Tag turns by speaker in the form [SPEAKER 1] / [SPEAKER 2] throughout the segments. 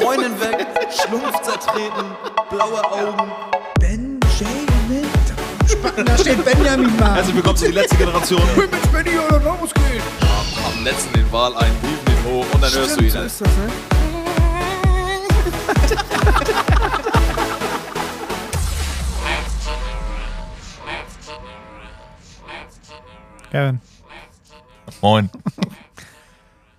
[SPEAKER 1] Freundin weg, Schlumpf zertreten, blaue Augen.
[SPEAKER 2] Benjamin. Da steht Benjamin mal.
[SPEAKER 1] Herzlich willkommen zu die letzte Generation.
[SPEAKER 2] bin mit Benny oder Normus gehen.
[SPEAKER 1] Am letzten den Wahl ein, hieven ihn hoch und dann hörst du ihn.
[SPEAKER 2] so ist das, ne?
[SPEAKER 3] Kevin.
[SPEAKER 4] Moin.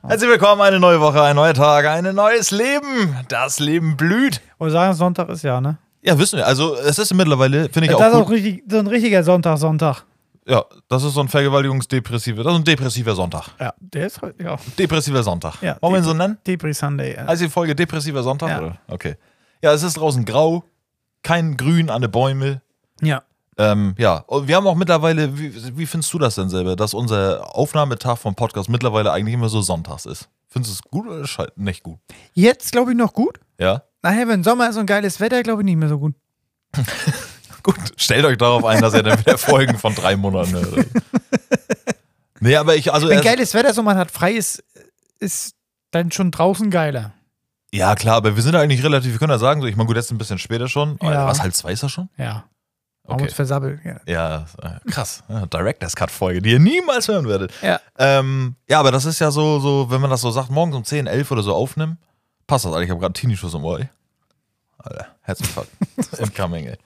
[SPEAKER 4] Herzlich willkommen, eine neue Woche, ein neuer Tag, ein neues Leben. Das Leben blüht.
[SPEAKER 3] Und sagen, Sonntag ist ja, ne?
[SPEAKER 4] Ja, wissen wir. Also, es ist mittlerweile, finde ich
[SPEAKER 3] das ist
[SPEAKER 4] auch
[SPEAKER 3] auch
[SPEAKER 4] gut.
[SPEAKER 3] richtig, so ein richtiger Sonntag, Sonntag.
[SPEAKER 4] Ja, das ist so ein vergewaltigungsdepressiver, das ist ein depressiver Sonntag.
[SPEAKER 3] Ja, der ist heute, ja.
[SPEAKER 4] Depressiver Sonntag.
[SPEAKER 3] Ja,
[SPEAKER 4] Wollen wir ihn so nennen?
[SPEAKER 3] Depri Sunday. Ja.
[SPEAKER 4] Also die Folge depressiver Sonntag,
[SPEAKER 3] Ja.
[SPEAKER 4] oder? Okay. Ja, es ist draußen grau, kein Grün an den Bäumen.
[SPEAKER 3] ja.
[SPEAKER 4] Ähm, ja, und wir haben auch mittlerweile, wie, wie findest du das denn selber, dass unser Aufnahmetag vom Podcast mittlerweile eigentlich immer so sonntags ist? Findest du es gut oder schei- nicht gut?
[SPEAKER 3] Jetzt glaube ich noch gut.
[SPEAKER 4] Ja?
[SPEAKER 3] Nachher, wenn Sommer ist und geiles Wetter, glaube ich nicht mehr so gut.
[SPEAKER 4] Gut, stellt euch darauf ein, dass ihr dann wieder Folgen von drei Monaten hört. Nee, aber ich, also.
[SPEAKER 3] Wenn
[SPEAKER 4] erst-
[SPEAKER 3] geiles Wetter ist und man hat frei, ist, ist dann schon draußen geiler.
[SPEAKER 4] ja, klar, aber wir sind eigentlich relativ, wir können ja sagen, so, ich meine, gut, jetzt ein bisschen später schon.
[SPEAKER 3] Ja.
[SPEAKER 4] Was, halb zwei ist er schon?
[SPEAKER 3] Ja. Haben
[SPEAKER 4] Okay.
[SPEAKER 3] uns versabbelt. Ja.
[SPEAKER 4] Ja, äh, krass. Ja, Directors Cut Folge, die ihr niemals hören werdet.
[SPEAKER 3] Ja.
[SPEAKER 4] Ähm, ja, aber das ist ja so, so, wenn man das so sagt, morgens um 10, 11 oder so aufnehmen, passt das eigentlich. Ich habe gerade Tinnitus im Ohr, ey. Alter, Herzinfarkt. Incoming, ey. Äh,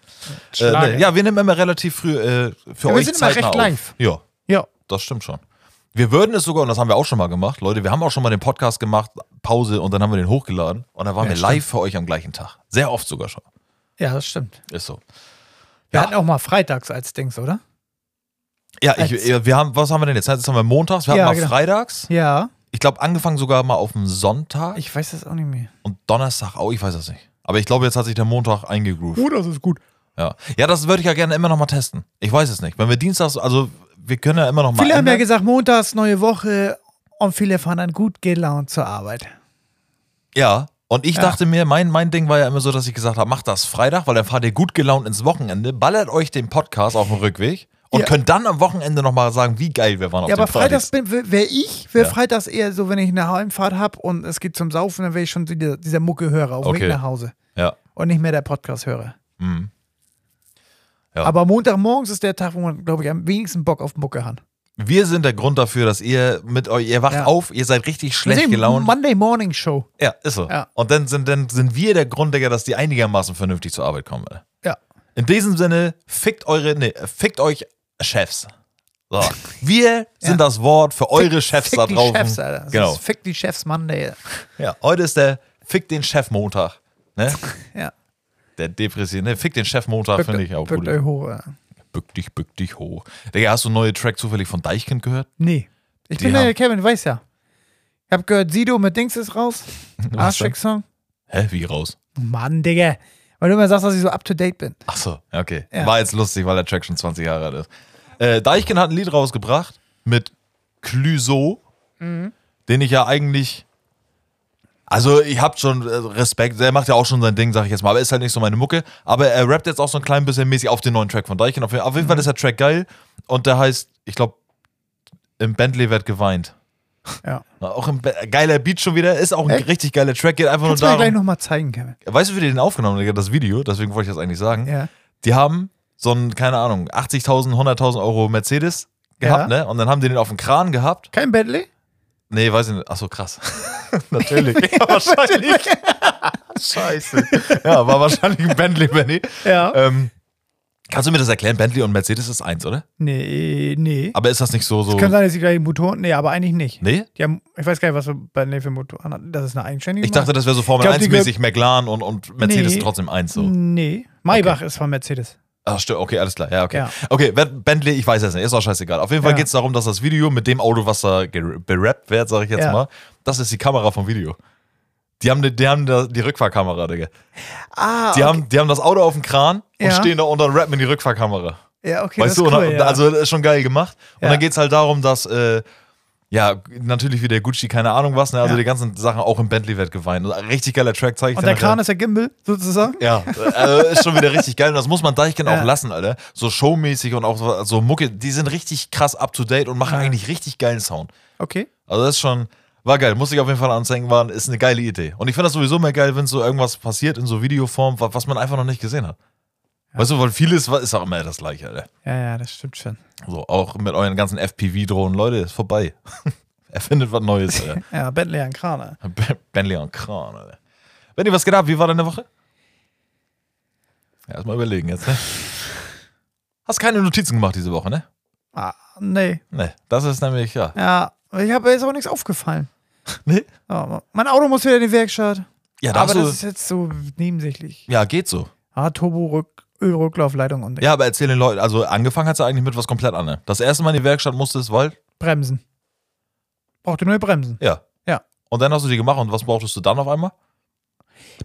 [SPEAKER 3] Schlager.
[SPEAKER 4] nee, ja, wir nehmen immer relativ früh äh, für
[SPEAKER 3] Ja, wir
[SPEAKER 4] euch
[SPEAKER 3] sind immer
[SPEAKER 4] zeitnah
[SPEAKER 3] recht
[SPEAKER 4] auf.
[SPEAKER 3] live.
[SPEAKER 4] Ja,
[SPEAKER 3] ja.
[SPEAKER 4] das stimmt schon. Wir würden es sogar, und das haben wir auch schon mal gemacht, Leute, wir haben auch schon mal den Podcast gemacht, Pause, und dann haben wir den hochgeladen. Und dann waren
[SPEAKER 3] Ja,
[SPEAKER 4] wir live für euch am gleichen Tag. Sehr oft sogar schon.
[SPEAKER 3] Ja, das stimmt.
[SPEAKER 4] Ist so.
[SPEAKER 3] Wir
[SPEAKER 4] Ja.
[SPEAKER 3] hatten auch mal freitags als Dings, oder?
[SPEAKER 4] Ja, ich,
[SPEAKER 3] Als-
[SPEAKER 4] ja, wir haben, was haben wir denn jetzt? Jetzt haben wir montags, wir
[SPEAKER 3] Ja,
[SPEAKER 4] haben mal
[SPEAKER 3] genau.
[SPEAKER 4] freitags.
[SPEAKER 3] Ja.
[SPEAKER 4] Ich glaube, angefangen sogar mal auf dem Sonntag
[SPEAKER 3] Ich weiß das auch nicht mehr.
[SPEAKER 4] und Donnerstag auch, ich weiß das nicht. Aber ich glaube, jetzt hat sich der Montag eingegroovt.
[SPEAKER 3] Oh, das ist gut.
[SPEAKER 4] Ja. ja, das würde ich ja gerne immer noch mal testen. Ich weiß es nicht. Wenn wir dienstags, also wir können ja immer noch mal.
[SPEAKER 3] Viele haben ja
[SPEAKER 4] ändern.
[SPEAKER 3] gesagt, montags, neue Woche und viele fahren dann gut gelaunt zur Arbeit.
[SPEAKER 4] ja. Und ich dachte mir, mein, mein Ding war ja immer so, dass ich gesagt habe, macht das Freitag, weil dann fahrt ihr gut gelaunt ins Wochenende, ballert euch den Podcast auf dem Rückweg und
[SPEAKER 3] Ja.
[SPEAKER 4] könnt dann am Wochenende nochmal sagen, wie geil wir waren auf
[SPEAKER 3] ja,
[SPEAKER 4] dem
[SPEAKER 3] aber freitags
[SPEAKER 4] Freitag.
[SPEAKER 3] bin, wäre ich, wäre
[SPEAKER 4] Ja.
[SPEAKER 3] freitags eher so, wenn ich eine Heimfahrt habe und es geht zum Saufen, dann wäre ich schon dieser, dieser Mucke-Hörer auf dem
[SPEAKER 4] Okay.
[SPEAKER 3] Weg nach Hause
[SPEAKER 4] Ja.
[SPEAKER 3] und nicht mehr der Podcast-Hörer.
[SPEAKER 4] Mhm. Ja.
[SPEAKER 3] Aber Montagmorgens ist der Tag, wo man, glaube ich, am wenigsten Bock auf Mucke hat.
[SPEAKER 4] Wir sind der Grund dafür, dass ihr mit euch, ihr wacht
[SPEAKER 3] Ja.
[SPEAKER 4] auf, ihr seid richtig schlecht
[SPEAKER 3] Deswegen
[SPEAKER 4] gelaunt.
[SPEAKER 3] Monday Morning Show.
[SPEAKER 4] Ja, ist so.
[SPEAKER 3] Ja.
[SPEAKER 4] Und dann sind, dann sind wir der Grund, Digga, dass die einigermaßen vernünftig zur Arbeit kommen. Alter.
[SPEAKER 3] Ja.
[SPEAKER 4] In diesem Sinne, fickt eure, nee, fickt euch Chefs. So. Wir sind das Wort für eure Chefs
[SPEAKER 3] Fick
[SPEAKER 4] da
[SPEAKER 3] die
[SPEAKER 4] draußen.
[SPEAKER 3] Chefs, Alter. Das
[SPEAKER 4] Genau.
[SPEAKER 3] Ist, fick die Chefs Monday.
[SPEAKER 4] Ja, heute ist der Fick den Chef Montag. Ne?
[SPEAKER 3] Ja.
[SPEAKER 4] Der depressive, ne? Fick den Chef Montag finde ich auch
[SPEAKER 3] Bückt
[SPEAKER 4] gut.
[SPEAKER 3] euch hoch. Alter.
[SPEAKER 4] Bück dich, bück dich hoch. Digga, hast du einen neuen Track zufällig von Deichkind gehört?
[SPEAKER 3] Nee. Ich
[SPEAKER 4] Die
[SPEAKER 3] bin der
[SPEAKER 4] haben-
[SPEAKER 3] Kevin, weiß ja. Ich habe gehört, Sido mit Dings ist raus.
[SPEAKER 4] Was denn?
[SPEAKER 3] Arschfick-Song.
[SPEAKER 4] Hä, wie raus?
[SPEAKER 3] Mann, Digga. Weil du immer sagst, dass ich so up to date bin.
[SPEAKER 4] Ach so, ja, okay.
[SPEAKER 3] Ja.
[SPEAKER 4] War jetzt lustig, weil der Track schon 20 Jahre alt ist. Äh, Deichkind hat ein Lied rausgebracht mit Clüso, den ich ja eigentlich. Also, ich hab schon äh, Respekt. Der macht ja auch schon sein Ding, sag ich jetzt mal. Aber ist halt nicht so meine Mucke. Aber er rappt jetzt auch so ein klein bisschen mäßig auf den neuen Track von Deichkind. Auf, jeden- auf jeden
[SPEAKER 3] Mhm.
[SPEAKER 4] Fall ist der Track geil. Und der heißt, ich glaube, im Bentley wird geweint.
[SPEAKER 3] Ja.
[SPEAKER 4] Na, Auch ein be- geiler Beat schon wieder. Ist auch ein
[SPEAKER 3] Echt?
[SPEAKER 4] richtig geiler Track. Geht einfach
[SPEAKER 3] Kannst du
[SPEAKER 4] nur
[SPEAKER 3] mir gleich
[SPEAKER 4] darum.
[SPEAKER 3] nochmal zeigen, Kevin.
[SPEAKER 4] Weißt du, wie die den aufgenommen haben? Das Video. Deswegen wollte ich das eigentlich sagen
[SPEAKER 3] Ja.
[SPEAKER 4] die haben so einen, keine Ahnung, 80.000, 100.000 Euro Mercedes gehabt, ne? Und dann haben die den auf dem Kran gehabt.
[SPEAKER 3] Kein Bentley?
[SPEAKER 4] Nee, weiß ich nicht. Ach so, krass. Natürlich. ja, wahrscheinlich. Scheiße. Ja, war wahrscheinlich ein Bentley, Benny.
[SPEAKER 3] Ja.
[SPEAKER 4] Ähm, kannst du mir das erklären? Bentley und Mercedes ist eins, oder?
[SPEAKER 3] Nee, nee.
[SPEAKER 4] Aber ist das nicht so, so.
[SPEAKER 3] Kann sein, dass die gleichen Motoren. Nee, aber eigentlich nicht.
[SPEAKER 4] Nee?
[SPEAKER 3] Die haben, ich weiß gar nicht, was wir bei Bentley für Motoren hatten. Das ist eine eigenständige
[SPEAKER 4] Ich dachte, das wäre so Formel
[SPEAKER 3] Ich glaub, die
[SPEAKER 4] 1-mäßig McLaren und, und Mercedes
[SPEAKER 3] Nee.
[SPEAKER 4] trotzdem eins.
[SPEAKER 3] Marke.
[SPEAKER 4] So.
[SPEAKER 3] Nee. Maybach ist von Mercedes.
[SPEAKER 4] Ach, stimmt, okay, alles klar. Ja, okay.
[SPEAKER 3] Ja.
[SPEAKER 4] Okay, Ben- Bentley, ich weiß es nicht, ist auch scheißegal. Auf jeden Fall
[SPEAKER 3] Ja.
[SPEAKER 4] geht es darum, dass das Video mit dem Auto, was da ger- berappt wird, sage ich jetzt
[SPEAKER 3] Ja.
[SPEAKER 4] mal, das ist die Kamera vom Video. Die haben, ne, die, die, haben da die Rückfahrkamera, Digga.
[SPEAKER 3] Ah,
[SPEAKER 4] Die, haben, die haben das Auto auf dem Kran und
[SPEAKER 3] Ja.
[SPEAKER 4] stehen da unter dem Rappen in die Rückfahrkamera.
[SPEAKER 3] ja, okay.
[SPEAKER 4] weißt
[SPEAKER 3] das
[SPEAKER 4] du,
[SPEAKER 3] ist
[SPEAKER 4] und-
[SPEAKER 3] cool,
[SPEAKER 4] und,
[SPEAKER 3] ja.
[SPEAKER 4] also das ist schon geil gemacht. Und
[SPEAKER 3] Ja.
[SPEAKER 4] dann geht es halt darum, dass, äh, ja, natürlich wie der Gucci, keine Ahnung was, ne? also
[SPEAKER 3] Ja.
[SPEAKER 4] die ganzen Sachen auch im Bentley wird geweint. Und ein richtig geiler Track zeige ich
[SPEAKER 3] und
[SPEAKER 4] dir
[SPEAKER 3] der
[SPEAKER 4] nachher.
[SPEAKER 3] Kran ist der Gimbal, sozusagen?
[SPEAKER 4] Ja, also ist schon wieder richtig geil. Und das muss man Deichkind
[SPEAKER 3] Ja.
[SPEAKER 4] auch lassen, Alter. So showmäßig und auch so, so Mucke, die sind richtig krass up to date und machen eigentlich richtig geilen Sound.
[SPEAKER 3] Okay.
[SPEAKER 4] Also das ist schon. War geil, muss ich auf jeden Fall anzeigen, war, ist eine geile Idee. Und ich finde das sowieso mehr geil, wenn so irgendwas passiert in so Videoform, wa- was man einfach noch nicht gesehen hat. Weißt du, weil vieles wa- ist auch immer das gleiche, Alter.
[SPEAKER 3] Ja, ja, das stimmt schon.
[SPEAKER 4] So, auch mit euren ganzen FPV-Drohnen. Leute, ist vorbei. Erfindet was Neues, Alter.
[SPEAKER 3] Ja, Bentley an Kraner.
[SPEAKER 4] Ben- Bentley und Kran, Alter. Benny, was geht ab? Wie war deine Woche? Ja, erstmal überlegen jetzt, ne? Hast keine Notizen gemacht diese Woche, ne?
[SPEAKER 3] Ah, nee.
[SPEAKER 4] Ne, das ist nämlich, ja.
[SPEAKER 3] Ja, ich habe ist auch nichts aufgefallen.
[SPEAKER 4] Nee?
[SPEAKER 3] Ja, mein Auto muss wieder in die Werkstatt.
[SPEAKER 4] Ja, da
[SPEAKER 3] aber
[SPEAKER 4] hast du,
[SPEAKER 3] das ist jetzt so nebensächlich.
[SPEAKER 4] ja, geht so.
[SPEAKER 3] Ah, Turbo, Rück, Ölrücklaufleitung und
[SPEAKER 4] Ja, aber erzähl den Leuten, also angefangen hat sie eigentlich mit was komplett anderem. Das erste Mal in die Werkstatt musstest, weil,
[SPEAKER 3] Bremsen. Brauchte neue Bremsen.
[SPEAKER 4] ja.
[SPEAKER 3] Ja.
[SPEAKER 4] Und dann hast du die gemacht und was brauchtest du dann auf einmal?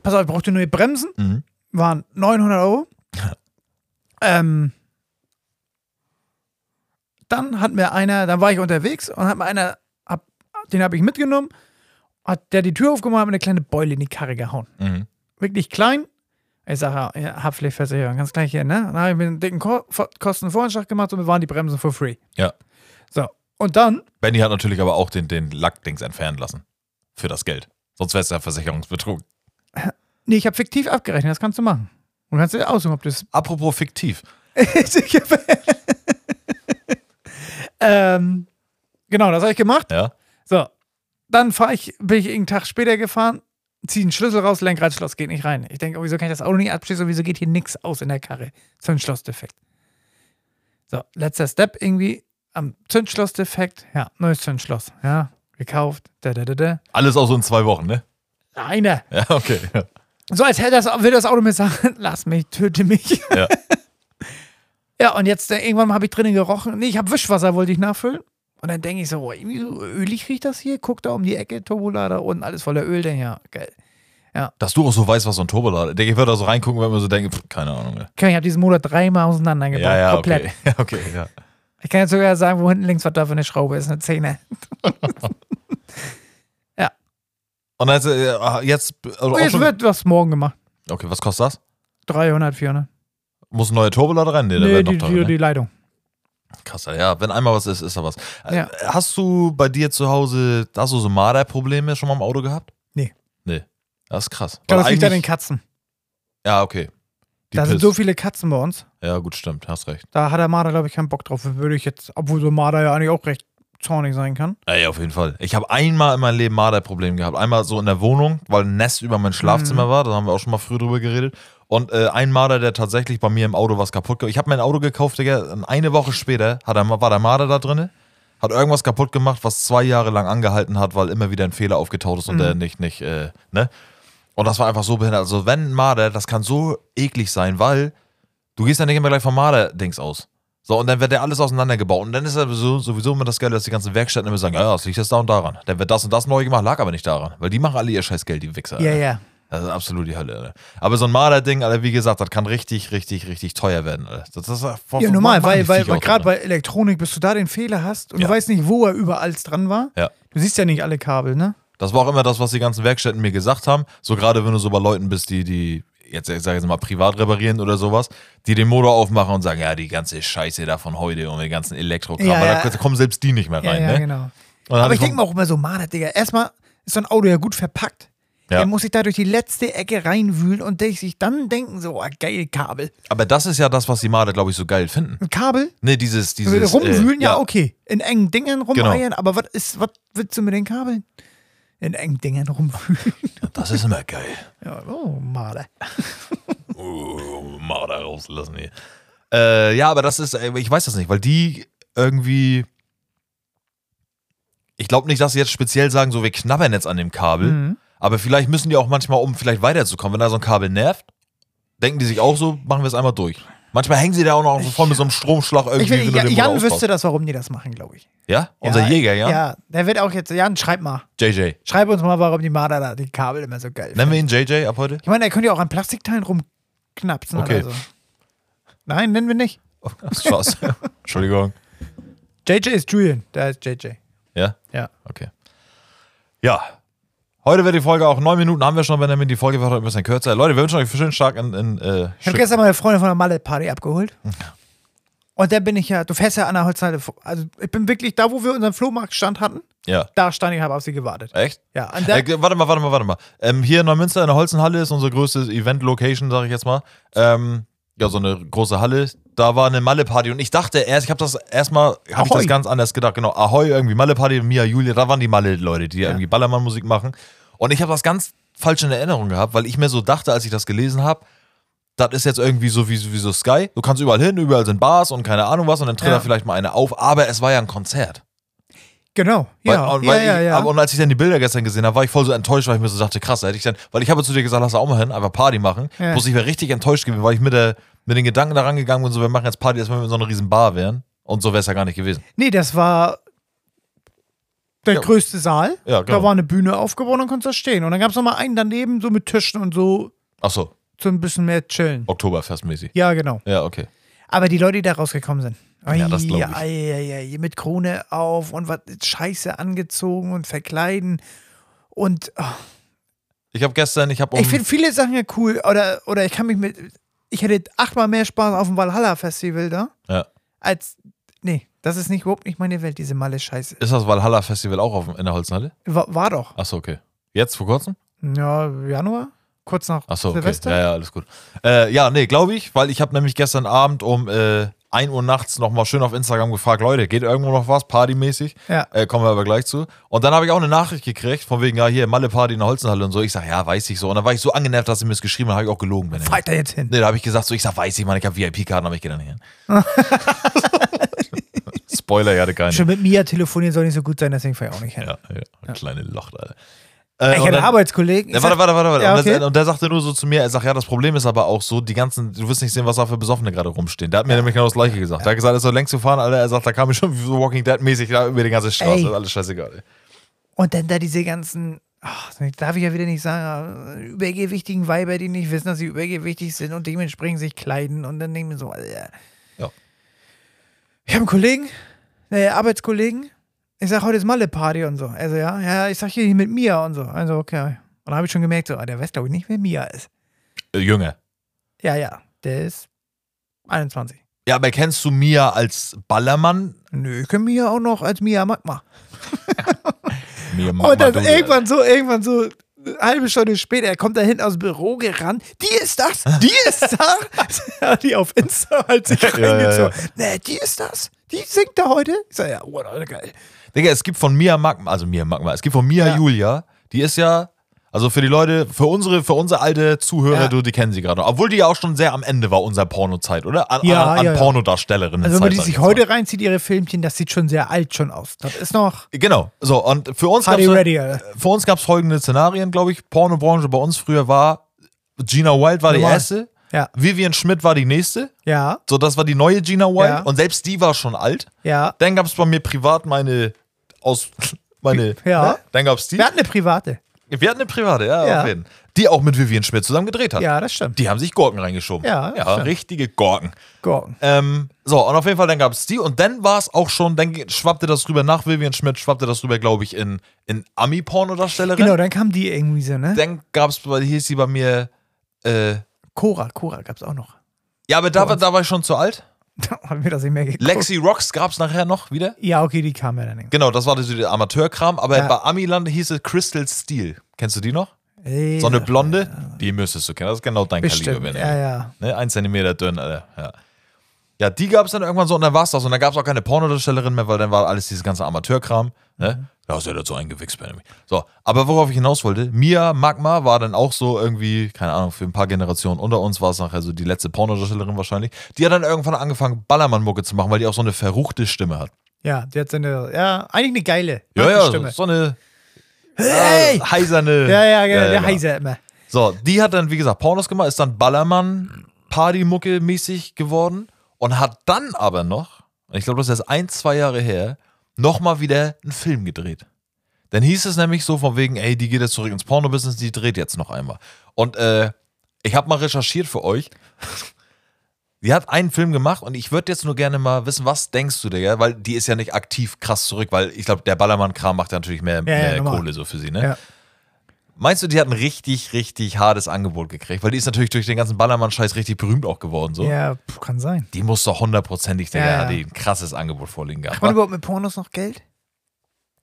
[SPEAKER 3] Pass auf, ich brauchte neue Bremsen.
[SPEAKER 4] Mhm.
[SPEAKER 3] Waren 900 Euro. ähm, dann hat mir einer, dann war ich unterwegs und hat mir einer, hab, den habe ich mitgenommen, hat der die Tür aufgemacht und hat mir eine kleine Beule in die Karre gehauen.
[SPEAKER 4] Mhm.
[SPEAKER 3] wirklich klein. Ich sage, ja, Haftpflichtversicherung, ganz gleich hier, ne? Dann habe ich mir einen dicken Ko Vo- Kostenvoranschlag gemacht und mir waren die Bremsen for free.
[SPEAKER 4] Ja.
[SPEAKER 3] So, und dann,
[SPEAKER 4] Benny hat natürlich aber auch den, den Lackdings entfernen lassen. Für das Geld. Sonst wäre es ja Versicherungsbetrug.
[SPEAKER 3] nee, ich habe fiktiv abgerechnet, das kannst du machen. Und kannst dir aussuchen, ob du es.
[SPEAKER 4] Apropos fiktiv.
[SPEAKER 3] ähm, genau, das habe ich gemacht.
[SPEAKER 4] Ja.
[SPEAKER 3] So, dann fahre ich, bin ich einen Tag später gefahren, ziehe einen Schlüssel raus, Lenkradschloss geht nicht rein. Ich denke, oh, wieso kann ich das Auto nicht abschließen? Wieso geht hier nichts aus in der Karre? Zündschlossdefekt. So, letzter Step irgendwie am Zündschlossdefekt. Ja, neues Zündschloss. Ja, gekauft. Da, da, da, da.
[SPEAKER 4] Alles auch so in zwei Wochen, ne?
[SPEAKER 3] Einer.
[SPEAKER 4] Ja, okay.
[SPEAKER 3] So, als hätte das, will das Auto mir sagen, lass mich, töte mich.
[SPEAKER 4] Ja.
[SPEAKER 3] ja, und jetzt äh, irgendwann habe ich drinnen gerochen. Nee, ich habe Wischwasser, wollte ich nachfüllen. Und dann denke ich so, boah, irgendwie so ölig riecht das hier. Guck da um die Ecke, Turbolader unten, alles voller Öl. Denn ja, geil.
[SPEAKER 4] Dass du auch so weißt, was so ein Turbolader ist. Ich würde da so reingucken, wenn man so denkt, pff, keine Ahnung. ne?
[SPEAKER 3] Ich habe diesen Motor dreimal auseinandergebaut.
[SPEAKER 4] Ja, ja,
[SPEAKER 3] komplett.
[SPEAKER 4] okay. Ja, okay, ja.
[SPEAKER 3] Ich kann jetzt sogar sagen, wo hinten links was da für eine Schraube ist, eine Zähne.
[SPEAKER 4] Und also, äh, jetzt. Also
[SPEAKER 3] Und
[SPEAKER 4] auch
[SPEAKER 3] jetzt
[SPEAKER 4] schon,
[SPEAKER 3] wird was morgen gemacht.
[SPEAKER 4] okay, was kostet das?
[SPEAKER 3] 300, 400.
[SPEAKER 4] Muss ein neuer Turbolader rein? Nee, der
[SPEAKER 3] Nee,
[SPEAKER 4] wird
[SPEAKER 3] die,
[SPEAKER 4] noch teurer.
[SPEAKER 3] die,
[SPEAKER 4] Ne?
[SPEAKER 3] die Leitung.
[SPEAKER 4] Krass, Alter. ja. Wenn einmal was ist, ist da was. Äh,
[SPEAKER 3] Ja.
[SPEAKER 4] Hast du bei dir zu Hause, hast du so Marder-Probleme schon mal im Auto gehabt?
[SPEAKER 3] Nee.
[SPEAKER 4] Nee. Das ist krass.
[SPEAKER 3] Ich glaube,
[SPEAKER 4] Weil
[SPEAKER 3] das liegt an den
[SPEAKER 4] eigentlich-
[SPEAKER 3] Katzen.
[SPEAKER 4] Ja, okay. Die
[SPEAKER 3] da sind
[SPEAKER 4] Piss.
[SPEAKER 3] so viele Katzen bei uns.
[SPEAKER 4] Ja, gut, stimmt, hast recht.
[SPEAKER 3] Da hat der Marder, glaube ich, keinen Bock drauf. Würde ich jetzt, obwohl so ein Marder ja eigentlich auch recht zornig sein kann.
[SPEAKER 4] Ey, auf jeden Fall. Ich habe einmal in meinem Leben Marder-Problem gehabt. Einmal so in der Wohnung, weil ein Nest über mein Schlafzimmer war. Da haben wir auch schon mal früher drüber geredet. Und äh, ein Marder, der tatsächlich bei mir im Auto was kaputt gemacht Ich habe mein Auto gekauft, Digga. und Eine Woche später hat er, war der Marder da drin, hat irgendwas kaputt gemacht, was zwei Jahre lang angehalten hat, weil immer wieder ein Fehler aufgetaucht
[SPEAKER 3] Mhm.
[SPEAKER 4] ist und der nicht, nicht, äh, ne? Und das war einfach so behindert. Also, wenn ein Marder, das kann so eklig sein, weil du gehst ja nicht immer gleich vom Marder-Dings aus. So, und dann wird der alles auseinandergebaut. Und dann ist ja sowieso, sowieso immer das Geile, dass die ganzen Werkstätten immer sagen, ja, ja, das liegt jetzt da und daran. Dann wird das und das neu gemacht, lag aber nicht daran. Weil die machen alle ihr scheiß Geld, die Wichser.
[SPEAKER 3] Ja,
[SPEAKER 4] Alter.
[SPEAKER 3] ja.
[SPEAKER 4] Das ist absolut die Hölle, Alter. Aber so ein Marder-Ding, Alter, wie gesagt, das kann richtig, richtig, richtig teuer werden, Alter. Das, das ist voll,
[SPEAKER 3] Ja, normal, weil, weil, weil
[SPEAKER 4] gerade
[SPEAKER 3] gerade bei Elektronik, bis du da den Fehler hast und
[SPEAKER 4] Ja.
[SPEAKER 3] du weißt nicht, wo er überall dran war.
[SPEAKER 4] ne? Ja.
[SPEAKER 3] Du siehst ja nicht alle Kabel, ne?
[SPEAKER 4] Das war auch immer das, was die ganzen Werkstätten mir gesagt haben. So gerade wenn du so bei Leuten bist, die, die jetzt ich sag jetzt mal privat reparieren oder sowas, die den Motor aufmachen und sagen, ja, die ganze Scheiße da von heute und den ganzen Elektrokram,
[SPEAKER 3] Ja,
[SPEAKER 4] weil
[SPEAKER 3] ja.
[SPEAKER 4] da kommen selbst die nicht mehr rein,
[SPEAKER 3] ja, ja,
[SPEAKER 4] ne?
[SPEAKER 3] genau.
[SPEAKER 4] Und dann hatte
[SPEAKER 3] Aber ich
[SPEAKER 4] vom-
[SPEAKER 3] denke mir auch immer so, Mann, Digga, erstmal ist so ein Auto ja gut verpackt.
[SPEAKER 4] Ja.
[SPEAKER 3] Der muss sich da durch die letzte Ecke reinwühlen und der sich dann denken, so, ah, geil, Kabel.
[SPEAKER 4] aber das ist ja das, was die Made, glaube ich, so geil finden.
[SPEAKER 3] Ein Kabel?
[SPEAKER 4] Ne, dieses, dieses.
[SPEAKER 3] Rumwühlen,
[SPEAKER 4] äh,
[SPEAKER 3] ja, okay. In engen Dingen rumeiern,
[SPEAKER 4] Genau.
[SPEAKER 3] aber was ist, was willst du mit den Kabeln? In engen Dingen rumwühlen.
[SPEAKER 4] Das ist immer geil.
[SPEAKER 3] ja, oh, Marder.
[SPEAKER 4] Oh, Marder rauslassen hier. Äh, ja, aber das ist, äh, ich weiß das nicht, weil die irgendwie. Ich glaube nicht, dass sie jetzt speziell sagen, so, wir knabbern jetzt an dem Kabel.
[SPEAKER 3] Mhm.
[SPEAKER 4] Aber vielleicht müssen die auch manchmal, um vielleicht weiterzukommen, wenn da so ein Kabel nervt, denken die sich auch so, machen wir es einmal durch. Manchmal hängen sie da auch noch so voll mit so einem Stromschlag irgendwie.
[SPEAKER 3] Ich will,
[SPEAKER 4] wenn du
[SPEAKER 3] Jan,
[SPEAKER 4] den
[SPEAKER 3] Jan
[SPEAKER 4] Motor
[SPEAKER 3] wüsste
[SPEAKER 4] ausbaust.
[SPEAKER 3] das, warum die das machen, glaube ich.
[SPEAKER 4] Ja? Unser Jäger, ja?
[SPEAKER 3] Ja, der wird auch jetzt, Jan, schreib mal.
[SPEAKER 4] JJ.
[SPEAKER 3] Schreib uns mal, warum die Marder da die Kabel immer so geil
[SPEAKER 4] Nennen wir ihn JJ ab heute?
[SPEAKER 3] Ich meine, er könnte ja auch an Plastikteilen rumknapsen
[SPEAKER 4] Okay.
[SPEAKER 3] oder so. Nein, nennen wir nicht.
[SPEAKER 4] Oh, Spaß. Entschuldigung.
[SPEAKER 3] JJ ist Julian, der ist JJ.
[SPEAKER 4] Ja?
[SPEAKER 3] Ja.
[SPEAKER 4] Okay. Ja. Heute wird die Folge auch neun Minuten haben wir schon, Benjamin. Die Folge wird heute ein bisschen kürzer. Leute, wir wünschen euch einen schönen Start in, in äh,
[SPEAKER 3] Ich habe
[SPEAKER 4] schön- Mhm.
[SPEAKER 3] gestern meine Freunde von der Malle Party abgeholt. Und dann bin ich ja, du fährst ja an der Holzseite vor. Also ich bin wirklich da, wo wir unseren Flohmarktstand hatten,
[SPEAKER 4] Ja.
[SPEAKER 3] da stand ich, habe auf sie gewartet.
[SPEAKER 4] Echt?
[SPEAKER 3] Ja, und da,
[SPEAKER 4] Äh, ge- warte mal, warte mal, warte mal. Ähm, hier in Neumünster in der Holzenhalle ist unsere größte Event-Location, sage ich jetzt mal. Ähm, ja, so eine große Halle. Da war eine Malle-Party und ich dachte erst, ich habe das erstmal, habe ich
[SPEAKER 3] Ahoi.
[SPEAKER 4] das ganz anders gedacht. Genau, Ahoi, irgendwie Malle-Party, Mia, Julia, da waren die Malle-Leute, die irgendwie Ballermann-Musik machen. Und ich habe das ganz falsch in Erinnerung gehabt, weil ich mir so dachte, als ich das gelesen habe, das ist jetzt irgendwie so wie, wie so Sky. Du kannst überall hin, überall sind Bars und keine Ahnung was und dann tritt
[SPEAKER 3] Ja.
[SPEAKER 4] da vielleicht mal eine auf. Aber es war ja ein Konzert.
[SPEAKER 3] genau. Ja,
[SPEAKER 4] Weil, und,
[SPEAKER 3] ja,
[SPEAKER 4] weil
[SPEAKER 3] ja,
[SPEAKER 4] ich,
[SPEAKER 3] ja.
[SPEAKER 4] Aber, und als ich dann die Bilder gestern gesehen habe, war ich voll so enttäuscht, weil ich mir so dachte, krass, da hätte ich dann, weil ich habe zu dir gesagt, lass da auch mal hin, einfach Party machen.
[SPEAKER 3] Ja.
[SPEAKER 4] Bloß ich wäre richtig enttäuscht gewesen, weil ich mit, der, mit den Gedanken da rangegangen bin, so wir machen jetzt Party, als wenn wir in so einer riesen Bar wären. Und so wäre es ja gar nicht gewesen.
[SPEAKER 3] Nee, das war der
[SPEAKER 4] Ja.
[SPEAKER 3] größte Saal.
[SPEAKER 4] Ja, genau.
[SPEAKER 3] Da war eine Bühne aufgebaut und konntest da stehen. Und dann gab es nochmal einen daneben, so mit Tischen und so,
[SPEAKER 4] Ach so,
[SPEAKER 3] so ein bisschen mehr chillen.
[SPEAKER 4] Oh. Oktoberfestmäßig.
[SPEAKER 3] Ja, genau.
[SPEAKER 4] Ja, okay.
[SPEAKER 3] Aber die Leute, die da rausgekommen sind.
[SPEAKER 4] Ja, das glaub ich.
[SPEAKER 3] Ei, ei, ei, ei, mit Krone auf und was Scheiße angezogen und verkleiden. Und oh,
[SPEAKER 4] Ich habe gestern, ich habe um,
[SPEAKER 3] ich finde viele Sachen ja cool. Oder, oder ich kann mich mit. Ich hätte achtmal mehr Spaß auf dem Valhalla-Festival da,
[SPEAKER 4] ja.
[SPEAKER 3] als. Nee, das ist nicht überhaupt nicht meine Welt, diese malle Scheiße.
[SPEAKER 4] ist das Valhalla Festival auch auf, dem- in der Holzenhalle?
[SPEAKER 3] War, war doch.
[SPEAKER 4] Ach so, okay. Jetzt vor kurzem?
[SPEAKER 3] Ja, Januar? Kurz nach
[SPEAKER 4] Ach so, okay.
[SPEAKER 3] Silvester?
[SPEAKER 4] Ja, ja, alles gut. Äh, ja, nee, glaube ich, weil ich habe nämlich gestern Abend um äh, 1 Uhr nachts nochmal schön auf Instagram gefragt, Leute, geht irgendwo noch was, partymäßig?
[SPEAKER 3] Ja.
[SPEAKER 4] Äh, kommen wir aber gleich zu. Und dann habe ich auch eine Nachricht gekriegt, von wegen, ja, hier, Malle-Party in der Holzenhalle und so. Ich sage, ja, weiß ich so. Und dann war ich so angenervt, dass sie mir das geschrieben haben, habe ich auch gelogen. Benjamin.
[SPEAKER 3] Weiter jetzt hin.
[SPEAKER 4] Nee, da habe ich gesagt, so, ich sag, weiß ich, Mann, ich habe VIP-Karten, aber ich gehe da nicht hin. Spoiler, ich hatte keine.
[SPEAKER 3] Schon mit Mia telefonieren soll nicht so gut sein, deswegen fahre ich auch nicht hin.
[SPEAKER 4] Ja, ja, kleine Loch, Alter. Äh,
[SPEAKER 3] ich hatte einen Arbeitskollegen.
[SPEAKER 4] Ja,
[SPEAKER 3] ich
[SPEAKER 4] warte,
[SPEAKER 3] sag-
[SPEAKER 4] warte, warte, warte.
[SPEAKER 3] Ja,
[SPEAKER 4] Und,
[SPEAKER 3] okay.
[SPEAKER 4] der, und der sagte nur so zu mir, er sagt, ja, das Problem ist aber auch so, die ganzen, du wirst nicht sehen, was da für Besoffene gerade rumstehen. Der hat mir nämlich genau das gleiche gesagt. Der hat gesagt, er soll längst gefahren, Alter. Er sagt, da kam ich schon so Walking Dead-mäßig da über die ganze Straße.
[SPEAKER 3] Ey.
[SPEAKER 4] Das ist alles scheißegal. Ey.
[SPEAKER 3] Und dann da diese ganzen, ach, darf ich ja wieder nicht sagen, äh, übergewichtigen Weiber, die nicht wissen, dass sie übergewichtig sind und dementsprechend sich kleiden und dann denken wir so, äh.
[SPEAKER 4] Ja.
[SPEAKER 3] Ich habe einen Kollegen, äh, Arbeitskollegen, ich sag, heute ist Malle-Party und so. Also ja, ja, ich sag hier mit Mia und so. Also okay. Und dann habe ich schon gemerkt, so, ah, der weiß glaube ich nicht, wer Mia ist.
[SPEAKER 4] Äh, Jünger.
[SPEAKER 3] Ja, ja, der ist 21.
[SPEAKER 4] Ja, aber kennst du Mia als Ballermann?
[SPEAKER 3] Nö, ich kenne Mia auch noch als Mia Magma.
[SPEAKER 4] Mia
[SPEAKER 3] Und dann
[SPEAKER 4] Mamadou.
[SPEAKER 3] Oh, irgendwann so, irgendwann so, eine halbe Stunde später, er kommt da hinten aus dem Büro gerannt. Die ist das, die ist das. Hat die auf Insta halt sich
[SPEAKER 4] Ah. ja,
[SPEAKER 3] reingezogen. Nee, die ist das. Die singt da heute. Ich sag ja, oh, Leute, geil.
[SPEAKER 4] Digga, es gibt von Mia Magma, also Mia Magma, es gibt von Mia
[SPEAKER 3] Ja.
[SPEAKER 4] Julia, die ist ja, also für die Leute, für unsere, für unsere alte Zuhörer,
[SPEAKER 3] Ja.
[SPEAKER 4] du, die kennen sie gerade. noch. Obwohl die ja auch schon sehr am Ende war, unserer Pornozeit, oder? An,
[SPEAKER 3] Ja,
[SPEAKER 4] an, an
[SPEAKER 3] ja, ja.
[SPEAKER 4] Pornodarstellerinnen.
[SPEAKER 3] Also wenn man die
[SPEAKER 4] sag ich
[SPEAKER 3] sich
[SPEAKER 4] jetzt mal.
[SPEAKER 3] heute reinzieht, ihre Filmchen, das sieht schon sehr alt schon aus. Das ist noch
[SPEAKER 4] Genau. So, und für uns
[SPEAKER 3] Hardy
[SPEAKER 4] gab's-
[SPEAKER 3] Ready. Alter.
[SPEAKER 4] für uns gab es folgende Szenarien, glaube ich. Pornobranche bei uns früher war, Gina Wild war die
[SPEAKER 3] Normal.
[SPEAKER 4] erste,
[SPEAKER 3] Ja,
[SPEAKER 4] Vivian Schmidt war die nächste.
[SPEAKER 3] ja,
[SPEAKER 4] So, das war die neue Gina Wild.
[SPEAKER 3] Ja.
[SPEAKER 4] Und selbst die war schon alt.
[SPEAKER 3] ja.
[SPEAKER 4] Dann gab es bei mir privat meine aus. Meine,
[SPEAKER 3] Ja.
[SPEAKER 4] ne? Dann gab es die.
[SPEAKER 3] Wir hatten eine private.
[SPEAKER 4] Wir hatten eine private, ja,
[SPEAKER 3] Ja.
[SPEAKER 4] auf jeden. Die auch mit Vivian Schmidt zusammen gedreht hat.
[SPEAKER 3] Ja, das stimmt.
[SPEAKER 4] Die haben sich Gurken reingeschoben.
[SPEAKER 3] Ja, das
[SPEAKER 4] ja
[SPEAKER 3] stimmt.
[SPEAKER 4] richtige Gurken.
[SPEAKER 3] Gorgon.
[SPEAKER 4] Ähm, so, und auf jeden Fall, dann gab es die und dann war es auch schon, dann ge- schwappte das rüber nach Vivian Schmidt, schwappte das rüber, glaube ich, in, in Ami-Pornodarstellerin.
[SPEAKER 3] Genau, dann kam die irgendwie so, ne?
[SPEAKER 4] Dann gab es, hier hieß sie bei mir, äh,
[SPEAKER 3] Cora, Cora gab's auch noch.
[SPEAKER 4] ja, aber da, war- da war ich schon zu alt.
[SPEAKER 3] Da haben wir das nicht mehr geguckt.
[SPEAKER 4] Lexi Rocks gab es nachher noch wieder.
[SPEAKER 3] Ja, okay, die kam ja dann. irgendwie.
[SPEAKER 4] Genau, das war so der Amateurkram, aber
[SPEAKER 3] Ja.
[SPEAKER 4] bei Amiland hieß es Crystal Steel. Kennst du die noch?
[SPEAKER 3] Ey,
[SPEAKER 4] So eine blonde, die müsstest du kennen. Das ist genau dein Kaliber,
[SPEAKER 3] Bestimmt,
[SPEAKER 4] wenn
[SPEAKER 3] ja, ja.
[SPEAKER 4] Ne, ein Zentimeter dünn, Alter. Ja. Ja, die gab es dann irgendwann so und dann war es das. Und dann gab es auch keine Pornodarstellerin mehr, weil dann war alles dieses ganze Amateurkram.
[SPEAKER 3] Mhm.
[SPEAKER 4] Ne? Da hast du ja dazu eingewichst, Benjamin. So, aber worauf ich hinaus wollte, Mia Magma war dann auch so irgendwie, keine Ahnung, für ein paar Generationen unter uns war es nachher so die letzte Pornodarstellerin wahrscheinlich. Die hat dann irgendwann angefangen, Ballermann-Mucke zu machen, weil die auch so eine verruchte Stimme hat.
[SPEAKER 3] Ja, die hat seine, ja, eigentlich eine geile
[SPEAKER 4] Ja, ja, so,
[SPEAKER 3] Stimme.
[SPEAKER 4] so eine
[SPEAKER 3] Hey!
[SPEAKER 4] äh, heiserne.
[SPEAKER 3] Ja, ja, genau, der
[SPEAKER 4] genau.
[SPEAKER 3] Heiser immer.
[SPEAKER 4] So, die hat dann, wie gesagt, Pornos gemacht, ist dann Ballermann, Partymucke mäßig geworden und hat dann aber noch, und ich glaube, das ist erst ein, zwei Jahre her, nochmal wieder einen Film gedreht. Dann hieß es nämlich so von wegen, ey, die geht jetzt zurück ins Porno-Business, die dreht jetzt noch einmal. Und äh, ich habe mal recherchiert für euch. Die hat einen Film gemacht und ich würde jetzt nur gerne mal wissen, was denkst du, Digga? Weil die ist ja nicht aktiv krass zurück, weil ich glaube, der Ballermann-Kram macht ja natürlich mehr,
[SPEAKER 3] ja,
[SPEAKER 4] mehr
[SPEAKER 3] normal.
[SPEAKER 4] Kohle so für sie, ne?
[SPEAKER 3] Ja.
[SPEAKER 4] Meinst du, die hat ein richtig, richtig hartes Angebot gekriegt? Weil die ist natürlich durch den ganzen Ballermann-Scheiß richtig berühmt auch geworden. So.
[SPEAKER 3] Ja, pff, kann sein.
[SPEAKER 4] Die muss doch hundertprozentig, der
[SPEAKER 3] Ja,
[SPEAKER 4] hat
[SPEAKER 3] ja.
[SPEAKER 4] die ein krasses Angebot vorliegen gehabt.
[SPEAKER 3] Kann man überhaupt mit Pornos noch Geld?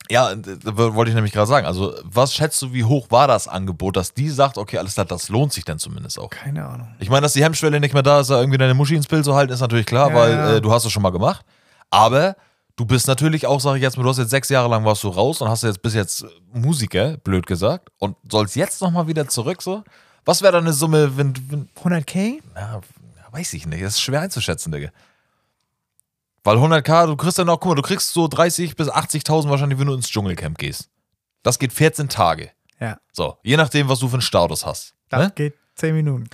[SPEAKER 4] Ja, da wollte ich nämlich gerade sagen. Also, was schätzt du, wie hoch war das Angebot, dass die sagt, okay, alles klar, das lohnt sich dann zumindest auch?
[SPEAKER 3] Keine Ahnung.
[SPEAKER 4] Ich meine, dass die Hemmschwelle nicht mehr da ist, da irgendwie deine Muschi ins Bild zu halten, ist natürlich klar,
[SPEAKER 3] Ja,
[SPEAKER 4] weil
[SPEAKER 3] ja.
[SPEAKER 4] äh, du hast es schon mal gemacht. Aber du bist natürlich auch, sag ich jetzt mal, du hast jetzt sechs Jahre lang warst du raus und hast jetzt bis jetzt Musiker, blöd gesagt, und sollst jetzt nochmal wieder zurück so? Was wäre da eine Summe, wenn, wenn
[SPEAKER 3] 100k?
[SPEAKER 4] na, weiß ich nicht, das ist schwer einzuschätzen, Digga. Weil 100k, du kriegst dann auch, guck mal, du kriegst so 30 bis 80.000 wahrscheinlich, wenn du ins Dschungelcamp gehst. Das geht 14 Tage.
[SPEAKER 3] Ja.
[SPEAKER 4] So, je nachdem, was du für einen Status hast.
[SPEAKER 3] Das
[SPEAKER 4] Ne?
[SPEAKER 3] geht 10 Minuten.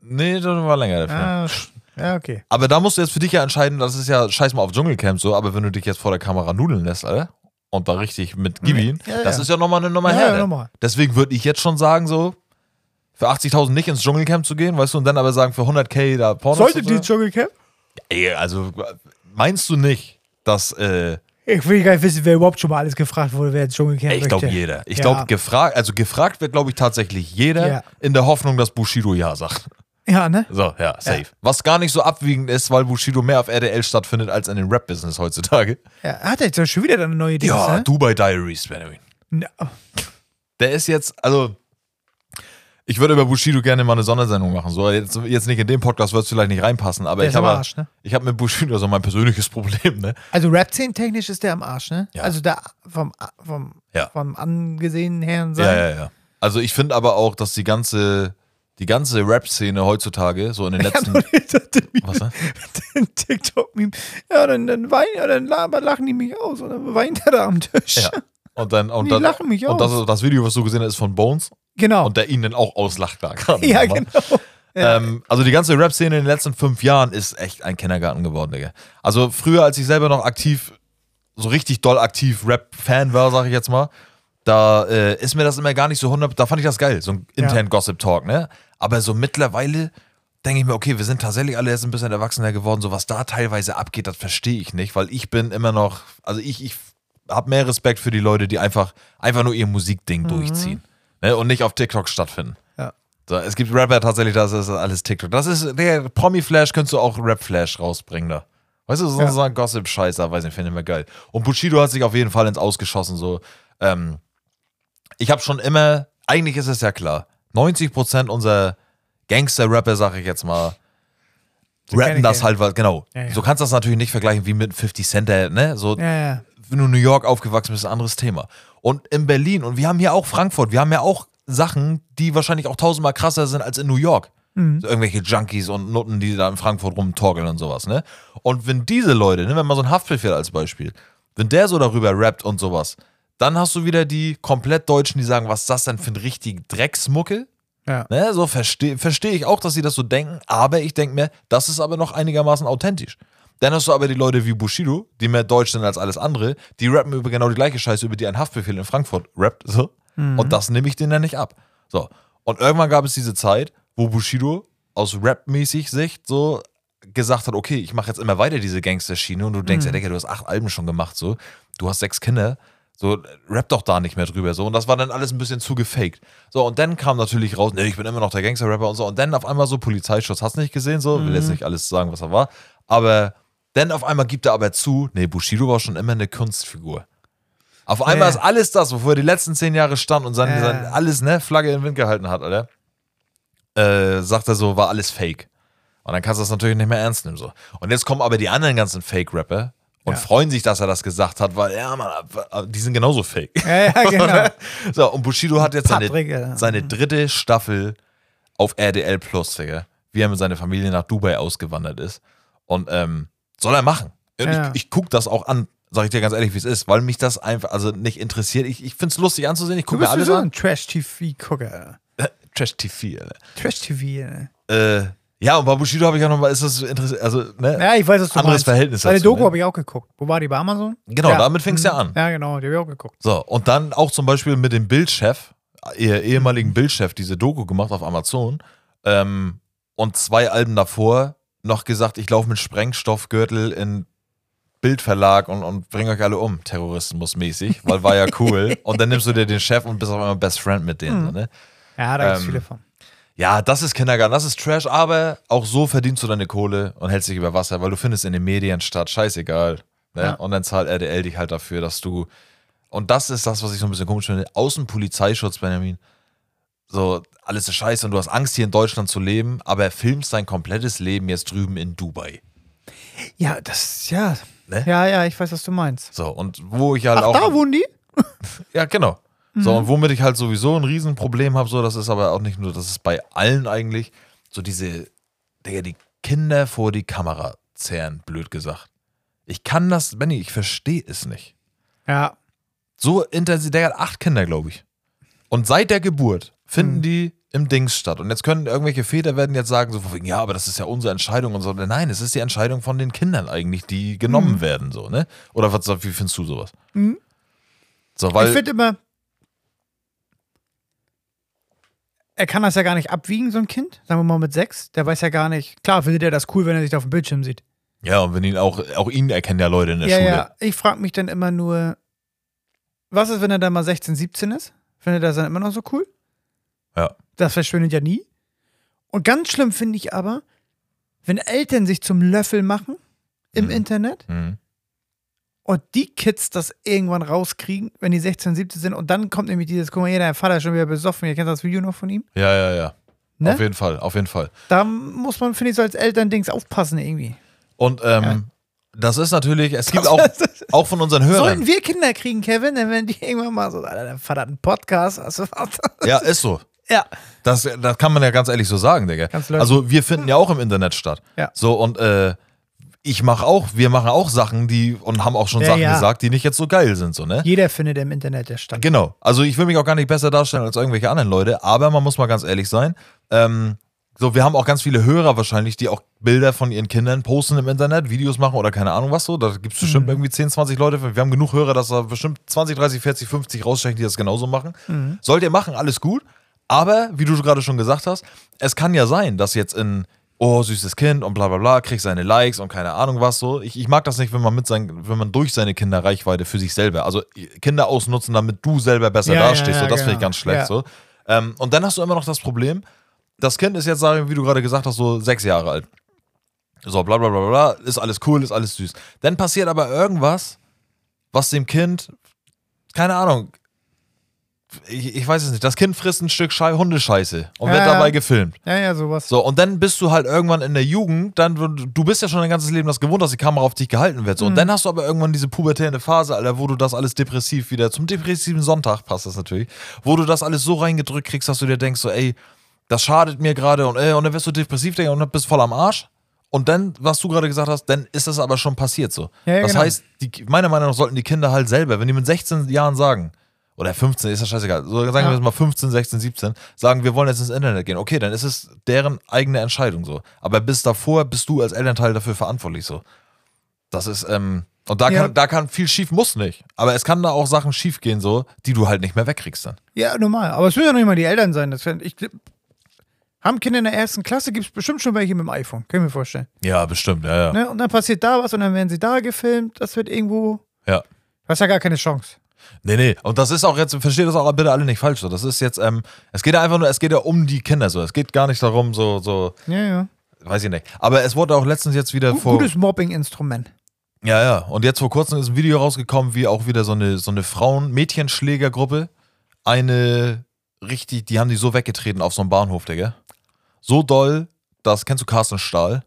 [SPEAKER 4] Nee, das war länger dafür.
[SPEAKER 3] Ah, sch- ja, okay.
[SPEAKER 4] Aber da musst du jetzt für dich ja entscheiden, das ist ja scheiß mal auf Dschungelcamp so, aber wenn du dich jetzt vor der Kamera nudeln lässt, Alter, und da richtig mit Gibi,
[SPEAKER 3] Ja, ja.
[SPEAKER 4] das ist ja nochmal eine Nummer
[SPEAKER 3] Ja,
[SPEAKER 4] her.
[SPEAKER 3] ja,
[SPEAKER 4] ne?
[SPEAKER 3] nochmal.
[SPEAKER 4] Deswegen würde ich jetzt schon sagen, so, für 80.000 nicht ins Dschungelcamp zu gehen, weißt du, und dann aber sagen, für 100k da Pornos.
[SPEAKER 3] Sollte
[SPEAKER 4] zu-
[SPEAKER 3] die Dschungelcamp?
[SPEAKER 4] Ey, also meinst du nicht, dass äh,
[SPEAKER 3] Ich will gar nicht wissen, wer überhaupt schon mal alles gefragt wurde, wer ins Dschungelcamp
[SPEAKER 4] ich
[SPEAKER 3] möchte.
[SPEAKER 4] glaube jeder. Ich
[SPEAKER 3] Ja.
[SPEAKER 4] glaube gefragt, also gefragt wird glaube ich tatsächlich jeder
[SPEAKER 3] Ja.
[SPEAKER 4] in der Hoffnung, dass Bushido ja sagt.
[SPEAKER 3] Ja, ne?
[SPEAKER 4] So, ja, safe. Was gar nicht so abwiegend ist, weil Bushido mehr auf RDL stattfindet als in dem Rap Business heutzutage.
[SPEAKER 3] Ja, hat er jetzt schon wieder dann eine neue Dings,
[SPEAKER 4] Ja,
[SPEAKER 3] ne? oh,
[SPEAKER 4] Dubai Diaries, Benjamin.
[SPEAKER 3] Na,
[SPEAKER 4] Der ist jetzt, also ich würde über Bushido gerne mal eine Sondersendung machen. So, jetzt, jetzt nicht in dem Podcast wird es vielleicht nicht reinpassen, aber
[SPEAKER 3] Der
[SPEAKER 4] ich
[SPEAKER 3] ist am
[SPEAKER 4] habe
[SPEAKER 3] Arsch, ne?
[SPEAKER 4] ich habe mit Bushido so mein persönliches Problem, ne?
[SPEAKER 3] Also Rap-Szene-technisch ist der am Arsch, ne?
[SPEAKER 4] Ja.
[SPEAKER 3] Also da vom, vom,
[SPEAKER 4] Ja.
[SPEAKER 3] vom angesehenen Herrn sein.
[SPEAKER 4] Ja, ja, ja. Also ich finde aber auch, dass die ganze, die ganze Rap-Szene heutzutage, so in den letzten. Was, ne?
[SPEAKER 3] ein TikTok-Meme. Ja, dann, dann weinen, ja, dann labern, lachen die mich aus und dann weint er da am Tisch.
[SPEAKER 4] Ja. Und dann, und
[SPEAKER 3] Die
[SPEAKER 4] dann,
[SPEAKER 3] lachen mich
[SPEAKER 4] und
[SPEAKER 3] aus.
[SPEAKER 4] das, das Video, was du gesehen hast, ist von Bones
[SPEAKER 3] Genau.
[SPEAKER 4] und der ihn dann auch auslacht da gerade.
[SPEAKER 3] ja,
[SPEAKER 4] nochmal.
[SPEAKER 3] genau.
[SPEAKER 4] Ähm, also die ganze Rap-Szene in den letzten fünf Jahren ist echt ein Kindergarten geworden, Digga. Also früher, als ich selber noch aktiv, so richtig doll aktiv Rap-Fan war, sag ich jetzt mal, da äh, ist mir das immer gar nicht so 100, da fand ich das geil, so ein intern Gossip-Talk, ne? Aber so mittlerweile denke ich mir, okay, wir sind tatsächlich alle jetzt ein bisschen erwachsener geworden, so was da teilweise abgeht, das verstehe ich nicht, weil ich bin immer noch, also ich, ich habe mehr Respekt für die Leute, die einfach, einfach nur ihr Musikding durchziehen ne? und nicht auf TikTok stattfinden.
[SPEAKER 3] Ja.
[SPEAKER 4] So, es gibt Rapper tatsächlich, das ist alles TikTok. Das ist, der Promi-Flash könntest du auch Rap-Flash rausbringen da. Weißt du, so,
[SPEAKER 3] Ja.
[SPEAKER 4] so ein Gossip-Scheißer, weiß nicht, finde ich immer geil. Und Bushido hat sich auf jeden Fall ins Ausgeschossen, so. Ähm, ich habe schon immer, eigentlich ist es ja klar, 90% unserer Gangster-Rapper, sag ich jetzt mal, rappen
[SPEAKER 3] keine
[SPEAKER 4] das
[SPEAKER 3] Gang-
[SPEAKER 4] halt, was- genau.
[SPEAKER 3] eh. Ja, ja.
[SPEAKER 4] So kannst du das natürlich nicht vergleichen wie mit 50 Cent, der, ne? So,
[SPEAKER 3] Ja, ja.
[SPEAKER 4] wenn du in New York aufgewachsen bist, ist ein anderes Thema. Und in Berlin, und wir haben hier auch Frankfurt, wir haben ja auch Sachen, die wahrscheinlich auch tausendmal krasser sind als in New York. So irgendwelche Junkies und Nutten, die da in Frankfurt rumtorkeln und sowas, ne? Und wenn diese Leute, nehmen wir mal so einen Haftbefehl als Beispiel, wenn der so darüber rappt und sowas, dann hast du wieder die komplett Deutschen, die sagen, was ist das denn für eine richtige Drecksmucke?
[SPEAKER 3] Ja.
[SPEAKER 4] Ne, so verstehe versteh ich auch, dass sie das so denken, aber ich denke mir, das ist aber noch einigermaßen authentisch. Dann hast du aber die Leute wie Bushido, die mehr deutsch sind als alles andere, die rappen über genau die gleiche Scheiße, über die ein Haftbefehl in Frankfurt rappt. So. Und das nehme ich denen dann nicht ab. So. Und irgendwann gab es diese Zeit, wo Bushido aus Rap-mäßig Sicht so gesagt hat, okay, ich mache jetzt immer weiter diese Gangster-Schiene und du denkst,
[SPEAKER 3] Mhm.
[SPEAKER 4] ja, Digga, du hast acht Alben schon gemacht, so, du hast sechs Kinder, so, rap doch da nicht mehr drüber, so, und das war dann alles ein bisschen zu gefaked. So, und dann kam natürlich raus, nee, ich bin immer noch der Gangster-Rapper und so, und dann auf einmal so Polizeischutz, hast nicht gesehen, so, will jetzt
[SPEAKER 3] Mhm.
[SPEAKER 4] nicht alles sagen, was er war, aber dann auf einmal gibt er aber zu, nee, Bushido war schon immer eine Kunstfigur. Auf einmal
[SPEAKER 3] Ja.
[SPEAKER 4] ist alles das, wofür er die letzten zehn Jahre stand und sein,
[SPEAKER 3] Ja.
[SPEAKER 4] sein alles, ne, Flagge im Wind gehalten hat, Alter, äh, sagt er so, war alles fake. Und dann kannst du das natürlich nicht mehr ernst nehmen. So. Und jetzt kommen aber die anderen ganzen Fake-Rapper und
[SPEAKER 3] Ja.
[SPEAKER 4] freuen sich, dass er das gesagt hat, weil, ja, Mann, äh, die sind genauso fake.
[SPEAKER 3] Ja, ja, genau.
[SPEAKER 4] so, und Bushido hat jetzt
[SPEAKER 3] Patrick, ja. Mhm.
[SPEAKER 4] seine, seine dritte Staffel auf RDL Plus, Digga. Wie er mit seiner Familie nach Dubai ausgewandert ist. Und ähm, soll er machen. Und
[SPEAKER 3] Ja.
[SPEAKER 4] Ich, ich gucke das auch an, sag ich dir ganz ehrlich, wie es ist, weil mich das einfach, also nicht interessiert. Ich, ich finde es lustig anzusehen. Ich
[SPEAKER 3] Du
[SPEAKER 4] gucke mir
[SPEAKER 3] bist
[SPEAKER 4] alles
[SPEAKER 3] so
[SPEAKER 4] an.
[SPEAKER 3] ein Trash-TV-Gucker.
[SPEAKER 4] Äh, Trash-TV, Alter.
[SPEAKER 3] Trash-TV, ne?
[SPEAKER 4] äh, ja, und bei Bushido habe ich auch nochmal, ist das interessant, also, ne?
[SPEAKER 3] Ja, ich weiß, was du
[SPEAKER 4] Anderes
[SPEAKER 3] meinst.
[SPEAKER 4] Verhältnis
[SPEAKER 3] Seine
[SPEAKER 4] dazu,
[SPEAKER 3] Doku
[SPEAKER 4] ne?
[SPEAKER 3] habe ich auch geguckt. Wo war die? Bei Amazon?
[SPEAKER 4] Genau, damit fing's ja an.
[SPEAKER 3] Ja, genau, die habe ich auch geguckt.
[SPEAKER 4] So, und dann auch zum Beispiel mit dem Bildchef, ihr ehemaligen Bildchef, diese Doku gemacht auf Amazon. Ähm, und zwei Alben davor noch gesagt, ich laufe mit Sprengstoffgürtel in Bildverlag und, und bring euch alle um, Terrorismusmäßig, weil war ja cool. und dann nimmst du dir den Chef und bist auf einmal Best Friend mit denen. so, Ne?
[SPEAKER 3] Ja, da gibt es
[SPEAKER 4] Ähm,
[SPEAKER 3] viele von.
[SPEAKER 4] Ja, das ist Kindergarten, das ist Trash, aber auch so verdienst du deine Kohle und hältst dich über Wasser, weil du findest in den Medien statt, scheißegal. Ne?
[SPEAKER 3] Ja.
[SPEAKER 4] Und dann zahlt RDL dich halt dafür, dass du. Und das ist das, was ich so ein bisschen komisch finde. Außenpolizeischutz, Benjamin. So, alles ist scheiße und du hast Angst, hier in Deutschland zu leben, aber filmst dein komplettes Leben jetzt drüben in Dubai.
[SPEAKER 3] Ja, das, ja.
[SPEAKER 4] Ne?
[SPEAKER 3] Ja, ja, ich weiß, was du meinst.
[SPEAKER 4] So, und wo ich halt
[SPEAKER 3] Ach,
[SPEAKER 4] auch.
[SPEAKER 3] da wohnen die?
[SPEAKER 4] Ja, genau. So, und womit ich halt sowieso ein Riesenproblem habe, so, das ist aber auch nicht nur, das ist bei allen eigentlich, so diese, Digga, die Kinder vor die Kamera zerren, blöd gesagt. Ich kann das, Benny, ich verstehe es nicht.
[SPEAKER 3] Ja.
[SPEAKER 4] So intensiv, der hat acht Kinder, glaube ich. Und seit der Geburt finden die im Dings statt. Und jetzt können irgendwelche Väter werden jetzt sagen, so von wegen, ja, aber das ist ja unsere Entscheidung und so. Nein, es ist die Entscheidung von den Kindern eigentlich, die genommen werden, so, ne? Oder was, wie findest du sowas? So, weil,
[SPEAKER 3] ich finde immer, er kann das ja gar nicht abwiegen, so ein Kind. Sagen wir mal mit sechs. Der weiß ja gar nicht. Klar findet er das cool, wenn er sich da auf dem Bildschirm sieht.
[SPEAKER 4] Ja, und wenn ihn auch, auch ihn erkennen ja Leute in der
[SPEAKER 3] Ja,
[SPEAKER 4] Schule.
[SPEAKER 3] ja. Ich frage mich dann immer nur, was ist, wenn er dann mal 16, 17 ist? Findet er das dann immer noch so cool?
[SPEAKER 4] Ja.
[SPEAKER 3] Das verschwindet ja nie. Und ganz schlimm finde ich aber, wenn Eltern sich zum Löffel machen im Internet
[SPEAKER 4] Mhm.
[SPEAKER 3] und die Kids das irgendwann rauskriegen, wenn die 16, 17 sind und dann kommt nämlich dieses, guck mal hier, dein Vater ist schon wieder besoffen, ihr kennt das Video noch von ihm.
[SPEAKER 4] ja, ja, ja.
[SPEAKER 3] Ne?
[SPEAKER 4] Auf jeden Fall, auf jeden Fall.
[SPEAKER 3] Da muss man, finde ich, so als Elterndings aufpassen irgendwie.
[SPEAKER 4] Und ähm, das ist natürlich, es gibt auch, auch von unseren
[SPEAKER 3] Sollten
[SPEAKER 4] Hörern.
[SPEAKER 3] wir Kinder kriegen, Kevin, dann werden die irgendwann mal so, Alter, dein Vater hat einen Podcast. Also,
[SPEAKER 4] Ja, ist so.
[SPEAKER 3] ja.
[SPEAKER 4] Das, das kann man ja ganz ehrlich so sagen, Digga.
[SPEAKER 3] Ganz leugnen.
[SPEAKER 4] Also wir finden ja auch im Internet statt.
[SPEAKER 3] Ja.
[SPEAKER 4] So und äh, ich mache auch, wir machen auch Sachen, die und haben auch schon
[SPEAKER 3] Ja,
[SPEAKER 4] Sachen
[SPEAKER 3] ja.
[SPEAKER 4] gesagt, die nicht jetzt so geil sind, so, ne?
[SPEAKER 3] Jeder findet im Internet der Stand.
[SPEAKER 4] Genau. Also ich will mich auch gar nicht besser darstellen als irgendwelche anderen Leute, aber man muss mal ganz ehrlich sein. Ähm, so, wir haben auch ganz viele Hörer wahrscheinlich, die auch Bilder von ihren Kindern posten im Internet, Videos machen oder keine Ahnung was so. Da gibt es bestimmt
[SPEAKER 3] Mhm.
[SPEAKER 4] irgendwie 10, 20 Leute. für. Wir haben genug Hörer, dass da bestimmt 20, 30, 40, 50 rausstechen, die das genauso machen.
[SPEAKER 3] Mhm.
[SPEAKER 4] Sollt ihr machen, alles gut. Aber, wie du gerade schon gesagt hast, es kann ja sein, dass jetzt in, oh, süßes Kind und bla bla bla, kriegt seine Likes und keine Ahnung was so. Ich, ich mag das nicht, wenn man mit sein, wenn man durch seine Kinder Reichweite für sich selber, also Kinder ausnutzen, damit du selber besser
[SPEAKER 3] Ja, ja,
[SPEAKER 4] dastehst.
[SPEAKER 3] ja,
[SPEAKER 4] so, das finde ich
[SPEAKER 3] genau.
[SPEAKER 4] ganz schlecht.
[SPEAKER 3] Ja.
[SPEAKER 4] So. Ähm, und dann hast du immer noch das Problem, das Kind ist jetzt, sagen wir, wie du gerade gesagt hast, so sechs Jahre alt. So, bla bla bla bla, ist alles cool, ist alles süß. Dann passiert aber irgendwas, was dem Kind, keine Ahnung, ich, ich weiß es nicht, das Kind frisst ein Stück Schei Hundescheiße und
[SPEAKER 3] Ja,
[SPEAKER 4] wird
[SPEAKER 3] ja.
[SPEAKER 4] dabei gefilmt.
[SPEAKER 3] Ja, ja, sowas.
[SPEAKER 4] So, und dann bist du halt irgendwann in der Jugend, dann, du bist ja schon dein ganzes Leben das gewohnt, dass die Kamera auf dich gehalten wird. So,
[SPEAKER 3] Mhm.
[SPEAKER 4] und dann hast du aber irgendwann diese pubertäre Phase, Alter, wo du das alles depressiv wieder, zum depressiven Sonntag passt das natürlich, wo du das alles so reingedrückt kriegst, dass du dir denkst, so, ey, das schadet mir gerade und, ey, und dann wirst du depressiv, Digga, und dann bist du voll am Arsch. Und dann, was du gerade gesagt hast, dann ist das aber schon passiert so.
[SPEAKER 3] Ja, ja,
[SPEAKER 4] das
[SPEAKER 3] genau.
[SPEAKER 4] heißt, die, meiner Meinung nach sollten die Kinder halt selber, wenn die mit 16 Jahren sagen, oder 15, ist das scheißegal. So, sagen wir
[SPEAKER 3] Ja.
[SPEAKER 4] jetzt mal 15, 16, 17, sagen, wir wollen jetzt ins Internet gehen. Okay, dann ist es deren eigene Entscheidung so. Aber bis davor bist du als Elternteil dafür verantwortlich so. Das ist, ähm, und da,
[SPEAKER 3] Ja.
[SPEAKER 4] kann, da kann viel schief, muss nicht. Aber es kann da auch Sachen schief gehen, so, die du halt nicht mehr wegkriegst dann.
[SPEAKER 3] Ja, normal. Aber es müssen ja noch nicht mal die Eltern sein. Das fänd ich, haben Kinder in der ersten Klasse, gibt es bestimmt schon welche mit dem iPhone. Können wir vorstellen.
[SPEAKER 4] Ja, bestimmt, ja, ja.
[SPEAKER 3] Ne? Und dann passiert da was und dann werden sie da gefilmt. Das wird irgendwo.
[SPEAKER 4] ja.
[SPEAKER 3] Du hast ja gar keine Chance.
[SPEAKER 4] Nee, nee. Und das ist auch jetzt, versteht das auch bitte alle nicht falsch so. Das ist jetzt, ähm, es geht ja einfach nur, es geht ja um die Kinder so. Es geht gar nicht darum, so, so,
[SPEAKER 3] Ja, ja.
[SPEAKER 4] weiß ich nicht. Aber es wurde auch letztens jetzt wieder
[SPEAKER 3] Gu-
[SPEAKER 4] vor.
[SPEAKER 3] Gutes Mobbing-Instrument.
[SPEAKER 4] Ja, ja. Und jetzt vor kurzem ist ein Video rausgekommen, wie auch wieder so eine, so eine Frauen-Mädchenschlägergruppe eine richtig, die haben die so weggetreten auf so einem Bahnhof, Digga. So doll, das kennst du Carsten Stahl,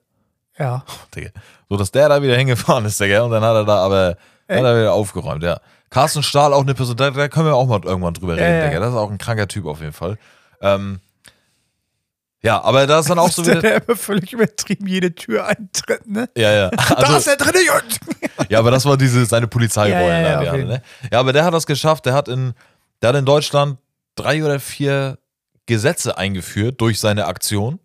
[SPEAKER 3] Ja.
[SPEAKER 4] Digga. So, dass der da wieder hingefahren ist, Digga. Und dann hat er da aber hat er wieder aufgeräumt, ja. Carsten Stahl, auch eine Person, da, da können wir auch mal irgendwann drüber reden,
[SPEAKER 3] ja.
[SPEAKER 4] Digga. Das ist auch ein kranker Typ auf jeden Fall. Ähm, ja, aber da ist dann auch so wieder.
[SPEAKER 3] der immer völlig übertrieben jede Tür eintritt, ne?
[SPEAKER 4] Ja, ja.
[SPEAKER 3] da
[SPEAKER 4] Also-
[SPEAKER 3] ist er drin, Jungs!
[SPEAKER 4] Ja, aber das war diese seine Polizeirollen.
[SPEAKER 3] Ja, ja, ja,
[SPEAKER 4] da, die
[SPEAKER 3] auf
[SPEAKER 4] alle,
[SPEAKER 3] jeden
[SPEAKER 4] ne? ja, aber der hat das geschafft. Der hat in, der hat in Deutschland drei oder vier Gesetze eingeführt durch seine Aktion,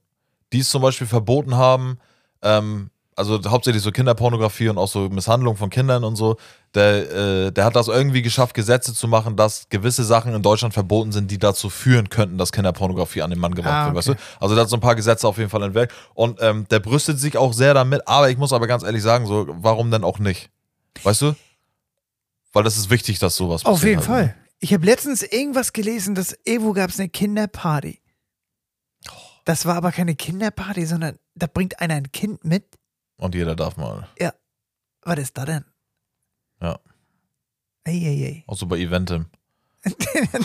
[SPEAKER 4] die es zum Beispiel verboten haben, ähm, also hauptsächlich so Kinderpornografie und auch so Misshandlung von Kindern und so. Der, äh, der hat das irgendwie geschafft, Gesetze zu machen, dass gewisse Sachen in Deutschland verboten sind, die dazu führen könnten, dass Kinderpornografie an den Mann gebracht
[SPEAKER 3] Ah,
[SPEAKER 4] wird. Weißt du?
[SPEAKER 3] okay.
[SPEAKER 4] Also da hat so ein paar Gesetze auf jeden Fall im Werk. Und ähm, der brüstet sich auch sehr damit. Aber ich muss aber ganz ehrlich sagen, so, warum denn auch nicht? Weißt du? Weil das ist wichtig, dass sowas
[SPEAKER 3] Auf jeden
[SPEAKER 4] passiert halt.
[SPEAKER 3] Fall. Ich habe letztens irgendwas gelesen, dass Evo gab es eine Kinderparty. Das war aber keine Kinderparty, sondern da bringt einer ein Kind mit.
[SPEAKER 4] Und jeder darf mal.
[SPEAKER 3] Was ist da denn?
[SPEAKER 4] Ja.
[SPEAKER 3] Eieiei.
[SPEAKER 4] Auch so bei Eventem.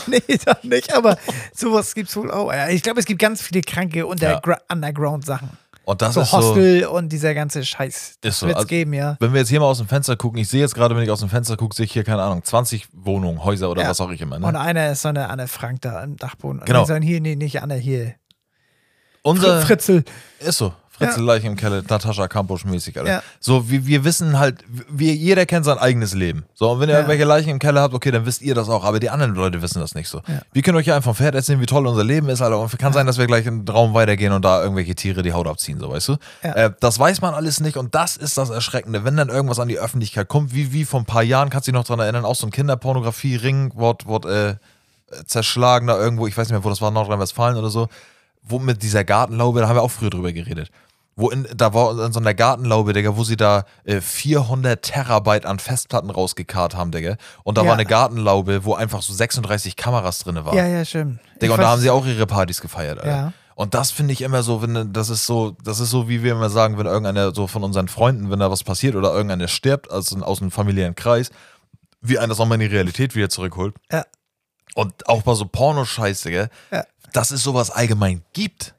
[SPEAKER 3] nee, da nicht, aber sowas gibt's wohl auch. Ja, Ich glaube, es gibt ganz viele kranke Undergra Underground-Sachen.
[SPEAKER 4] Und das
[SPEAKER 3] So
[SPEAKER 4] ist so.
[SPEAKER 3] Hostel und dieser ganze Scheiß.
[SPEAKER 4] Ist so.
[SPEAKER 3] Wird's
[SPEAKER 4] Also,
[SPEAKER 3] geben, ja.
[SPEAKER 4] wenn wir jetzt hier mal aus dem Fenster gucken, ich sehe jetzt gerade, wenn ich aus dem Fenster gucke, sehe ich hier, keine Ahnung, 20 Wohnungen, Häuser oder
[SPEAKER 3] Ja.
[SPEAKER 4] was auch immer.
[SPEAKER 3] Und
[SPEAKER 4] Ne?
[SPEAKER 3] einer ist so eine Anne Frank da im Dachboden. Und
[SPEAKER 4] Genau.
[SPEAKER 3] die sagen, hier, nee, nicht Anne, hier.
[SPEAKER 4] Unser,
[SPEAKER 3] Fritzel.
[SPEAKER 4] Ist so. Fritzeleich im Keller, Natascha Kampusch-mäßig, Alter.
[SPEAKER 3] Ja.
[SPEAKER 4] So, wir, wir wissen halt, wir, jeder kennt sein eigenes Leben. So, und wenn ihr
[SPEAKER 3] Ja.
[SPEAKER 4] irgendwelche Leichen im Keller habt, okay, dann wisst ihr das auch, aber die anderen Leute wissen das nicht so.
[SPEAKER 3] Ja.
[SPEAKER 4] Wir können euch ja einfach vom Pferd erzählen, wie toll unser Leben ist, Alter. Und kann sein, dass wir gleich in den Raum weitergehen und da irgendwelche Tiere die Haut abziehen, so, weißt du?
[SPEAKER 3] Ja.
[SPEAKER 4] Äh, das weiß man alles nicht und das ist das Erschreckende, wenn dann irgendwas an die Öffentlichkeit kommt, wie, wie vor ein paar Jahren, kannst du dich noch dran erinnern, auch so ein Kinderpornografie-Ring, Wort, Wort, äh, zerschlagener irgendwo, ich weiß nicht mehr, wo das war, Nordrhein-Westfalen oder so, wo mit dieser Gartenlaube, da haben wir auch früher drüber geredet. Wo in, da war in so einer Gartenlaube, Digga, wo sie da äh, 400 Terabyte an Festplatten rausgekarrt haben, Digga. Und da
[SPEAKER 3] Ja.
[SPEAKER 4] war eine Gartenlaube, wo einfach so 36 Kameras drin waren.
[SPEAKER 3] Ja, ja, stimmt. Ich
[SPEAKER 4] Digga, und da
[SPEAKER 3] weiß-
[SPEAKER 4] haben sie auch ihre Partys gefeiert, Alter.
[SPEAKER 3] Ja.
[SPEAKER 4] Und das finde ich immer so, wenn das ist so, das ist so, wie wir immer sagen, wenn irgendeiner so von unseren Freunden, wenn da was passiert oder irgendeiner stirbt, also aus einem familiären Kreis, wie einer das nochmal in die Realität wieder zurückholt.
[SPEAKER 3] Ja.
[SPEAKER 4] Und auch bei so Pornoscheiße, gell?
[SPEAKER 3] Ja.
[SPEAKER 4] Dass es sowas allgemein gibt,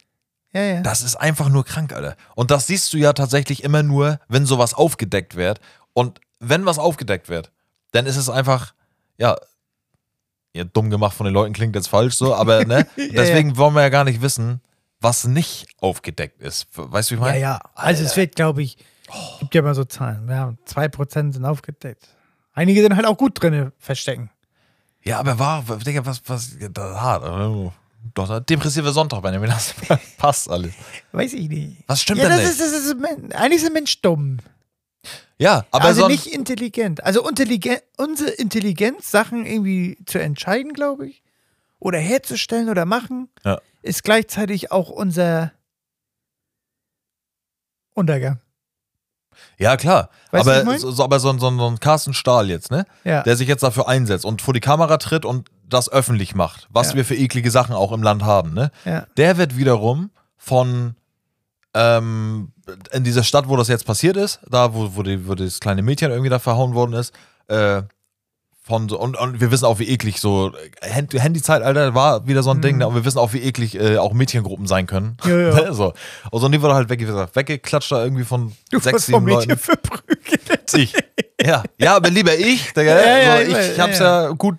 [SPEAKER 3] Ja, ja.
[SPEAKER 4] das ist einfach nur krank, Alter. Und das siehst du ja tatsächlich immer nur, wenn sowas aufgedeckt wird. Und wenn was aufgedeckt wird, dann ist es einfach, ja, ja dumm gemacht von den Leuten klingt jetzt falsch so, aber ne, deswegen wollen wir ja gar nicht wissen, was nicht aufgedeckt ist. Weißt du, wie ich
[SPEAKER 3] Ja,
[SPEAKER 4] meine?
[SPEAKER 3] ja. Also es wird, glaube ich, gibt ja mal so Zahlen. Wir haben 2% sind aufgedeckt. Einige sind halt auch gut drinne verstecken.
[SPEAKER 4] Ja, aber war, Digga, was, was, das hart. oder? Doch, der depressive Sonntag, wenn mir das passt alles.
[SPEAKER 3] Weiß ich nicht.
[SPEAKER 4] Was stimmt
[SPEAKER 3] ja,
[SPEAKER 4] denn
[SPEAKER 3] das
[SPEAKER 4] nicht?
[SPEAKER 3] ist, das ist, men- eigentlich ist ein Mensch dumm.
[SPEAKER 4] ja, aber
[SPEAKER 3] also
[SPEAKER 4] so ein-
[SPEAKER 3] nicht intelligent. Also intelligen- unsere Intelligenz, Sachen irgendwie zu entscheiden, glaube ich, oder herzustellen oder machen,
[SPEAKER 4] Ja.
[SPEAKER 3] ist gleichzeitig auch unser Untergang.
[SPEAKER 4] Ja, klar.
[SPEAKER 3] Weißt du, was ich
[SPEAKER 4] aber
[SPEAKER 3] mein?
[SPEAKER 4] so, so- aber so, ein- so, ein- so ein Carsten Stahl jetzt, ne?
[SPEAKER 3] Ja.
[SPEAKER 4] Der sich jetzt dafür einsetzt und vor die Kamera tritt und das öffentlich macht, was
[SPEAKER 3] Ja.
[SPEAKER 4] wir für eklige Sachen auch im Land haben, ne?
[SPEAKER 3] Ja.
[SPEAKER 4] Der wird wiederum von ähm, in dieser Stadt, wo das jetzt passiert ist, da wo, wo, die, wo das kleine Mädchen irgendwie da verhauen worden ist, äh, von so, und, und wir wissen auch, wie eklig so Hand, Handy-Zeitalter war wieder so ein Ding, ne? und wir wissen auch, wie eklig äh, auch Mädchengruppen sein können.
[SPEAKER 3] Mhm. Ja, ja.
[SPEAKER 4] Ne? so. Und so, und die wurde halt wegge weggeklatscht da irgendwie von
[SPEAKER 3] Du
[SPEAKER 4] sechs,
[SPEAKER 3] wirst vom
[SPEAKER 4] sieben
[SPEAKER 3] Mädchen
[SPEAKER 4] Leuten.
[SPEAKER 3] verprügelt.
[SPEAKER 4] Ich. Ja. ja, aber lieber ich. Digga.
[SPEAKER 3] Ja, ja,
[SPEAKER 4] so,
[SPEAKER 3] ich weiß,
[SPEAKER 4] ich hab's
[SPEAKER 3] ja,
[SPEAKER 4] ja, gut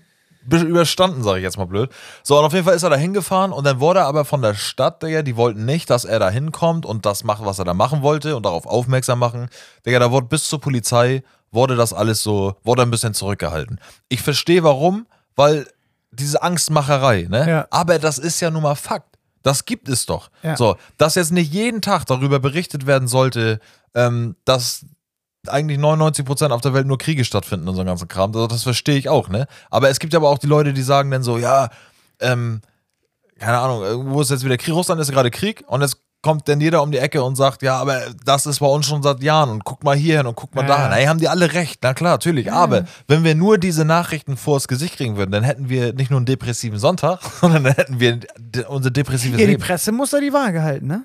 [SPEAKER 4] be- überstanden, sage ich jetzt mal blöd. So, und auf jeden Fall ist er da hingefahren und dann wurde er aber von der Stadt, Digga, die wollten nicht, dass er da hinkommt und das macht, was er da machen wollte und darauf aufmerksam machen. Digga, da wurde bis zur Polizei, wurde das alles so, wurde ein bisschen zurückgehalten. Ich verstehe warum, weil diese Angstmacherei, ne?
[SPEAKER 3] Ja.
[SPEAKER 4] Aber das ist ja nun mal Fakt. Das gibt es doch.
[SPEAKER 3] Ja.
[SPEAKER 4] So, dass jetzt nicht jeden Tag darüber berichtet werden sollte, ähm, dass eigentlich 99% auf der Welt nur Kriege stattfinden und so einen ganzen Kram. Also das verstehe ich auch, ne? Aber es gibt aber auch die Leute, die sagen dann so, ja, ähm, keine Ahnung, irgendwo ist jetzt wieder Krieg, Russland ist gerade Krieg und jetzt kommt dann jeder um die Ecke und sagt, ja, aber das ist bei uns schon seit Jahren und guck mal hierhin und guck mal
[SPEAKER 3] Ja.
[SPEAKER 4] dahin. Ey, haben die alle recht, na klar, natürlich. Aber wenn wir nur diese Nachrichten vors Gesicht kriegen würden, dann hätten wir nicht nur einen depressiven Sonntag, sondern dann hätten wir de- unser depressives
[SPEAKER 3] Ja, die
[SPEAKER 4] Leben.
[SPEAKER 3] Presse muss da die Waage halten, ne?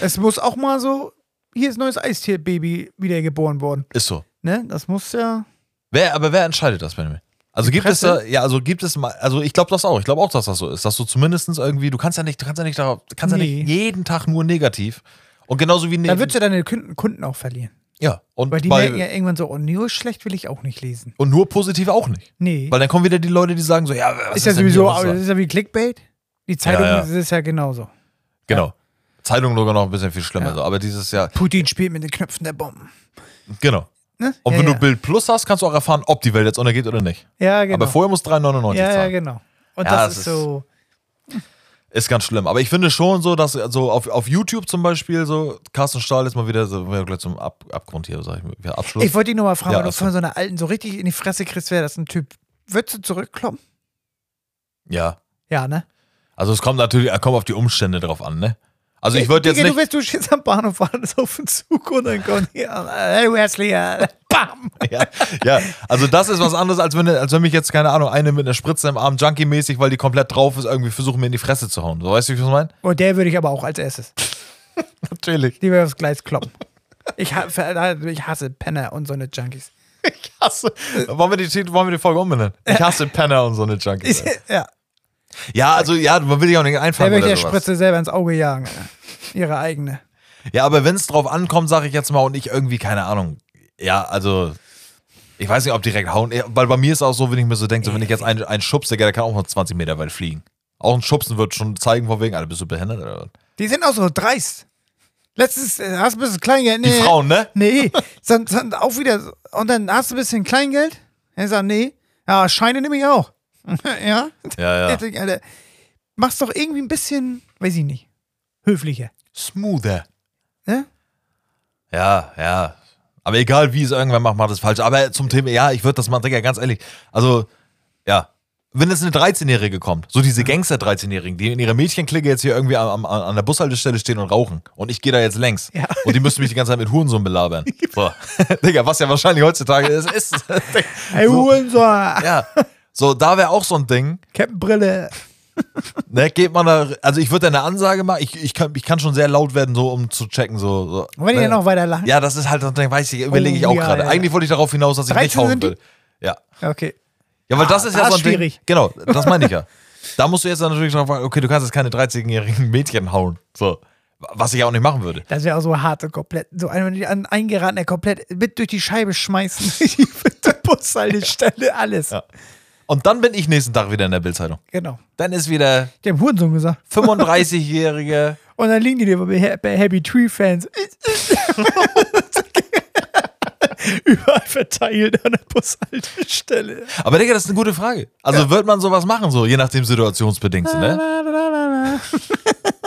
[SPEAKER 3] Es muss auch mal so, hier ist neues Eistierbaby wieder geboren worden,
[SPEAKER 4] Ist so.
[SPEAKER 3] ne? Das muss ja.
[SPEAKER 4] Wer, aber wer entscheidet das, Benjamin? Also gibt es da,
[SPEAKER 3] Presse?
[SPEAKER 4] ja, also gibt es mal, also ich glaube das auch. Ich glaube auch, dass das so ist, dass du zumindestens irgendwie, du kannst ja nicht, du kannst ja nicht darauf, du kannst ja
[SPEAKER 3] Nee.
[SPEAKER 4] nicht jeden Tag nur negativ. Und genauso wie ne,
[SPEAKER 3] Da würdest du deine Kunden Kunden auch verlieren.
[SPEAKER 4] ja und
[SPEAKER 3] Weil die
[SPEAKER 4] bei,
[SPEAKER 3] merken ja irgendwann so, oh, nur schlecht will ich auch nicht lesen.
[SPEAKER 4] und nur positiv auch nicht,
[SPEAKER 3] Nee.
[SPEAKER 4] weil dann kommen wieder die Leute, die sagen so, ja, was
[SPEAKER 3] ist ja
[SPEAKER 4] denn hier
[SPEAKER 3] sowieso,
[SPEAKER 4] los?
[SPEAKER 3] aber das ist ja wie Clickbait. Die Zeitung
[SPEAKER 4] Ja, ja.
[SPEAKER 3] das ist ja genauso.
[SPEAKER 4] genau. Zeitung sogar noch ein bisschen viel schlimmer,
[SPEAKER 3] Ja.
[SPEAKER 4] so. aber dieses Jahr,
[SPEAKER 3] Putin spielt mit den Knöpfen der Bomben.
[SPEAKER 4] genau.
[SPEAKER 3] Ne?
[SPEAKER 4] Und
[SPEAKER 3] ja,
[SPEAKER 4] wenn
[SPEAKER 3] ja.
[SPEAKER 4] du Bild Plus hast, kannst du auch erfahren, ob die Welt jetzt untergeht oder nicht.
[SPEAKER 3] Ja, genau.
[SPEAKER 4] Aber vorher musst du 3,99
[SPEAKER 3] ja, ja,
[SPEAKER 4] zahlen.
[SPEAKER 3] genau. Und
[SPEAKER 4] Ja,
[SPEAKER 3] das,
[SPEAKER 4] das
[SPEAKER 3] ist
[SPEAKER 4] ist-
[SPEAKER 3] so.
[SPEAKER 4] Ist ganz schlimm. Aber ich finde schon so, dass so auf, auf YouTube zum Beispiel so, Carsten Stahl ist mal wieder so, wir gleich zum Ab Abgrund hier, sag ich mal, wieder Abschluss.
[SPEAKER 3] Ich wollte dich nur mal fragen,
[SPEAKER 4] Ja,
[SPEAKER 3] wenn du
[SPEAKER 4] also-
[SPEAKER 3] von so einer alten so richtig in die Fresse kriegst, wäre das ein Typ. Würdest du zurückkloppen?
[SPEAKER 4] ja.
[SPEAKER 3] Ja, ne?
[SPEAKER 4] Also es kommt natürlich, kommt auf die Umstände drauf an, ne? Also ich würde jetzt
[SPEAKER 3] Digga,
[SPEAKER 4] nicht.
[SPEAKER 3] Du, wirst, du stehst am Bahnhof, wartest auf den Zug und dann kommt hier, äh, hey Wesley, äh, Bam!
[SPEAKER 4] Ja, ja, also das ist was anderes, als wenn, als wenn mich jetzt, keine Ahnung, eine mit einer Spritze im Arm Junkie-mäßig, weil die komplett drauf ist, irgendwie versuchen, mir in die Fresse zu hauen. So, weißt du, wie ich das meine?
[SPEAKER 3] Und der würde ich aber auch als erstes.
[SPEAKER 4] Natürlich.
[SPEAKER 3] Lieber aufs Gleis kloppen. Ich, ha ich hasse Penner und so eine Junkies.
[SPEAKER 4] Ich hasse. Wollen wir die, Titel- wollen wir die Folge umbenennen? Ich hasse Penner und so eine Junkies. ey.
[SPEAKER 3] ja.
[SPEAKER 4] Ja, also, ja, man will dich auch nicht
[SPEAKER 3] Der
[SPEAKER 4] einfangen
[SPEAKER 3] will der
[SPEAKER 4] oder sowas.
[SPEAKER 3] Spritze selber ins Auge jagen. Alter. Ihre eigene.
[SPEAKER 4] Ja, aber wenn es drauf ankommt, sage ich jetzt mal, und ich irgendwie, keine Ahnung. Ja, also. Ich weiß nicht, ob direkt hauen, Ja, weil bei mir ist auch so, wenn ich mir so denke, so, wenn ich jetzt einen, einen schubse, der kann auch noch 20 Meter weit fliegen. Auch ein Schubsen wird schon zeigen, von wegen, Alter, bist du behindert? Oder? was?
[SPEAKER 3] Die sind auch so dreist. Letztens äh, hast du ein bisschen Kleingeld.
[SPEAKER 4] Die
[SPEAKER 3] Nee,
[SPEAKER 4] Frauen, ne?
[SPEAKER 3] Nee, dann, dann auch wieder. so- Und dann hast du ein bisschen Kleingeld. Er sagt, nee. Ja, Scheine nehme ich auch. ja.
[SPEAKER 4] Ja,
[SPEAKER 3] ja.
[SPEAKER 4] ja.
[SPEAKER 3] Alter, mach's doch irgendwie ein bisschen, weiß ich nicht, höflicher.
[SPEAKER 4] Smoother.
[SPEAKER 3] Ne?
[SPEAKER 4] Ja, ja. Aber egal wie es irgendwann macht, macht es falsch. Aber zum Thema, ja, ich würde das machen, Digga, ganz ehrlich. Also, ja. Wenn jetzt eine 13-Jährige kommt, so diese Gangster-13-Jährigen, die in ihrer Mädchenklicke jetzt hier irgendwie am, am, an der Bushaltestelle stehen und rauchen und ich gehe da jetzt längs
[SPEAKER 3] Ja.
[SPEAKER 4] und die müssen mich die ganze Zeit mit Hurensohn belabern. So. Digga, was ja wahrscheinlich heutzutage ist. ist
[SPEAKER 3] Hey,
[SPEAKER 4] So.
[SPEAKER 3] Hurensohn,
[SPEAKER 4] ja. So, da wäre auch so ein Ding,
[SPEAKER 3] Kettenbrille.
[SPEAKER 4] ne, geht man da, also ich würde da eine Ansage machen, ich, ich, kann, ich kann schon sehr laut werden, so um zu checken, so. so
[SPEAKER 3] Und wenn
[SPEAKER 4] ne?
[SPEAKER 3] ihr noch weiter lachen.
[SPEAKER 4] Ja, das ist halt, dann weiß ich, überlege ich
[SPEAKER 3] Oh,
[SPEAKER 4] auch
[SPEAKER 3] ja,
[SPEAKER 4] gerade.
[SPEAKER 3] ja, ja.
[SPEAKER 4] Eigentlich wollte ich darauf hinaus, dass ich
[SPEAKER 3] 13
[SPEAKER 4] nicht hauen
[SPEAKER 3] sind die?
[SPEAKER 4] will. Ja.
[SPEAKER 3] Okay.
[SPEAKER 4] Ja, weil das ist ja
[SPEAKER 3] das
[SPEAKER 4] so ein
[SPEAKER 3] ist schwierig.
[SPEAKER 4] Ding. Genau, das meine ich ja. Da musst du jetzt dann natürlich drauf fragen, okay, du kannst jetzt keine 13-jährigen Mädchen hauen. So. Was ich ja auch nicht machen würde.
[SPEAKER 3] Das wäre auch so hart und komplett. So einer, die an eingeraten, der komplett mit durch die Scheibe schmeißen. die mit der Bushaltestelle, alles.
[SPEAKER 4] Ja. Und dann bin ich nächsten Tag wieder in der Bildzeitung.
[SPEAKER 3] Genau.
[SPEAKER 4] Dann ist wieder
[SPEAKER 3] Die haben Hurensohn gesagt.
[SPEAKER 4] 35-jährige.
[SPEAKER 3] Und dann liegen die dir bei, bei Happy Tree Fans. Überall verteilt an der Bushaltestelle.
[SPEAKER 4] Aber Digga, das ist eine gute Frage. Also wird man sowas machen, so je nachdem situationsbedingt, ne?
[SPEAKER 3] Äh,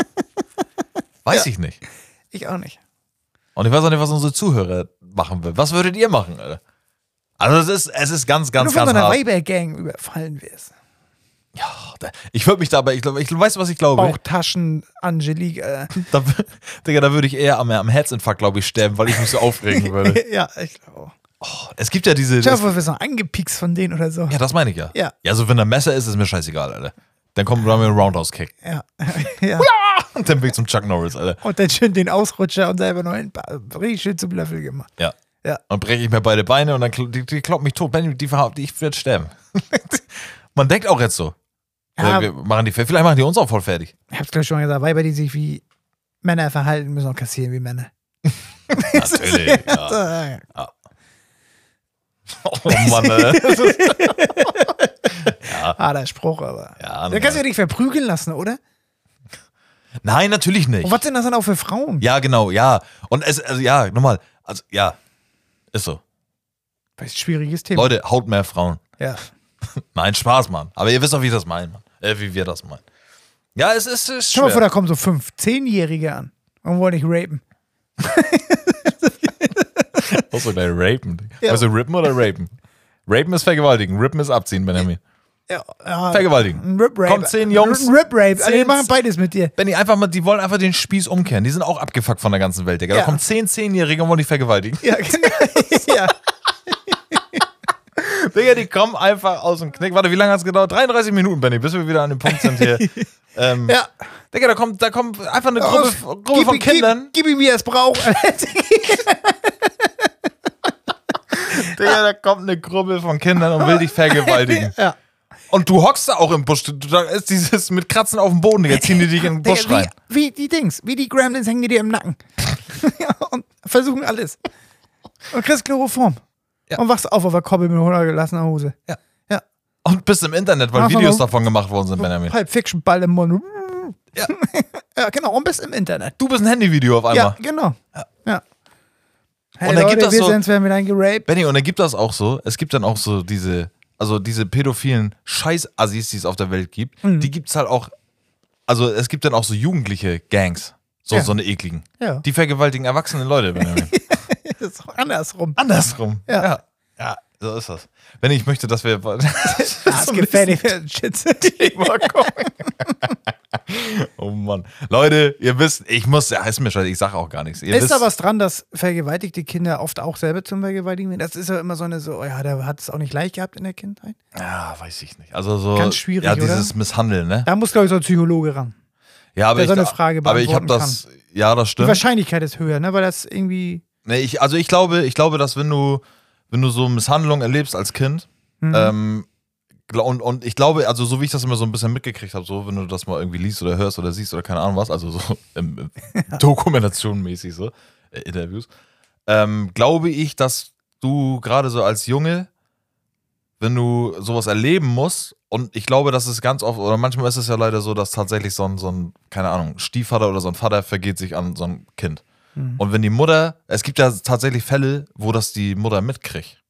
[SPEAKER 4] Weiß ich nicht.
[SPEAKER 3] Ich auch nicht.
[SPEAKER 4] Und ich weiß auch nicht, was unsere Zuhörer machen würden. Was würdet ihr machen, Alter? Also es ist, es ist ganz, ganz,
[SPEAKER 3] Nur von so
[SPEAKER 4] ganz
[SPEAKER 3] einer
[SPEAKER 4] hart.
[SPEAKER 3] Weibergang überfallen wirst.
[SPEAKER 4] Ja, da- ich würde mich dabei, ich glaube, ich weiß, was ich glaube.
[SPEAKER 3] Bauchtaschen, Angelique. Äh.
[SPEAKER 4] Da, w- Digga, da würde ich eher am, am Herzinfarkt, glaube ich, sterben, weil ich mich so aufregen würde.
[SPEAKER 3] ja, ich glaube auch.
[SPEAKER 4] Es gibt ja diese.
[SPEAKER 3] Ich
[SPEAKER 4] Das,
[SPEAKER 3] hoffe, wir sind angepiekst von denen oder so.
[SPEAKER 4] ja, das meine ich ja.
[SPEAKER 3] Ja.
[SPEAKER 4] Ja, so wenn da ein Messer ist, ist mir scheißegal, Alter. Dann kommt dann mit einem Roundhouse-Kick.
[SPEAKER 3] Ja. ja.
[SPEAKER 4] Und dann Weg zum Chuck Norris, Alter.
[SPEAKER 3] Und dann schön den Ausrutscher und selber noch einen Ba- richtig schön zum Löffel gemacht.
[SPEAKER 4] Ja.
[SPEAKER 3] Ja.
[SPEAKER 4] Und breche ich mir beide Beine und dann kl die, die kloppen mich tot. Benny, die verhaftet, ich werde sterben. Man denkt auch jetzt so.
[SPEAKER 3] Ja.
[SPEAKER 4] Äh, Wir machen die, vielleicht machen die uns auch voll fertig.
[SPEAKER 3] Ich hab's gleich schon mal gesagt, Weiber, die sich wie Männer verhalten, müssen auch kassieren wie Männer.
[SPEAKER 4] Natürlich. ja.
[SPEAKER 3] Ja.
[SPEAKER 4] Oh Mann, Alter.
[SPEAKER 3] Harter Spruch, aber.
[SPEAKER 4] Ah. Ja,
[SPEAKER 3] da kannst du ja nicht verprügeln lassen, oder?
[SPEAKER 4] Nein, natürlich nicht.
[SPEAKER 3] Und was sind das dann auch für Frauen?
[SPEAKER 4] Ja, genau, ja. Und es, also ja, nochmal, also ja, ist so.
[SPEAKER 3] Das ist ein schwieriges Thema.
[SPEAKER 4] Leute, haut mehr Frauen.
[SPEAKER 3] Ja.
[SPEAKER 4] Nein, Spaß, Mann. Aber ihr wisst doch, wie ich das meine, Mann. Äh, wie wir das meinen. Ja, es ist, ist
[SPEAKER 3] Schau mal vor,
[SPEAKER 4] schwer.
[SPEAKER 3] da kommen so fünf, zehnjährige an und wollen dich rapen.
[SPEAKER 4] Muss man da rapen. Ja. Also rippen oder rapen? Rapen ist vergewaltigen, rippen ist abziehen, Benjamin.
[SPEAKER 3] Ja, ja.
[SPEAKER 4] Vergewaltigen.
[SPEAKER 3] Ein Rip Rape.
[SPEAKER 4] Kommt zehn Jungs.
[SPEAKER 3] Ein Rip Rape. Also, die
[SPEAKER 4] Zehn-
[SPEAKER 3] machen beides mit dir.
[SPEAKER 4] Benny, einfach mal, die wollen einfach den Spieß umkehren. Die sind auch abgefuckt von der ganzen Welt, Digga. Da
[SPEAKER 3] Ja.
[SPEAKER 4] kommen zehn Zehnjährige und wollen dich vergewaltigen.
[SPEAKER 3] Ja, genau. ja.
[SPEAKER 4] Digga, die kommen einfach aus dem Knick. Warte, wie lange hat es gedauert? 33 Minuten, Benny, bis wir wieder an dem Punkt sind hier. ähm,
[SPEAKER 3] Ja.
[SPEAKER 4] Digga, da kommt, da kommt einfach eine Gruppe, Gruppe
[SPEAKER 3] Gib-
[SPEAKER 4] von
[SPEAKER 3] gib-
[SPEAKER 4] Kindern.
[SPEAKER 3] Gib ihm, wie er es braucht.
[SPEAKER 4] Digga, da kommt eine Gruppe von Kindern und will dich vergewaltigen.
[SPEAKER 3] ja.
[SPEAKER 4] Und du hockst da auch im Busch. Du- Da ist dieses mit Kratzen auf dem Boden, Digga. Ziehen die dich in den Busch
[SPEAKER 3] Digga,
[SPEAKER 4] rein.
[SPEAKER 3] Wie, wie die Dings, wie die Gremlins hängen die dir im Nacken. ja, und versuchen alles. Und kriegst Chloroform. Und wachst auf auf der Koppel mit runtergelassener Hose.
[SPEAKER 4] Ja.
[SPEAKER 3] Ja.
[SPEAKER 4] Und bist im Internet, weil
[SPEAKER 3] Mach mal
[SPEAKER 4] Videos
[SPEAKER 3] um.
[SPEAKER 4] davon gemacht worden sind, Benjamin.
[SPEAKER 3] Pulp Fiction Ball im Mund.
[SPEAKER 4] Ja.
[SPEAKER 3] ja, genau. Und bist im Internet.
[SPEAKER 4] Du bist ein Handyvideo auf einmal.
[SPEAKER 3] Ja, genau. Ja. Hey,
[SPEAKER 4] Und dann gibt das
[SPEAKER 3] wir
[SPEAKER 4] so-
[SPEAKER 3] sind's, werden wir dann geraped.
[SPEAKER 4] Benny, und dann gibt das auch so, es gibt dann auch so diese, also diese pädophilen Scheiß-Assis, die es auf der Welt gibt,
[SPEAKER 3] Mhm.
[SPEAKER 4] die gibt's halt auch, also es gibt dann auch so jugendliche Gangs. So,
[SPEAKER 3] Ja.
[SPEAKER 4] so eine ekligen.
[SPEAKER 3] Ja.
[SPEAKER 4] Die vergewaltigen erwachsene Leute, Benjamin. Ah,
[SPEAKER 3] Das ist andersrum.
[SPEAKER 4] Andersrum.
[SPEAKER 3] Ja. Ah,
[SPEAKER 4] ja. Ja, So ist das. Wenn ich möchte, dass wir
[SPEAKER 3] Das ist gefährlich. Shit.
[SPEAKER 4] Thema kommen. oh Mann. Leute, ihr wisst, ich muss, ja, ist mir scheiße, ich sage auch gar nichts. Ihr
[SPEAKER 3] Ist
[SPEAKER 4] wisst,
[SPEAKER 3] da was dran, dass vergewaltigte Kinder oft auch selber zum Vergewaltigen werden? Das ist ja immer so eine so, oh ja, der hat es auch nicht leicht gehabt in der Kindheit.
[SPEAKER 4] Ja, weiß ich nicht. Also so.
[SPEAKER 3] Ganz schwierig,
[SPEAKER 4] Ja,
[SPEAKER 3] oder?
[SPEAKER 4] dieses Misshandeln, ne?
[SPEAKER 3] Da muss, glaube ich, so ein Psychologe ran.
[SPEAKER 4] Ja, aber
[SPEAKER 3] Der
[SPEAKER 4] ich,
[SPEAKER 3] so eine Frage
[SPEAKER 4] aber ich habe
[SPEAKER 3] beantworten
[SPEAKER 4] das, ja, das
[SPEAKER 3] Die
[SPEAKER 4] stimmt.
[SPEAKER 3] Wahrscheinlichkeit ist höher, ne? Weil das irgendwie.
[SPEAKER 4] Nee, ich, also ich glaube, ich glaube, dass wenn du, wenn du so Misshandlung erlebst als Kind,
[SPEAKER 3] hm. Mhm.
[SPEAKER 4] ähm, gla- und, und ich glaube, also so wie ich das immer so ein bisschen mitgekriegt habe, so wenn du das mal irgendwie liest oder hörst oder siehst oder keine Ahnung was, also so ähm, Dokumentationmäßig so, äh, Interviews, ähm, glaube ich, dass du gerade so als Junge, wenn du sowas erleben musst, und ich glaube, dass es ganz oft, oder manchmal ist es ja leider so, dass tatsächlich so ein, so ein keine Ahnung, Stiefvater oder so ein Vater vergeht sich an so ein Kind.
[SPEAKER 3] Hm.
[SPEAKER 4] Und wenn die Mutter, es gibt ja tatsächlich Fälle, wo das die Mutter mitkriegt.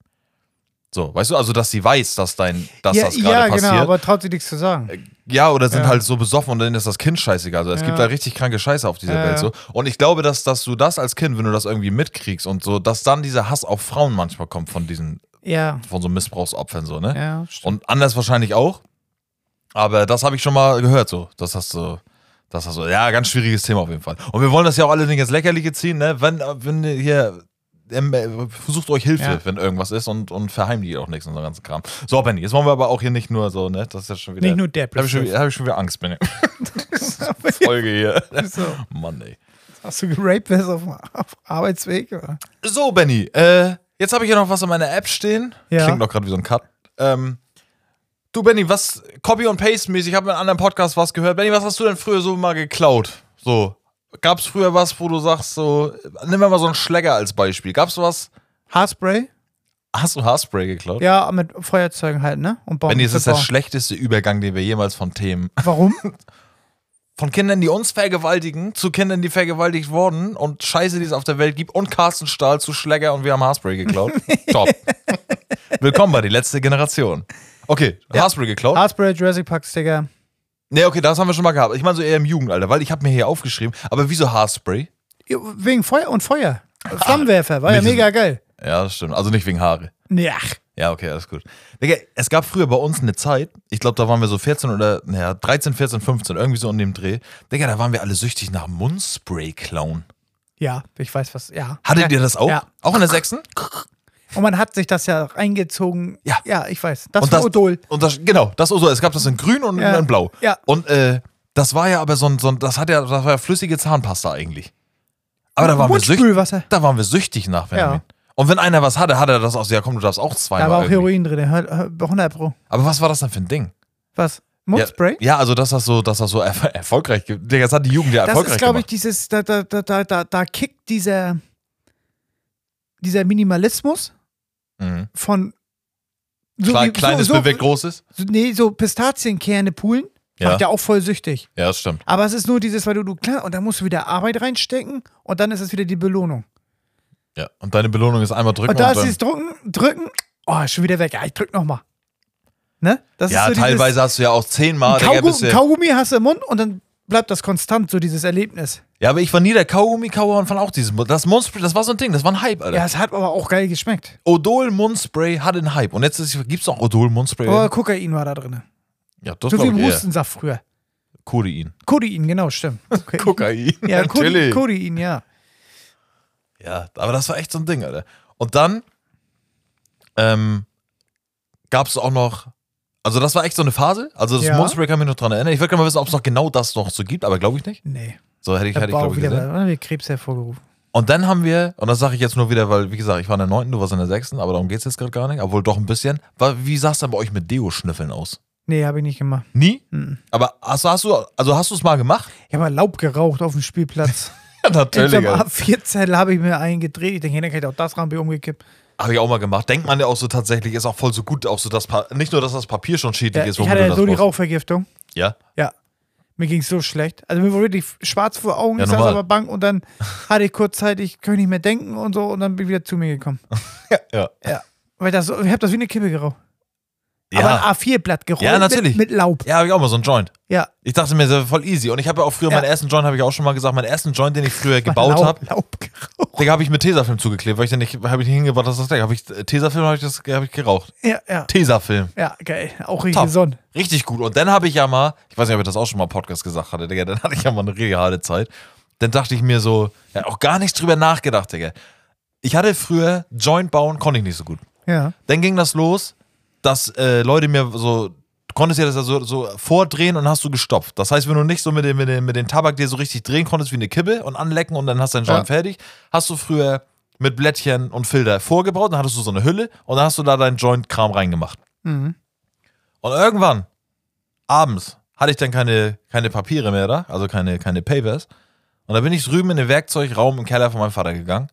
[SPEAKER 4] So, weißt du, also dass sie weiß, dass dein, dass
[SPEAKER 3] ja,
[SPEAKER 4] das gerade
[SPEAKER 3] ja
[SPEAKER 4] passiert. Äh,
[SPEAKER 3] genau, aber traut sie nichts zu sagen.
[SPEAKER 4] Ja, oder sind
[SPEAKER 3] Ja.
[SPEAKER 4] halt so besoffen und dann ist das Kind scheißegal. Also es
[SPEAKER 3] Ja.
[SPEAKER 4] gibt da richtig kranke Scheiße auf dieser
[SPEAKER 3] Ja,
[SPEAKER 4] Welt
[SPEAKER 3] ja.
[SPEAKER 4] so. Und ich glaube, dass, dass du das als Kind, wenn du das irgendwie mitkriegst und so, dass dann dieser Hass auf Frauen manchmal kommt von diesen,
[SPEAKER 3] ja,
[SPEAKER 4] von so Missbrauchsopfern so, ne?
[SPEAKER 3] ja, stimmt.
[SPEAKER 4] Und anders wahrscheinlich auch. Aber das habe ich schon mal gehört so. Dass das so, dass das so, ja, ganz schwieriges Thema auf jeden Fall. Und wir wollen das ja auch alle nicht ins Leckerliche ziehen, ne? Wenn, wenn ihr hier, ähm, äh, versucht euch Hilfe,
[SPEAKER 3] Ja.
[SPEAKER 4] wenn irgendwas ist und, und verheimlicht auch nichts und so ganzen Kram. So, Benny, jetzt wollen wir aber auch hier nicht nur so, ne? Das ist ja schon wieder.
[SPEAKER 3] Nicht nur der
[SPEAKER 4] Habe ich, schon
[SPEAKER 3] Plötzlich.
[SPEAKER 4] wieder- hab ich schon wieder Angst, Benny. Folge hier.
[SPEAKER 3] So.
[SPEAKER 4] Mann, ey.
[SPEAKER 3] Hast du geraped, wärst auf dem auf Arbeitsweg? Oder?
[SPEAKER 4] So, Benny, äh, jetzt habe ich hier noch was in meiner App stehen.
[SPEAKER 3] Ja.
[SPEAKER 4] Klingt doch gerade wie so ein Cut. Ähm, du, Benny, was Copy und Paste mäßig, ich habe in einem anderen Podcast was gehört. Benny, was hast du denn früher so mal geklaut? So, gab es früher was, wo du sagst, so, nimm mal so einen Schläger als Beispiel. Gab es was?
[SPEAKER 3] Haarspray?
[SPEAKER 4] Hast du Haarspray geklaut?
[SPEAKER 3] Ja, mit Feuerzeugen halt, ne? Und Bomben.
[SPEAKER 4] Benny, es
[SPEAKER 3] für
[SPEAKER 4] ist der
[SPEAKER 3] Bomben.
[SPEAKER 4] schlechteste Übergang, den wir jemals von Themen.
[SPEAKER 3] Warum?
[SPEAKER 4] Von Kindern, die uns vergewaltigen, zu Kindern, die vergewaltigt wurden und Scheiße, die es auf der Welt gibt und Carsten Stahl zu Schläger und wir haben Haarspray geklaut. Top. Willkommen bei die letzte Generation. Okay, Haarspray geklaut.
[SPEAKER 3] Haarspray, Jurassic Park Sticker.
[SPEAKER 4] nee, okay, das haben wir schon mal gehabt. Ich meine so eher im Jugendalter, weil ich habe mir hier aufgeschrieben, aber wieso Haarspray?
[SPEAKER 3] Ja, Wegen Feuer und Feuer.
[SPEAKER 4] Ah,
[SPEAKER 3] Flammenwerfer, war ja
[SPEAKER 4] Mit diesem-
[SPEAKER 3] mega geil.
[SPEAKER 4] Ja, das stimmt. Also nicht wegen Haare.
[SPEAKER 3] Ja. ach.
[SPEAKER 4] Ja, okay, alles gut. Digga, es gab früher bei uns eine Zeit, ich glaube, da waren wir so 14 oder, naja, 13, 14, 15, irgendwie so in dem Dreh. Digga, da waren wir alle süchtig nach Mundspray-Klauen.
[SPEAKER 3] Ja, ich weiß was, ja.
[SPEAKER 4] Hattet ihr das auch?
[SPEAKER 3] Ja.
[SPEAKER 4] Auch in der sechsten?
[SPEAKER 3] Und man hat sich das ja reingezogen.
[SPEAKER 4] Ja.
[SPEAKER 3] Ja, ich weiß. Das
[SPEAKER 4] Und
[SPEAKER 3] war Odol.
[SPEAKER 4] Und das, genau, das Odol. Es gab das in grün und
[SPEAKER 3] Ja.
[SPEAKER 4] in blau.
[SPEAKER 3] Ja.
[SPEAKER 4] Und äh, das war ja aber so ein, so ein das hat ja, das war ja flüssige Zahnpasta eigentlich. Aber da waren, wir süchtig,
[SPEAKER 3] Mundspülwasser.
[SPEAKER 4] da waren wir süchtig nach, Benjamin. Und wenn einer was hatte, hat er das auch, ja komm, du darfst auch zweimal.
[SPEAKER 3] Da war auch
[SPEAKER 4] irgendwie.
[SPEAKER 3] Heroin drin. hör- hör- 100 Pro.
[SPEAKER 4] Aber was war das denn für ein Ding?
[SPEAKER 3] Was? Mundspray?
[SPEAKER 4] Ja, ja also dass das so, dass das so erf erfolgreich gibt. Digga, das hat die Jugend ja
[SPEAKER 3] das
[SPEAKER 4] erfolgreich
[SPEAKER 3] ist, glaube ich,
[SPEAKER 4] gemacht.
[SPEAKER 3] dieses, da, da, da, da, da, da kickt dieser, dieser Minimalismus
[SPEAKER 4] Mhm.
[SPEAKER 3] von so
[SPEAKER 4] Kle
[SPEAKER 3] wie-
[SPEAKER 4] Kleines
[SPEAKER 3] so, so,
[SPEAKER 4] bewegt Großes.
[SPEAKER 3] so, Nee, so Pistazienkerne poolen.
[SPEAKER 4] Ja.
[SPEAKER 3] Macht ja auch voll süchtig.
[SPEAKER 4] Ja, das stimmt.
[SPEAKER 3] Aber es ist nur dieses, weil du, du klar, und dann musst du wieder Arbeit reinstecken und dann ist es wieder die Belohnung.
[SPEAKER 4] Ja. Und deine Belohnung ist einmal drücken
[SPEAKER 3] Und da
[SPEAKER 4] und
[SPEAKER 3] ist
[SPEAKER 4] dann-
[SPEAKER 3] dieses Drücken, Drücken, oh, ist schon wieder weg. Ja, ich drück nochmal. Ne? Das
[SPEAKER 4] ja,
[SPEAKER 3] ist so
[SPEAKER 4] teilweise hast du ja auch zehnmal.
[SPEAKER 3] Dieses,
[SPEAKER 4] Digga,
[SPEAKER 3] Kaugummi,
[SPEAKER 4] bist du-
[SPEAKER 3] Kaugummi hast du im Mund und dann bleibt das konstant, so dieses Erlebnis.
[SPEAKER 4] Ja, aber ich war nie der Kaugummi-Kauer und fand auch dieses. Das Monster, das war so ein Ding, das war ein Hype, Alter.
[SPEAKER 3] Ja, es hat aber auch geil geschmeckt.
[SPEAKER 4] Odol Mundspray hat einen Hype. Und jetzt ist, gibt's noch Odol Mundspray.
[SPEAKER 3] Aber Kokain war da drin.
[SPEAKER 4] ja, das
[SPEAKER 3] So wie
[SPEAKER 4] glaube
[SPEAKER 3] im
[SPEAKER 4] ich eher.
[SPEAKER 3] Hustensaft früher.
[SPEAKER 4] Kodein.
[SPEAKER 3] Kodein, genau, stimmt. Okay.
[SPEAKER 4] Kokain.
[SPEAKER 3] ja, Kodein, Kodein, ja.
[SPEAKER 4] Ja, aber das war echt so ein Ding, Alter. Und dann ähm, gab's auch noch. Also, das war echt so eine Phase. Also, das
[SPEAKER 3] Ja.
[SPEAKER 4] Mundspray kann mich noch dran erinnern. Ich würde gerne mal wissen, ob es noch genau das noch so gibt, aber glaube ich nicht.
[SPEAKER 3] Nee,
[SPEAKER 4] So hätte ich,
[SPEAKER 3] da
[SPEAKER 4] hätte ich
[SPEAKER 3] war
[SPEAKER 4] glaube
[SPEAKER 3] auch
[SPEAKER 4] ich,
[SPEAKER 3] wieder
[SPEAKER 4] gesehen.
[SPEAKER 3] oder? Krebs hervorgerufen.
[SPEAKER 4] Und dann haben wir, und das sage ich jetzt nur wieder, weil, wie gesagt, ich war in der 9., du warst in der 6., aber darum geht's jetzt gerade gar nicht, obwohl doch ein bisschen. Wa- Wie sah's denn bei euch mit Deo-Schnüffeln aus?
[SPEAKER 3] Nee, habe ich nicht gemacht.
[SPEAKER 4] Nie?
[SPEAKER 3] Hm.
[SPEAKER 4] Aber hast, hast du, also hast du es mal gemacht?
[SPEAKER 3] Ich habe Laub geraucht auf dem Spielplatz.
[SPEAKER 4] Ja,
[SPEAKER 3] In so
[SPEAKER 4] natürlich.
[SPEAKER 3] einem A4-Zettel habe ich mir einen gedreht. Ich denke, dann kann ich auch das Rampe umgekippt.
[SPEAKER 4] Habe ich auch mal gemacht. Denkt man ja auch so tatsächlich, ist auch voll so gut, auch so das pa nicht nur, dass das Papier schon schädlich
[SPEAKER 3] Ja,
[SPEAKER 4] ist,
[SPEAKER 3] ich
[SPEAKER 4] womit
[SPEAKER 3] hatte
[SPEAKER 4] du
[SPEAKER 3] ja
[SPEAKER 4] das
[SPEAKER 3] so die
[SPEAKER 4] brauchst.
[SPEAKER 3] Rauchvergiftung.
[SPEAKER 4] Ja.
[SPEAKER 3] Ja. Mir ging es so schlecht. Also mir wurde wirklich schwarz vor Augen.
[SPEAKER 4] Ja,
[SPEAKER 3] ich saß
[SPEAKER 4] normal.
[SPEAKER 3] auf der Bank und dann hatte ich kurzzeitig, konnte ich nicht mehr denken und so. Und dann bin ich wieder zu mir gekommen.
[SPEAKER 4] ja.
[SPEAKER 3] Ja. Weil das, so- ich habe das wie eine Kippe geraucht. Aber ein A4-Blatt gerollt
[SPEAKER 4] Ja, natürlich.
[SPEAKER 3] Mit, mit Laub.
[SPEAKER 4] Ja, habe ich auch mal so einen Joint.
[SPEAKER 3] Ja.
[SPEAKER 4] Ich dachte mir, das wäre voll easy. Und ich habe ja auch früher
[SPEAKER 3] Ja. genau-
[SPEAKER 4] meinen ersten Joint, habe ich auch schon mal gesagt, meinen ersten Joint, den ich früher gebaut
[SPEAKER 3] Laub,
[SPEAKER 4] habe,
[SPEAKER 3] Laub geraucht.
[SPEAKER 4] den habe ich mit Tesafilm zugeklebt, weil ich den nicht, habe ich nicht hingebracht, dass das weg. Habe ich äh, Tesafilm, habe ich das, habe ich geraucht.
[SPEAKER 3] Ja, ja.
[SPEAKER 4] Tesafilm.
[SPEAKER 3] Ja, geil. Auch richtig
[SPEAKER 4] Top.
[SPEAKER 3] gesund.
[SPEAKER 4] Richtig gut. Und dann habe ich ja mal, ich weiß nicht, ob ich das auch schon mal im Podcast gesagt hatte, Digga, dann hatte ich ja mal eine reale Zeit. Dann dachte ich mir so, ja, auch gar nichts drüber nachgedacht, Digga. Ich hatte früher Joint bauen, konnte ich nicht so gut.
[SPEAKER 3] Ja.
[SPEAKER 4] Dann ging das los, dass äh, Leute mir so, du konntest ja das ja so, so vordrehen und hast du gestopft. Das heißt, wenn du nicht so mit dem, mit dem, mit dem Tabak dir so richtig drehen konntest wie eine Kippe und anlecken und dann hast du deinen Joint
[SPEAKER 3] Ja.
[SPEAKER 4] fertig, hast du früher mit Blättchen und Filter vorgebaut, dann hattest du so eine Hülle und dann hast du da deinen Joint-Kram reingemacht.
[SPEAKER 3] Mhm.
[SPEAKER 4] Und irgendwann, abends, hatte ich dann keine, keine Papiere mehr da, also keine, keine Papers. Und da bin ich drüben in den Werkzeugraum im Keller von meinem Vater gegangen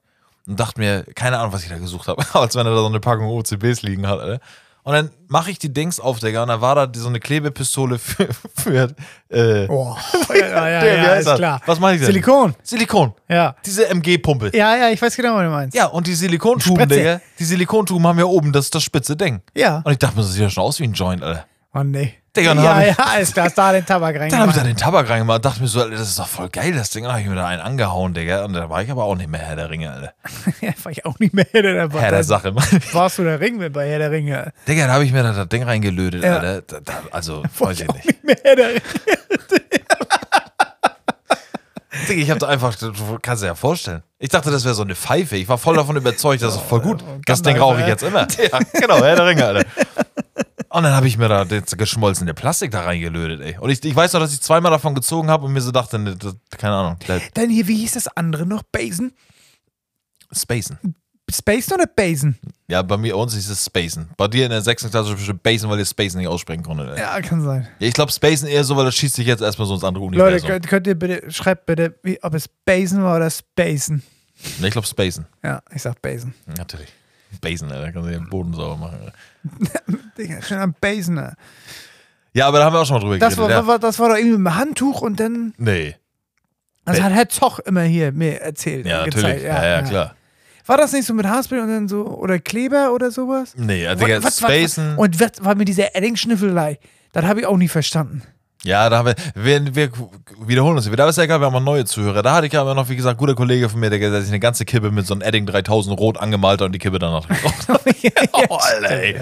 [SPEAKER 4] und dachte mir, keine Ahnung, was ich da gesucht habe, als wenn er da so eine Packung OCBs liegen hat, Alter. Und dann mache ich die Dings auf, Digga, und da war da so eine Klebepistole für, für äh,
[SPEAKER 3] Oh. Ja, ja,
[SPEAKER 4] Digga,
[SPEAKER 3] ja,
[SPEAKER 4] wie heißt
[SPEAKER 3] ist
[SPEAKER 4] das?
[SPEAKER 3] klar.
[SPEAKER 4] Was mache ich denn?
[SPEAKER 3] Silikon.
[SPEAKER 4] Silikon.
[SPEAKER 3] Ja.
[SPEAKER 4] Diese MG-Pumpe.
[SPEAKER 3] Ja, ja, ich weiß genau, was du meinst.
[SPEAKER 4] Ja, und die Silikontuben,
[SPEAKER 3] Spritze.
[SPEAKER 4] Digga, die Silikontuben haben ja oben das, das spitze Ding.
[SPEAKER 3] Ja.
[SPEAKER 4] Und ich dachte mir, das sieht ja schon aus wie ein Joint, Alter.
[SPEAKER 3] Oh, nee.
[SPEAKER 4] Digga, dann
[SPEAKER 3] ja,
[SPEAKER 4] hab ich-
[SPEAKER 3] ja, ist klar. Hast da den Tabak
[SPEAKER 4] Dann habe ich
[SPEAKER 3] reingemacht.
[SPEAKER 4] da den Tabak reingemacht und dachte mir so, Alter, das ist doch voll geil, das Ding. Dann habe ich mir da einen angehauen, Digga. Und da war ich aber auch nicht mehr Herr der Ringe, Alter.
[SPEAKER 3] Ja, war ich auch nicht mehr Herr der,
[SPEAKER 4] Herr der
[SPEAKER 3] Da
[SPEAKER 4] Sache, Mann.
[SPEAKER 3] Warst du der Ringe bei Herr der Ringe?
[SPEAKER 4] Digga, da habe ich mir da das Ding reingelötet,
[SPEAKER 3] Ja.
[SPEAKER 4] Alter. Da, da, also, weiß ich nicht.
[SPEAKER 3] Nicht mehr Herr der Ringe.
[SPEAKER 4] Digga, ich habe da einfach, du kannst dir ja vorstellen. Ich dachte, das wäre so eine Pfeife. Ich war voll davon überzeugt, das ist voll gut. Das Ding rauche ich jetzt immer. Ja, genau, Herr der Ringe, Alter. Und dann habe ich mir da das geschmolzene Plastik da reingelötet, ey. Und ich, ich weiß noch, dass ich zweimal davon gezogen habe und mir so dachte, ne, das, keine Ahnung, das-
[SPEAKER 3] Dann hier, wie hieß das andere noch? Basen?
[SPEAKER 4] Spacen.
[SPEAKER 3] Space oder Basen?
[SPEAKER 4] Ja, bei mir uns ist es Spacen. Bei dir in der sechsten Klasse bestimmt Basen, weil ihr Spacen nicht aussprechen konntet. ey.
[SPEAKER 3] Ja, kann sein.
[SPEAKER 4] Ja, ich glaube, Spacen eher so, weil das schießt sich jetzt erstmal so ins andere
[SPEAKER 3] Leute,
[SPEAKER 4] Universum.
[SPEAKER 3] könnt, könnt ihr bitte, schreibt bitte, wie, ob es Basen war oder Spacen.
[SPEAKER 4] Nee, Ne, ich glaube, Spacen.
[SPEAKER 3] Ja, ich sag Basen.
[SPEAKER 4] Natürlich. Basen, Alter, kannst du den Boden sauber machen. Alter.
[SPEAKER 3] Digga, schön am Basen. ne?
[SPEAKER 4] Ja, aber da haben wir auch schon mal drüber
[SPEAKER 3] Das war,
[SPEAKER 4] geredet.
[SPEAKER 3] war, war, das war doch irgendwie mit dem Handtuch und dann.
[SPEAKER 4] ja. Nee.
[SPEAKER 3] Das
[SPEAKER 4] Ba-
[SPEAKER 3] hat Herr Zoch immer hier mir erzählt.
[SPEAKER 4] Ja,
[SPEAKER 3] gezeigt.
[SPEAKER 4] natürlich. Ja, ja, klar.
[SPEAKER 3] War das nicht so mit Haarspray und dann so, oder Kleber oder sowas?
[SPEAKER 4] Nee, ja, Digga,
[SPEAKER 3] Was- was- was-
[SPEAKER 4] Spacen.
[SPEAKER 3] Und was war mit dieser Edding-Schnüffelei? Das habe ich auch nie verstanden.
[SPEAKER 4] Ja, da haben wir, wir, wir wiederholen uns wieder. Aber ist ja egal, wir haben mal neue Zuhörer. Da hatte ich ja immer noch, wie gesagt, guter Kollege von mir, der hat sich eine ganze Kippe mit so einem Edding 3000 rot angemalt hat und die Kippe danach geraucht. oh, Alter, ey.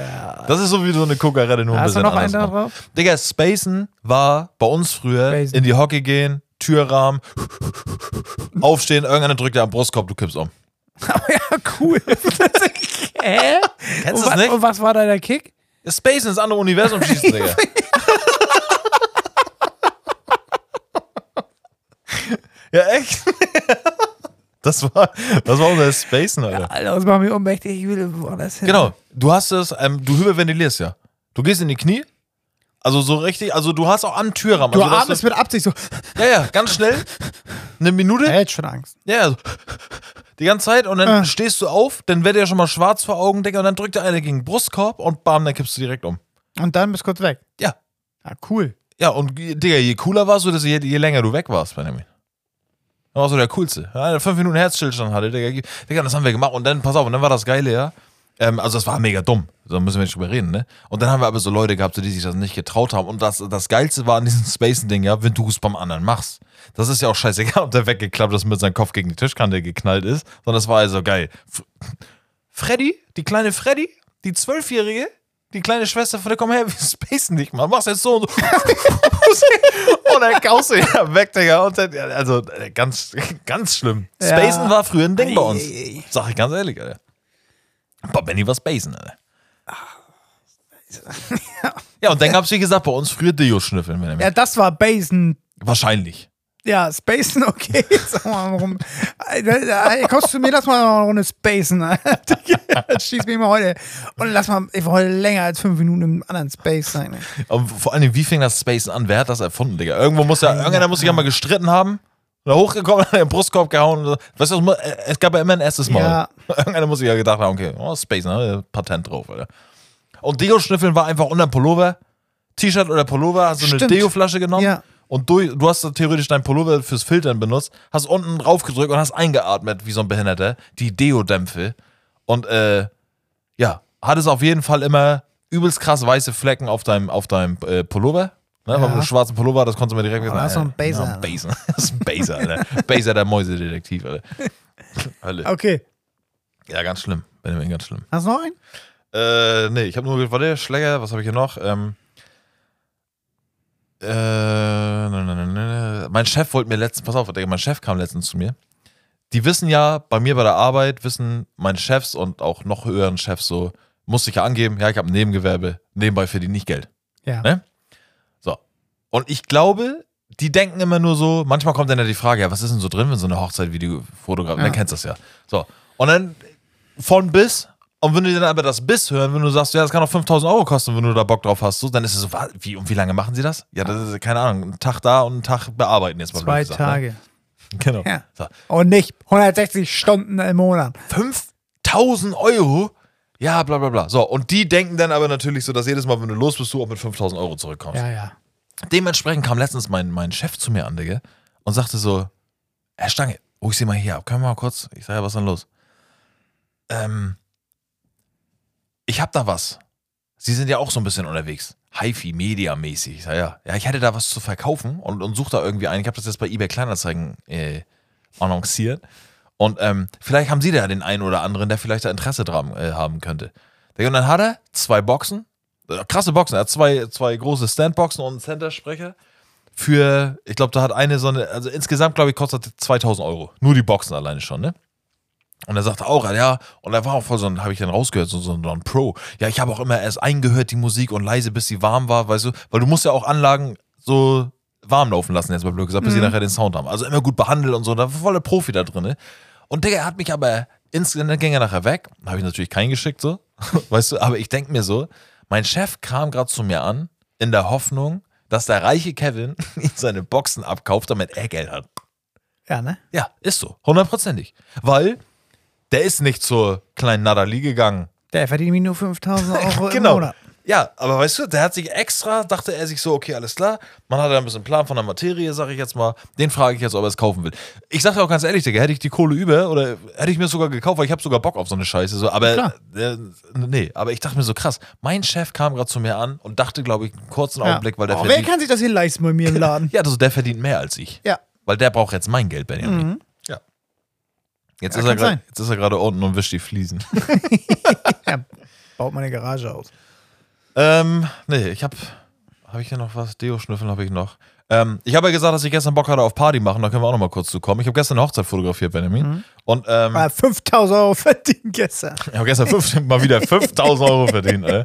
[SPEAKER 4] Das ist so wie so eine Kokarette, nur ein
[SPEAKER 3] Hast du
[SPEAKER 4] bisschen
[SPEAKER 3] noch einen
[SPEAKER 4] anders
[SPEAKER 3] da
[SPEAKER 4] gemacht.
[SPEAKER 3] drauf?
[SPEAKER 4] Digga, Spacen war bei uns früher
[SPEAKER 3] Spacen.
[SPEAKER 4] in die Hockey gehen, Türrahmen, aufstehen, irgendeiner drückt dir am Brustkorb, du kippst um.
[SPEAKER 3] ja, cool. Hä?
[SPEAKER 4] Kennst
[SPEAKER 3] und,
[SPEAKER 4] du das
[SPEAKER 3] was,
[SPEAKER 4] nicht?
[SPEAKER 3] und was war da der Kick?
[SPEAKER 4] Spacen ins andere Universum schießen, Digga. ja, echt? das, war, das war unser Spacen, Alter.
[SPEAKER 3] Alter, das macht mich ohnmächtig. Ich will woanders hin.
[SPEAKER 4] Genau. Du hast es, ähm, du hyperventilierst ja. Du gehst in die Knie. Also so richtig, also du hast auch am Türrahmen.
[SPEAKER 2] Du
[SPEAKER 4] also, dass
[SPEAKER 2] atmest mit Absicht so.
[SPEAKER 4] Ja, ja, ganz schnell. Eine Minute.
[SPEAKER 2] Er hat schon Angst.
[SPEAKER 4] Ja, ja, so. Die ganze Zeit und dann stehst du auf, dann wird dir schon mal schwarz vor Augen, Digga, und dann drückt dir einer gegen den Brustkorb und bam, dann kippst du direkt um.
[SPEAKER 2] Und dann bist du kurz weg.
[SPEAKER 4] Ja.
[SPEAKER 2] Ah, cool.
[SPEAKER 4] Ja, und Digga, je cooler warst du, desto je, je länger du weg warst, Benjamin. Dann warst du der Coolste. Ja, der fünf Minuten Herzstillstand hatte, Digga, Digga, das haben wir gemacht. Und dann, pass auf, und dann war das Geile, ja. Ähm, also, das war mega dumm. Da müssen wir nicht drüber reden, ne? Und dann haben wir aber so Leute gehabt, so, die sich das nicht getraut haben. Und das, das Geilste war an diesem Spacen-Ding, ja, wenn du es beim anderen machst. Das ist ja auch scheißegal, ob der weggeklappt ist, mit seinem Kopf gegen die Tischkante geknallt ist. Sondern das war also geil. F Freddy, die kleine Freddy, die Zwölfjährige, die kleine Schwester von der, komm her, wir spacen dich mal, mach's jetzt so und so. und dann kaust du ja weg, Digga. Und dann, ja, also äh, ganz, ganz schlimm. Spacen war früher ein Ding bei uns. Sag ich ganz ehrlich, Alter. Boah, Benny war Spacen, Alter. Ja, und dann gab's, wie gesagt, bei uns früher Deo-Schnüffeln. wenn ihr
[SPEAKER 3] Ja,
[SPEAKER 4] mögt.
[SPEAKER 3] das war Basen.
[SPEAKER 4] Wahrscheinlich.
[SPEAKER 3] Ja, Spacen, okay. Sag mal, warum? Alter, Alter, Kommst du mir, lass mal noch eine Runde Spacen. Alter. Schieß mich mal heute. Und lass mal, ich will heute länger als fünf Minuten im anderen Space sein. ey.
[SPEAKER 4] Und vor allem, wie fing das Spacen an? Wer hat das erfunden, Digga? Irgendwo muss ja, irgendeiner muss sich ja mal gestritten haben. Da hochgekommen, hat den Brustkorb gehauen. und so. Weißt du, es mu- äh, es gab ja immer ein erstes Mal.
[SPEAKER 3] Ja.
[SPEAKER 4] Irgendeiner muss sich ja gedacht haben, okay, oh, Spacen, ne? Patent drauf, Alter. Und Deo-Schnüffeln war einfach unter dem Pullover. T-Shirt oder Pullover, hast du eine
[SPEAKER 3] Stimmt.
[SPEAKER 4] Deo-Flasche genommen.
[SPEAKER 3] Ja.
[SPEAKER 4] Und du, du hast theoretisch dein Pullover fürs Filtern benutzt, hast unten raufgedrückt und hast eingeatmet, wie so ein Behinderter, die Deo-Dämpfe. Und äh, ja, hat es auf jeden Fall immer übelst krass weiße Flecken auf deinem, auf deinem äh, Pullover. Ne, Weil
[SPEAKER 3] Ja.
[SPEAKER 4] du einen schwarzen Pullover hattest, konntest du mir direkt
[SPEAKER 3] Aber das ist doch ein
[SPEAKER 4] äh, ja,
[SPEAKER 3] Baser,
[SPEAKER 4] ein
[SPEAKER 3] Alter.
[SPEAKER 4] Baser. Das ist ein Baser, Alter. Baser, der Mäusedetektiv, Alter. Hölle.
[SPEAKER 3] Okay.
[SPEAKER 4] Ja, ganz schlimm. Benjamin, ganz schlimm.
[SPEAKER 3] Hast du noch einen?
[SPEAKER 4] Äh, nee, ich habe nur, warte, Schläger, was habe ich hier noch? Ähm, äh, ne, ne, ne, ne, ne. mein Chef wollte mir letztens, pass auf, Digga, mein Chef kam letztens zu mir. Die wissen ja, bei mir bei der Arbeit, wissen meine Chefs und auch noch höheren Chefs so, musste ich ja angeben, ja, ich habe ein Nebengewerbe, nebenbei verdiene ich Geld.
[SPEAKER 3] Ja.
[SPEAKER 4] Ne? So. Und ich glaube, die denken immer nur so, manchmal kommt dann ja die Frage, ja, was ist denn so drin, wenn so eine Hochzeit Videofotograf, ja. dann
[SPEAKER 3] Ja.
[SPEAKER 4] kennst du das ja. So. Und dann von bis. Und wenn du dann aber das bis hören, wenn du sagst, ja, das kann auch 5000 Euro kosten, wenn du da Bock drauf hast, so, dann ist es so, wa- wie, und wie lange machen sie das? Ja, das ist, keine Ahnung, ein Tag da und einen Tag bearbeiten jetzt mal.
[SPEAKER 3] Zwei
[SPEAKER 4] blöd gesagt,
[SPEAKER 3] Tage.
[SPEAKER 4] Ne? Genau.
[SPEAKER 3] Ja.
[SPEAKER 4] So.
[SPEAKER 3] Und nicht 160 Stunden im Monat.
[SPEAKER 4] 5000 Euro? Ja, bla, bla, bla. So, und die denken dann aber natürlich so, dass jedes Mal, wenn du los bist, du auch mit 5000 Euro zurückkommst.
[SPEAKER 3] Ja, ja.
[SPEAKER 4] Dementsprechend kam letztens mein, mein Chef zu mir an, Digga, und sagte so: Herr Stange, ruf Sie mal hier ab. Können wir mal kurz? Ich sage, was ist denn los? Ähm, ich hab da was. Sie sind ja auch so ein bisschen unterwegs. HiFi Media mäßig. Ich sag, ja. ja, ich hätte da was zu verkaufen und, und suche da irgendwie einen. Ich habe das jetzt bei eBay Kleinanzeigen äh, annonciert. Und ähm, vielleicht haben Sie da den einen oder anderen, der vielleicht da Interesse dran äh, haben könnte. Digga, Und dann hat er zwei Boxen, äh, krasse Boxen, er hat zwei, zwei große Standboxen und einen Center-Sprecher. Für, ich glaube, da hat eine so eine, also insgesamt, glaube ich, kostet das 2000 Euro. Nur die Boxen alleine schon, ne? Und er sagte auch, ja, und er war auch voll so ein, habe ich dann rausgehört, so, so ein Don Pro. Ja, ich habe auch immer erst eingehört, die Musik und leise, bis sie warm war, weißt du, weil du musst ja auch Anlagen so warm laufen lassen, jetzt mal blöd gesagt, bis sie nachher den Sound haben. Also immer gut behandelt und so, da war voller Profi da drin. Ne? Und Digga, er hat mich aber insgesamt ging er nachher weg, habe ich natürlich keinen geschickt, so, weißt du, aber ich denke mir so, mein Chef kam gerade zu mir an, in der Hoffnung, dass der reiche Kevin ihm seine Boxen abkauft, damit er Geld hat.
[SPEAKER 3] Ja, ne?
[SPEAKER 4] Ja, ist so. Hundertprozentig. Weil der ist nicht zur kleinen Nadalie gegangen.
[SPEAKER 3] Der verdient mir nur 5000 Euro im
[SPEAKER 4] genau.
[SPEAKER 3] Monat.
[SPEAKER 4] Ja, aber weißt du, der hat sich extra, dachte er sich so, okay, alles klar, man hat ja ein bisschen Plan von der Materie, sage ich jetzt mal. Den frage ich jetzt, ob er es kaufen will. Ich sage auch ganz ehrlich, Digga, hätte ich die Kohle über oder hätte ich mir sogar gekauft, weil ich habe sogar Bock auf so eine Scheiße. So, aber
[SPEAKER 3] Klar.
[SPEAKER 4] äh, nee, aber ich dachte mir so krass, mein Chef kam gerade zu mir an und dachte, glaube ich, einen kurzen Augenblick, weil der
[SPEAKER 3] oh, wer
[SPEAKER 4] verdient.
[SPEAKER 3] kann sich das hier leisten bei mir im Laden?
[SPEAKER 4] Ja, also der verdient mehr als ich.
[SPEAKER 3] ja.
[SPEAKER 4] Weil der braucht jetzt mein Geld, Benjamin. Ja. Jetzt,
[SPEAKER 3] Mhm. Ja,
[SPEAKER 4] ist er
[SPEAKER 3] kann
[SPEAKER 4] grad,
[SPEAKER 3] sein.
[SPEAKER 4] jetzt ist er gerade unten und wischt die Fliesen.
[SPEAKER 3] Er baut meine Garage aus.
[SPEAKER 4] ähm, nee, ich habe habe ich hier noch was? Deo-Schnüffeln habe ich noch. Ähm, ich habe ja gesagt, dass ich gestern Bock hatte auf Party machen, da können wir auch noch mal kurz zu kommen. Ich habe gestern eine Hochzeit fotografiert, Benjamin. Und ähm,
[SPEAKER 3] Ah, 5000 Euro verdient gestern.
[SPEAKER 4] ich habe gestern fünf, mal wieder 5000 Euro verdient. Ey.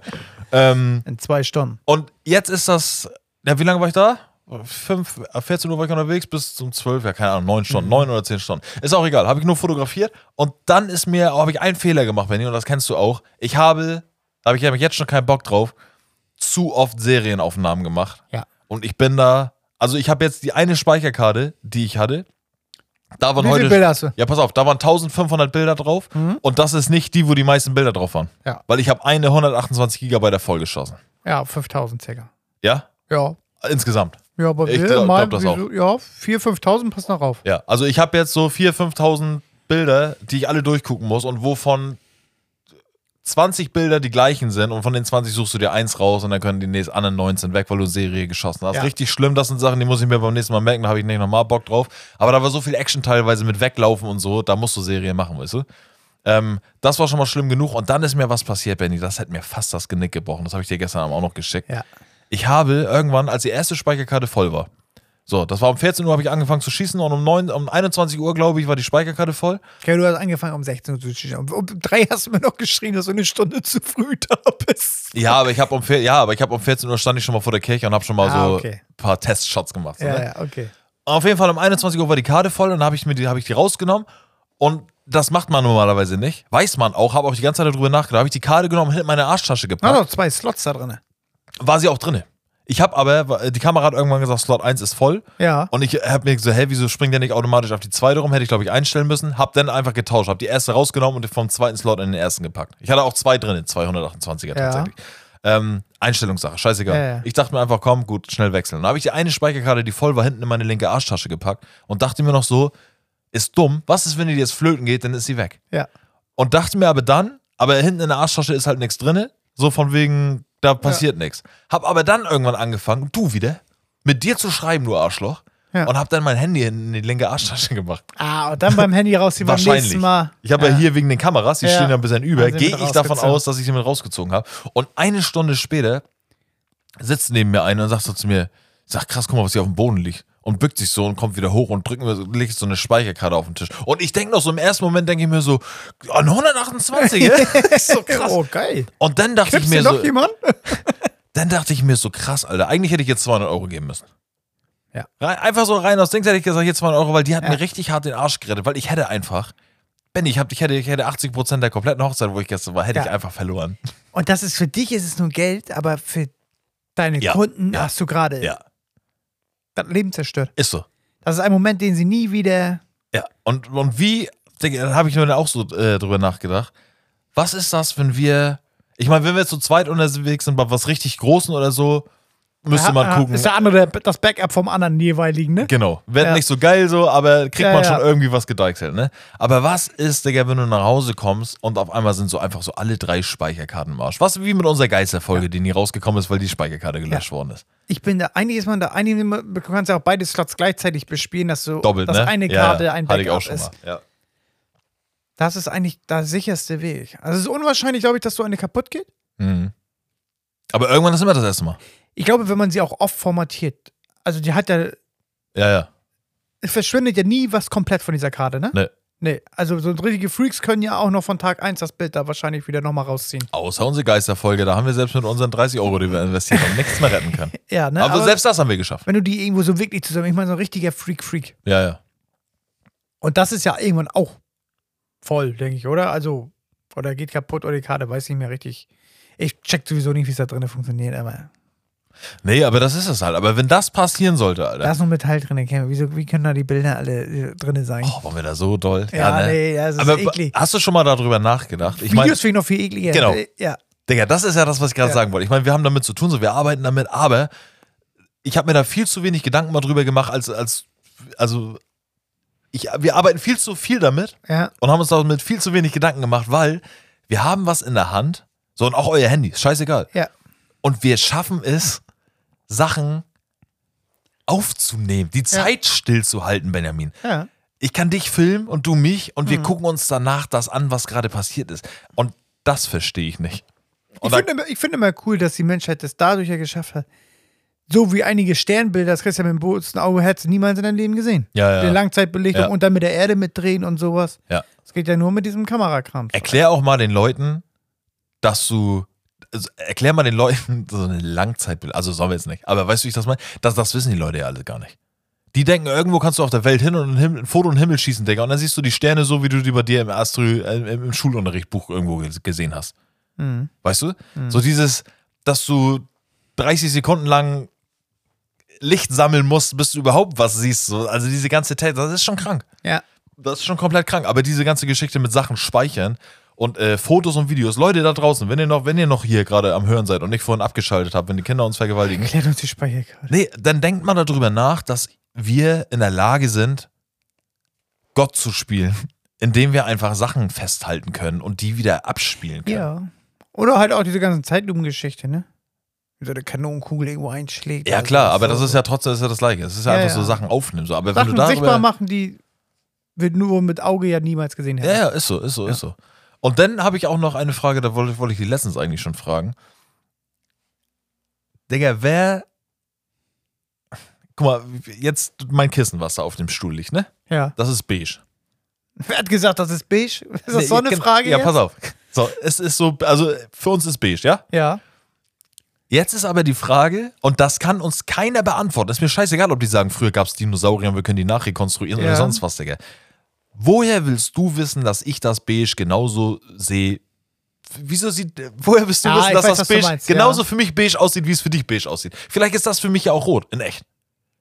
[SPEAKER 4] Ähm,
[SPEAKER 3] In zwei Stunden.
[SPEAKER 4] und jetzt ist das, ja, wie lange war ich da? Fünf, ab 14 Uhr war ich unterwegs bis zum 12, ja, keine Ahnung, neun Stunden,
[SPEAKER 3] Mhm.
[SPEAKER 4] neun oder zehn Stunden. Ist auch egal, habe ich nur fotografiert und dann ist mir, oh, habe ich einen Fehler gemacht, Benny, und das kennst du auch. Ich habe, da habe ich hab ich jetzt schon keinen Bock drauf, zu oft Serienaufnahmen gemacht.
[SPEAKER 3] Ja.
[SPEAKER 4] Und ich bin da, also ich habe jetzt die eine Speicherkarte, die ich hatte. Da waren
[SPEAKER 3] Wie viele
[SPEAKER 4] heute.
[SPEAKER 3] Bilder hast du?
[SPEAKER 4] Ja, pass auf, da waren 1500 Bilder drauf und das ist nicht die, wo die meisten Bilder drauf waren.
[SPEAKER 3] Ja.
[SPEAKER 4] Weil ich habe eine 128 Gigabyte vollgeschossen.
[SPEAKER 3] Ja, 5000 circa.
[SPEAKER 4] Ja?
[SPEAKER 3] Ja.
[SPEAKER 4] Insgesamt.
[SPEAKER 3] Ja, aber
[SPEAKER 4] Ich
[SPEAKER 3] wir
[SPEAKER 4] glaub-
[SPEAKER 3] mal,
[SPEAKER 4] glaub das
[SPEAKER 3] wieso- ja, 4.000, 5.000 passt noch rauf.
[SPEAKER 4] Ja, also ich habe jetzt so 4.000, 5.000 Bilder, die ich alle durchgucken muss und wovon 20 Bilder die gleichen sind und von den 20 suchst du dir eins raus und dann können die nächsten anderen 19 weg, weil du Serie geschossen hast.
[SPEAKER 3] Ja.
[SPEAKER 4] Richtig schlimm, das sind Sachen, die muss ich mir beim nächsten Mal merken, da habe ich nicht nochmal Bock drauf. Aber da war so viel Action teilweise mit Weglaufen und so, da musst du Serie machen, weißt du? Ähm, das war schon mal schlimm genug und dann ist mir was passiert, Benny. Das hat mir fast das Genick gebrochen. Das habe ich dir gestern Abend auch noch geschickt.
[SPEAKER 3] Ja.
[SPEAKER 4] Ich habe irgendwann, als die erste Speicherkarte voll war, so, das war um 14 Uhr, habe ich angefangen zu schießen und um, 9, um 21 Uhr, glaube ich, war die Speicherkarte voll.
[SPEAKER 3] Okay, du hast angefangen um 16 Uhr zu schießen. Um, um drei hast du mir noch geschrien, dass du eine Stunde zu früh da bist.
[SPEAKER 4] Ja, aber ich habe um, vier- ja, aber ich hab um 14 Uhr stand ich schon mal vor der Kirche und habe schon mal
[SPEAKER 3] Ah,
[SPEAKER 4] so
[SPEAKER 3] okay.
[SPEAKER 4] ein paar Testshots gemacht. So, ne?
[SPEAKER 3] Ja, ja, okay.
[SPEAKER 4] Auf jeden Fall um 21 Uhr war die Karte voll und dann habe ich, mir die- hab ich die rausgenommen. Und das macht man normalerweise nicht. Weiß man auch, habe auch die ganze Zeit darüber nachgedacht. Habe ich die Karte genommen, hinter meine Arschtasche
[SPEAKER 3] Na
[SPEAKER 4] gepackt.
[SPEAKER 3] doch, zwei Slots da drin.
[SPEAKER 4] War sie auch drinne. Ich habe aber, die Kamera hat irgendwann gesagt, Slot 1 ist voll.
[SPEAKER 3] Ja.
[SPEAKER 4] Und ich habe mir so, hä, wieso springt der nicht automatisch auf die zweite rum? Hätte ich, glaube ich, einstellen müssen. Hab dann einfach getauscht, hab die erste rausgenommen und vom zweiten Slot in den ersten gepackt. Ich hatte auch zwei drin, 228er tatsächlich. Ähm, Einstellungssache, scheißegal.
[SPEAKER 3] Ja, ja.
[SPEAKER 4] Ich dachte mir einfach, komm, gut, schnell wechseln. Dann habe ich die eine Speicherkarte, die voll war, hinten in meine linke Arschtasche gepackt und dachte mir noch so, ist dumm, was ist, wenn die jetzt flöten geht, dann ist sie weg.
[SPEAKER 3] Ja.
[SPEAKER 4] Und dachte mir aber dann, aber hinten in der Arschtasche ist halt nichts drinne. So von wegen, da passiert nichts. Hab aber dann irgendwann angefangen, du wieder, mit dir zu schreiben, du Arschloch.
[SPEAKER 3] Ja.
[SPEAKER 4] Und hab dann mein Handy in die linke Arschtasche gemacht.
[SPEAKER 3] Ah, und dann beim Handy rausziehen beim
[SPEAKER 4] Wahrscheinlich.
[SPEAKER 3] nächsten Mal.
[SPEAKER 4] Ich habe ja. hier wegen den Kameras, die
[SPEAKER 3] Ja.
[SPEAKER 4] stehen ja ein bisschen über,
[SPEAKER 3] Haben sie
[SPEAKER 4] gehe
[SPEAKER 3] mit
[SPEAKER 4] ich davon
[SPEAKER 3] rausgezogen.
[SPEAKER 4] aus, dass ich sie mit rausgezogen habe. Und eine Stunde später sitzt neben mir einer und sagt so zu mir, sag krass, guck mal, was hier auf dem Boden liegt. Und bückt sich so und kommt wieder hoch und drückt mir so- legt so eine Speicherkarte auf den Tisch. Und ich denke noch so im ersten Moment, denke ich mir so, an 128, ja? so krass.
[SPEAKER 3] Oh, geil.
[SPEAKER 4] Und dann dachte
[SPEAKER 3] Gibt's
[SPEAKER 4] ich mir
[SPEAKER 3] dir noch
[SPEAKER 4] so,
[SPEAKER 3] jemanden?
[SPEAKER 4] dann dachte ich mir so, krass, Alter, eigentlich hätte ich jetzt 200 Euro geben müssen.
[SPEAKER 5] Ja.
[SPEAKER 4] Rein, einfach so rein aus Dings hätte ich gesagt, hier 200 Euro, weil die hat
[SPEAKER 3] Ja.
[SPEAKER 4] mir richtig hart den Arsch gerettet, weil ich hätte einfach, Benny, ich, hab, ich, hätte, ich hätte 80% der kompletten Hochzeit, wo ich gestern war, hätte
[SPEAKER 3] Ja.
[SPEAKER 4] ich einfach verloren.
[SPEAKER 3] Und das ist für dich ist es nur Geld, aber für
[SPEAKER 5] Deine
[SPEAKER 4] Ja.
[SPEAKER 3] Kunden
[SPEAKER 4] Ja.
[SPEAKER 3] hast du
[SPEAKER 5] Äh.
[SPEAKER 3] gerade
[SPEAKER 4] Ja,
[SPEAKER 3] das Leben zerstört.
[SPEAKER 4] ist so.
[SPEAKER 3] Das ist ein Moment, den sie nie wieder.
[SPEAKER 4] Ja, und, und wie, Digga, da habe ich mir auch so äh, drüber nachgedacht. Was ist das, wenn wir, ich meine, wenn wir zu zweit unterwegs sind, bei was richtig Großen oder so, müsste
[SPEAKER 5] Ja,
[SPEAKER 4] man
[SPEAKER 5] ja,
[SPEAKER 4] gucken. ne?
[SPEAKER 5] Ist der andere das Backup vom anderen jeweiligen, ne?
[SPEAKER 4] Genau. Wird
[SPEAKER 5] Ja.
[SPEAKER 4] nicht so geil so, aber kriegt
[SPEAKER 5] Ja,
[SPEAKER 4] man
[SPEAKER 5] ja.
[SPEAKER 4] schon irgendwie was gedeichselt, ne? Aber was ist, Digga, wenn du nach Hause kommst und auf einmal sind so einfach so alle drei Speicherkarten im Arsch? Was wie mit unserer Geisterfolge, die nie rausgekommen ist, weil die Speicherkarte gelöscht worden ist.
[SPEAKER 3] Ich bin da. Eigentlich ist man da. Eigentlich, du kannst ja auch beide Slots gleichzeitig bespielen, dass du
[SPEAKER 4] Doppelt,
[SPEAKER 3] dass
[SPEAKER 4] ne?
[SPEAKER 3] eine
[SPEAKER 4] Ja,
[SPEAKER 3] Karte ein
[SPEAKER 4] Hatte
[SPEAKER 3] Backup
[SPEAKER 4] ich auch schon
[SPEAKER 3] ist.
[SPEAKER 4] mal. Ja.
[SPEAKER 3] Das ist eigentlich der sicherste Weg. Also es ist unwahrscheinlich, glaube ich, dass so eine kaputt geht.
[SPEAKER 4] Mhm. Aber irgendwann ist immer das erste Mal.
[SPEAKER 3] Ich glaube, wenn man sie auch oft formatiert, also die hat ja,
[SPEAKER 4] Ja, ja.
[SPEAKER 3] es verschwindet ja nie was komplett von dieser Karte, ne?
[SPEAKER 4] Nee.
[SPEAKER 3] Nee, also so richtige Freaks können ja auch noch von Tag 1 das Bild da wahrscheinlich wieder nochmal rausziehen.
[SPEAKER 4] Außer unsere Geisterfolge, da haben wir selbst mit unseren 30 Euro, die wir investiert haben, nichts mehr retten können.
[SPEAKER 3] Ja, ne?
[SPEAKER 4] Aber, selbst das haben wir geschafft.
[SPEAKER 3] wenn du die irgendwo so wirklich zusammen, ich meine, so ein richtiger Freak-Freak.
[SPEAKER 4] Ja, ja.
[SPEAKER 3] Und das ist ja irgendwann auch voll, denke ich, oder? Also, oder geht kaputt oder die Karte, weiß nicht mehr richtig. Ich check sowieso nicht, wie es da drin funktioniert, aber
[SPEAKER 4] Nee, aber das ist es halt. Aber wenn das passieren sollte,
[SPEAKER 3] da
[SPEAKER 4] Alter.
[SPEAKER 3] ist noch Metall drin, Cam. Wieso, wie können da die Bilder alle äh, drin sein?
[SPEAKER 4] Oh, waren wir da so doll? ne?
[SPEAKER 3] ja, nee, das ist
[SPEAKER 4] Aber
[SPEAKER 3] eklig.
[SPEAKER 4] hast du schon mal darüber nachgedacht? Ich meine,
[SPEAKER 3] Videos finde ich noch viel ekliger.
[SPEAKER 4] Genau.
[SPEAKER 3] Äh, Ja.
[SPEAKER 4] Digga, das ist ja das, was ich gerade
[SPEAKER 3] Ja.
[SPEAKER 4] sagen wollte. Ich meine, wir haben damit zu tun, so wir arbeiten damit, aber ich habe mir da viel zu wenig Gedanken mal drüber gemacht, als, als also ich, wir arbeiten viel zu viel damit
[SPEAKER 3] Ja.
[SPEAKER 4] und haben uns damit viel zu wenig Gedanken gemacht, weil wir haben was in der Hand, so und auch euer Handy, ist scheißegal.
[SPEAKER 3] Ja.
[SPEAKER 4] Und wir schaffen es, Sachen aufzunehmen, die Zeit stillzuhalten, Benjamin.
[SPEAKER 3] Ja.
[SPEAKER 4] Ich kann dich filmen und du mich und wir gucken uns danach das an, was gerade passiert ist. Und das verstehe ich nicht.
[SPEAKER 3] Ich
[SPEAKER 4] da-
[SPEAKER 3] finde immer, ich find immer cool, dass die Menschheit das dadurch ja geschafft hat. So wie einige Sternbilder, das Christian mit dem bloßen Auge hättest du niemals in deinem Leben gesehen.
[SPEAKER 4] Ja, ja.
[SPEAKER 3] Die Langzeitbelichtung
[SPEAKER 4] Ja.
[SPEAKER 3] und dann mit der Erde mitdrehen und sowas.
[SPEAKER 4] Ja.
[SPEAKER 3] Es geht ja nur mit diesem Kamerakram.
[SPEAKER 4] Erklär auch mal den Leuten, dass du. Also erklär mal den Leuten so eine Langzeitbild. Also sollen wir jetzt nicht. Aber weißt du, wie ich das meine? Das, das wissen die Leute ja alle gar nicht. Die denken, irgendwo kannst du auf der Welt hin und ein, Himmel, ein Foto in den Himmel schießen, Digga. Und dann siehst du die Sterne so, wie du die bei dir im, Astro, äh, im im Schulunterrichtbuch irgendwo ge- gesehen hast.
[SPEAKER 3] Mhm.
[SPEAKER 4] Weißt du? So dieses, dass du 30 Sekunden lang Licht sammeln musst, bis du überhaupt was siehst. So, also diese ganze Technik, das ist schon krank.
[SPEAKER 3] Ja.
[SPEAKER 4] Das ist schon komplett krank. Aber diese ganze Geschichte mit Sachen speichern und äh, Fotos und Videos, Leute da draußen, wenn ihr noch, wenn ihr noch hier gerade am Hören seid und nicht vorhin abgeschaltet habt, wenn die Kinder uns vergewaltigen,
[SPEAKER 3] Erklärt uns die Speicherkarte.
[SPEAKER 4] nee, dann denkt man darüber nach, dass wir in der Lage sind, Gott zu spielen, indem wir einfach Sachen festhalten können und die wieder abspielen können.
[SPEAKER 3] Ja. Oder halt auch diese ganzen Zeitlupengeschichte, ne? Wie so eine Kanonenkugel irgendwo einschlägt.
[SPEAKER 4] Ja,
[SPEAKER 3] Also
[SPEAKER 4] klar, aber
[SPEAKER 3] so-
[SPEAKER 4] das ist ja trotzdem das ist ja das Gleiche. Es ist ja,
[SPEAKER 3] Ja,
[SPEAKER 4] einfach so
[SPEAKER 3] ja.
[SPEAKER 4] Sachen aufnehmen. So. Aber wenn
[SPEAKER 3] Sachen
[SPEAKER 4] du darüber,
[SPEAKER 3] sichtbar machen, die wir nur mit Auge ja niemals gesehen
[SPEAKER 4] Ja,
[SPEAKER 3] hätten.
[SPEAKER 4] ja, ist so, ist so, ist so. Und dann habe ich auch noch eine Frage, da wollte, wollte ich die letztens eigentlich schon fragen. Digga, wer. Guck mal, jetzt mein Kissen, was da auf dem Stuhl liegt, ne?
[SPEAKER 3] Ja.
[SPEAKER 4] Das ist beige.
[SPEAKER 3] Wer hat gesagt, das ist beige? Ist das so
[SPEAKER 4] Nee,
[SPEAKER 3] eine
[SPEAKER 4] gen-
[SPEAKER 3] Frage?
[SPEAKER 4] Ja,
[SPEAKER 3] jetzt?
[SPEAKER 4] pass auf. So, es ist so, also für uns ist beige, ja?
[SPEAKER 3] Ja.
[SPEAKER 4] Jetzt ist aber die Frage, und das kann uns keiner beantworten. Ist mir scheißegal, ob die sagen, früher gab es Dinosaurier und wir können die nachrekonstruieren oder
[SPEAKER 3] Ja.
[SPEAKER 4] sonst was, Digga. Woher willst du wissen, dass ich das Beige genauso sehe? Wieso sieht, woher willst du
[SPEAKER 3] Ah,
[SPEAKER 4] wissen,
[SPEAKER 3] ich
[SPEAKER 4] dass
[SPEAKER 3] weiß,
[SPEAKER 4] das
[SPEAKER 3] was du
[SPEAKER 4] Beige
[SPEAKER 3] meinst, ja.
[SPEAKER 4] genauso für mich beige aussieht, wie es für dich beige aussieht? Vielleicht ist das für mich ja auch rot, in echt.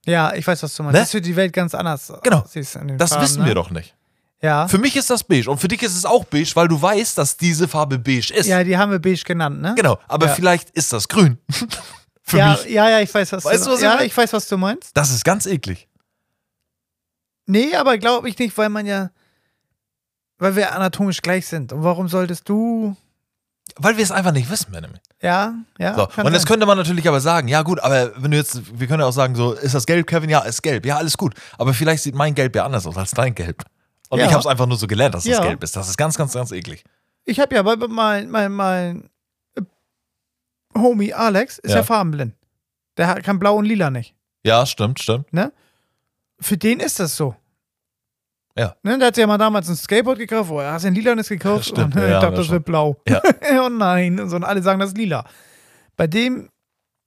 [SPEAKER 3] Ja, ich weiß, was du meinst.
[SPEAKER 4] Ne?
[SPEAKER 3] Das ist für die Welt ganz anders.
[SPEAKER 4] Genau.
[SPEAKER 3] Siehst du an den
[SPEAKER 4] Das
[SPEAKER 3] Farben,
[SPEAKER 4] wissen
[SPEAKER 3] ne?
[SPEAKER 4] wir doch nicht.
[SPEAKER 3] Ja.
[SPEAKER 4] Für mich ist das beige und für dich ist es auch beige, weil du weißt, dass diese Farbe beige ist.
[SPEAKER 3] ja, die haben wir beige genannt, ne?
[SPEAKER 4] Genau, aber
[SPEAKER 3] Ja.
[SPEAKER 4] vielleicht ist das grün. für
[SPEAKER 3] ja,
[SPEAKER 4] mich.
[SPEAKER 3] ja, ja, ich weiß, was
[SPEAKER 4] Weißt
[SPEAKER 3] du
[SPEAKER 4] du, was ich
[SPEAKER 3] Ja,
[SPEAKER 4] meine?
[SPEAKER 3] ich weiß, was du meinst.
[SPEAKER 4] Das ist ganz eklig.
[SPEAKER 3] Nee, aber glaube ich nicht, weil man ja. Weil wir anatomisch gleich sind. Und warum solltest du.
[SPEAKER 4] weil wir es einfach nicht wissen, Benjamin.
[SPEAKER 3] Ja, ja.
[SPEAKER 4] So.
[SPEAKER 3] kann
[SPEAKER 4] Und das
[SPEAKER 3] sein.
[SPEAKER 4] könnte man natürlich aber sagen, ja gut, aber wenn du jetzt, wir können ja auch sagen, so, ist das gelb, Kevin? Ja, ist gelb. Ja, alles gut. Aber vielleicht sieht mein Gelb ja anders aus als dein Gelb. Und
[SPEAKER 3] Ja.
[SPEAKER 4] ich habe es einfach nur so gelernt, dass
[SPEAKER 3] Ja.
[SPEAKER 4] das gelb ist. Das ist ganz, ganz, ganz eklig.
[SPEAKER 3] ich habe ja bei- bei mein, mein, mein äh, Homie Alex ist ja.
[SPEAKER 4] Ja.
[SPEAKER 3] farbenblind. Der hat- kann blau und lila nicht.
[SPEAKER 4] Ja, stimmt, stimmt.
[SPEAKER 3] Für den ist das so.
[SPEAKER 4] Ja.
[SPEAKER 3] Ne, der hat sich ja mal damals ein Skateboard gekauft, oh, er hat ein lilanes gekauft
[SPEAKER 4] Stimmt,
[SPEAKER 3] und
[SPEAKER 4] ja,
[SPEAKER 3] ich
[SPEAKER 4] haben
[SPEAKER 3] dachte,
[SPEAKER 4] wir
[SPEAKER 3] das
[SPEAKER 4] schon.
[SPEAKER 3] wird blau.
[SPEAKER 4] Ja.
[SPEAKER 3] oh nein, und so, und alle sagen, das ist lila. Bei dem,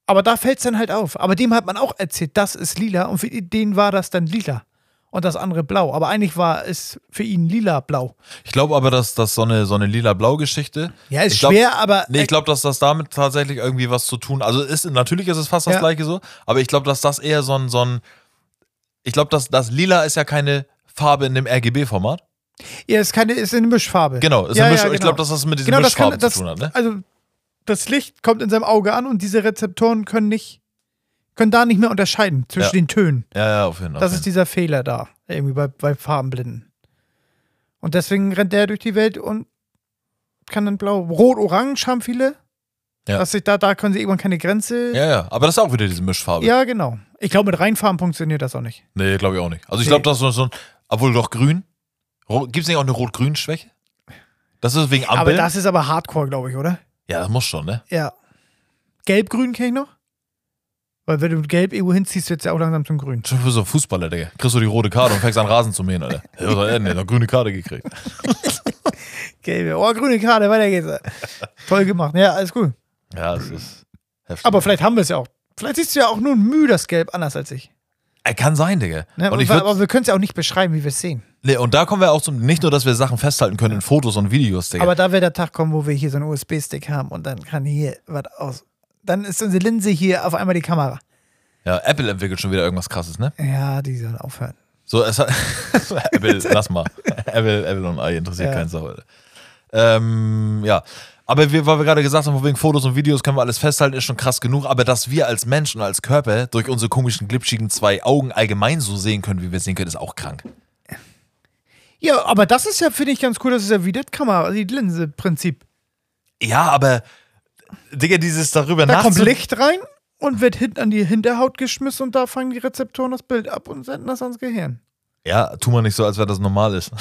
[SPEAKER 3] aber da fällt es dann halt auf. Aber dem hat man auch erzählt, das ist lila und für den war das dann lila und das andere blau. Aber eigentlich war es für ihn lila-blau.
[SPEAKER 4] Ich glaube aber, dass das so eine, so eine lila-blau-Geschichte.
[SPEAKER 3] Ja, ist
[SPEAKER 4] ich glaub-
[SPEAKER 3] schwer, aber
[SPEAKER 4] Nee, ich glaube, dass das damit tatsächlich irgendwie was zu tun. Also ist natürlich ist es fast das
[SPEAKER 3] Ja.
[SPEAKER 4] gleiche so, aber ich glaube, dass das eher so ein, so ein ich glaube, dass das Lila ist ja keine Farbe in dem RGB-Format.
[SPEAKER 3] ja, ist, keine, ist eine Mischfarbe.
[SPEAKER 4] Genau, ist
[SPEAKER 3] ja,
[SPEAKER 4] eine Misch
[SPEAKER 3] ja,
[SPEAKER 4] ich glaube, dass das mit diesen
[SPEAKER 3] genau, das
[SPEAKER 4] Mischfarben
[SPEAKER 3] kann, das,
[SPEAKER 4] zu tun hat. Ne?
[SPEAKER 3] Also das Licht kommt in seinem Auge an und diese Rezeptoren können nicht, können da nicht mehr unterscheiden zwischen
[SPEAKER 4] Ja.
[SPEAKER 3] den Tönen.
[SPEAKER 4] Ja, ja, auf jeden Fall.
[SPEAKER 3] Das ist dieser Fehler da, irgendwie bei, bei Farbenblinden. Und deswegen rennt der durch die Welt und kann dann blau. Rot-Orange haben viele.
[SPEAKER 4] Ja.
[SPEAKER 3] Dass sich da, da können sie irgendwann keine Grenze.
[SPEAKER 4] ja, ja, aber das ist auch wieder diese Mischfarbe.
[SPEAKER 3] Ja, genau. Ich glaube, mit Reinfarben funktioniert das auch nicht.
[SPEAKER 4] Nee, glaube ich auch nicht. Also ich
[SPEAKER 3] Nee.
[SPEAKER 4] glaube, das ist so- so ein, obwohl doch grün. Gibt es nicht auch eine Rot-Grün-Schwäche? Das ist wegen
[SPEAKER 3] Aber
[SPEAKER 4] Ampeln?
[SPEAKER 3] das ist aber Hardcore, glaube ich, oder?
[SPEAKER 4] ja, das muss schon, ne?
[SPEAKER 3] Ja. Gelb-Grün kenne ich noch. Weil wenn du mit Gelb irgendwo hinziehst, wird es ja auch langsam zum Grün.
[SPEAKER 4] Schon für so einen Fußballer, Digga. Kriegst du die rote Karte und fängst an, Rasen zu mähen, Alter. Ja, was soll er denn? Der hat eine grüne Karte gekriegt.
[SPEAKER 3] Gelbe. Oh, grüne Karte, weiter geht's. Toll gemacht. Ja, alles gut.
[SPEAKER 4] Ja, das ist heftig.
[SPEAKER 3] Aber vielleicht haben wir es ja auch. Vielleicht siehst du ja auch nur müh das Gelb anders als ich.
[SPEAKER 4] Äh, Kann sein, Digga.
[SPEAKER 3] Ne?
[SPEAKER 4] und, ich
[SPEAKER 3] aber,
[SPEAKER 4] würd,
[SPEAKER 3] aber wir können es ja auch nicht beschreiben, wie wir es sehen.
[SPEAKER 4] nee, und da kommen wir auch zum. Nicht nur, dass wir Sachen festhalten können in Fotos und Videos, Digga.
[SPEAKER 3] Aber da wird der Tag kommen, wo wir hier so einen USB-Stick haben und dann kann hier was aus. Dann ist unsere Linse hier auf einmal die Kamera.
[SPEAKER 4] ja, Apple entwickelt schon wieder irgendwas krasses, ne?
[SPEAKER 3] Ja, die sollen aufhören.
[SPEAKER 4] So, es hat, Apple, lass mal. Apple, Apple und AI interessiert
[SPEAKER 3] Ja.
[SPEAKER 4] keinen Sau, Alter. Ähm, ja. Aber wir, weil wir gerade gesagt haben, von wegen Fotos und Videos können wir alles festhalten, ist schon krass genug. Aber dass wir als Menschen, als Körper durch unsere komischen, glitschigen zwei Augen allgemein so sehen können, wie wir es sehen können, ist auch krank.
[SPEAKER 3] Ja, aber das ist ja, finde ich, ganz cool, das ist ja wie das Kamera, die Linse-Prinzip.
[SPEAKER 4] Ja, aber, Digga, dieses darüber
[SPEAKER 3] Da kommt
[SPEAKER 4] nachzu-
[SPEAKER 3] Licht rein und wird hinten an die Hinterhaut geschmissen und da fangen die Rezeptoren das Bild ab und senden das ans Gehirn.
[SPEAKER 4] Ja, tu mal nicht so, als wäre das normal ist.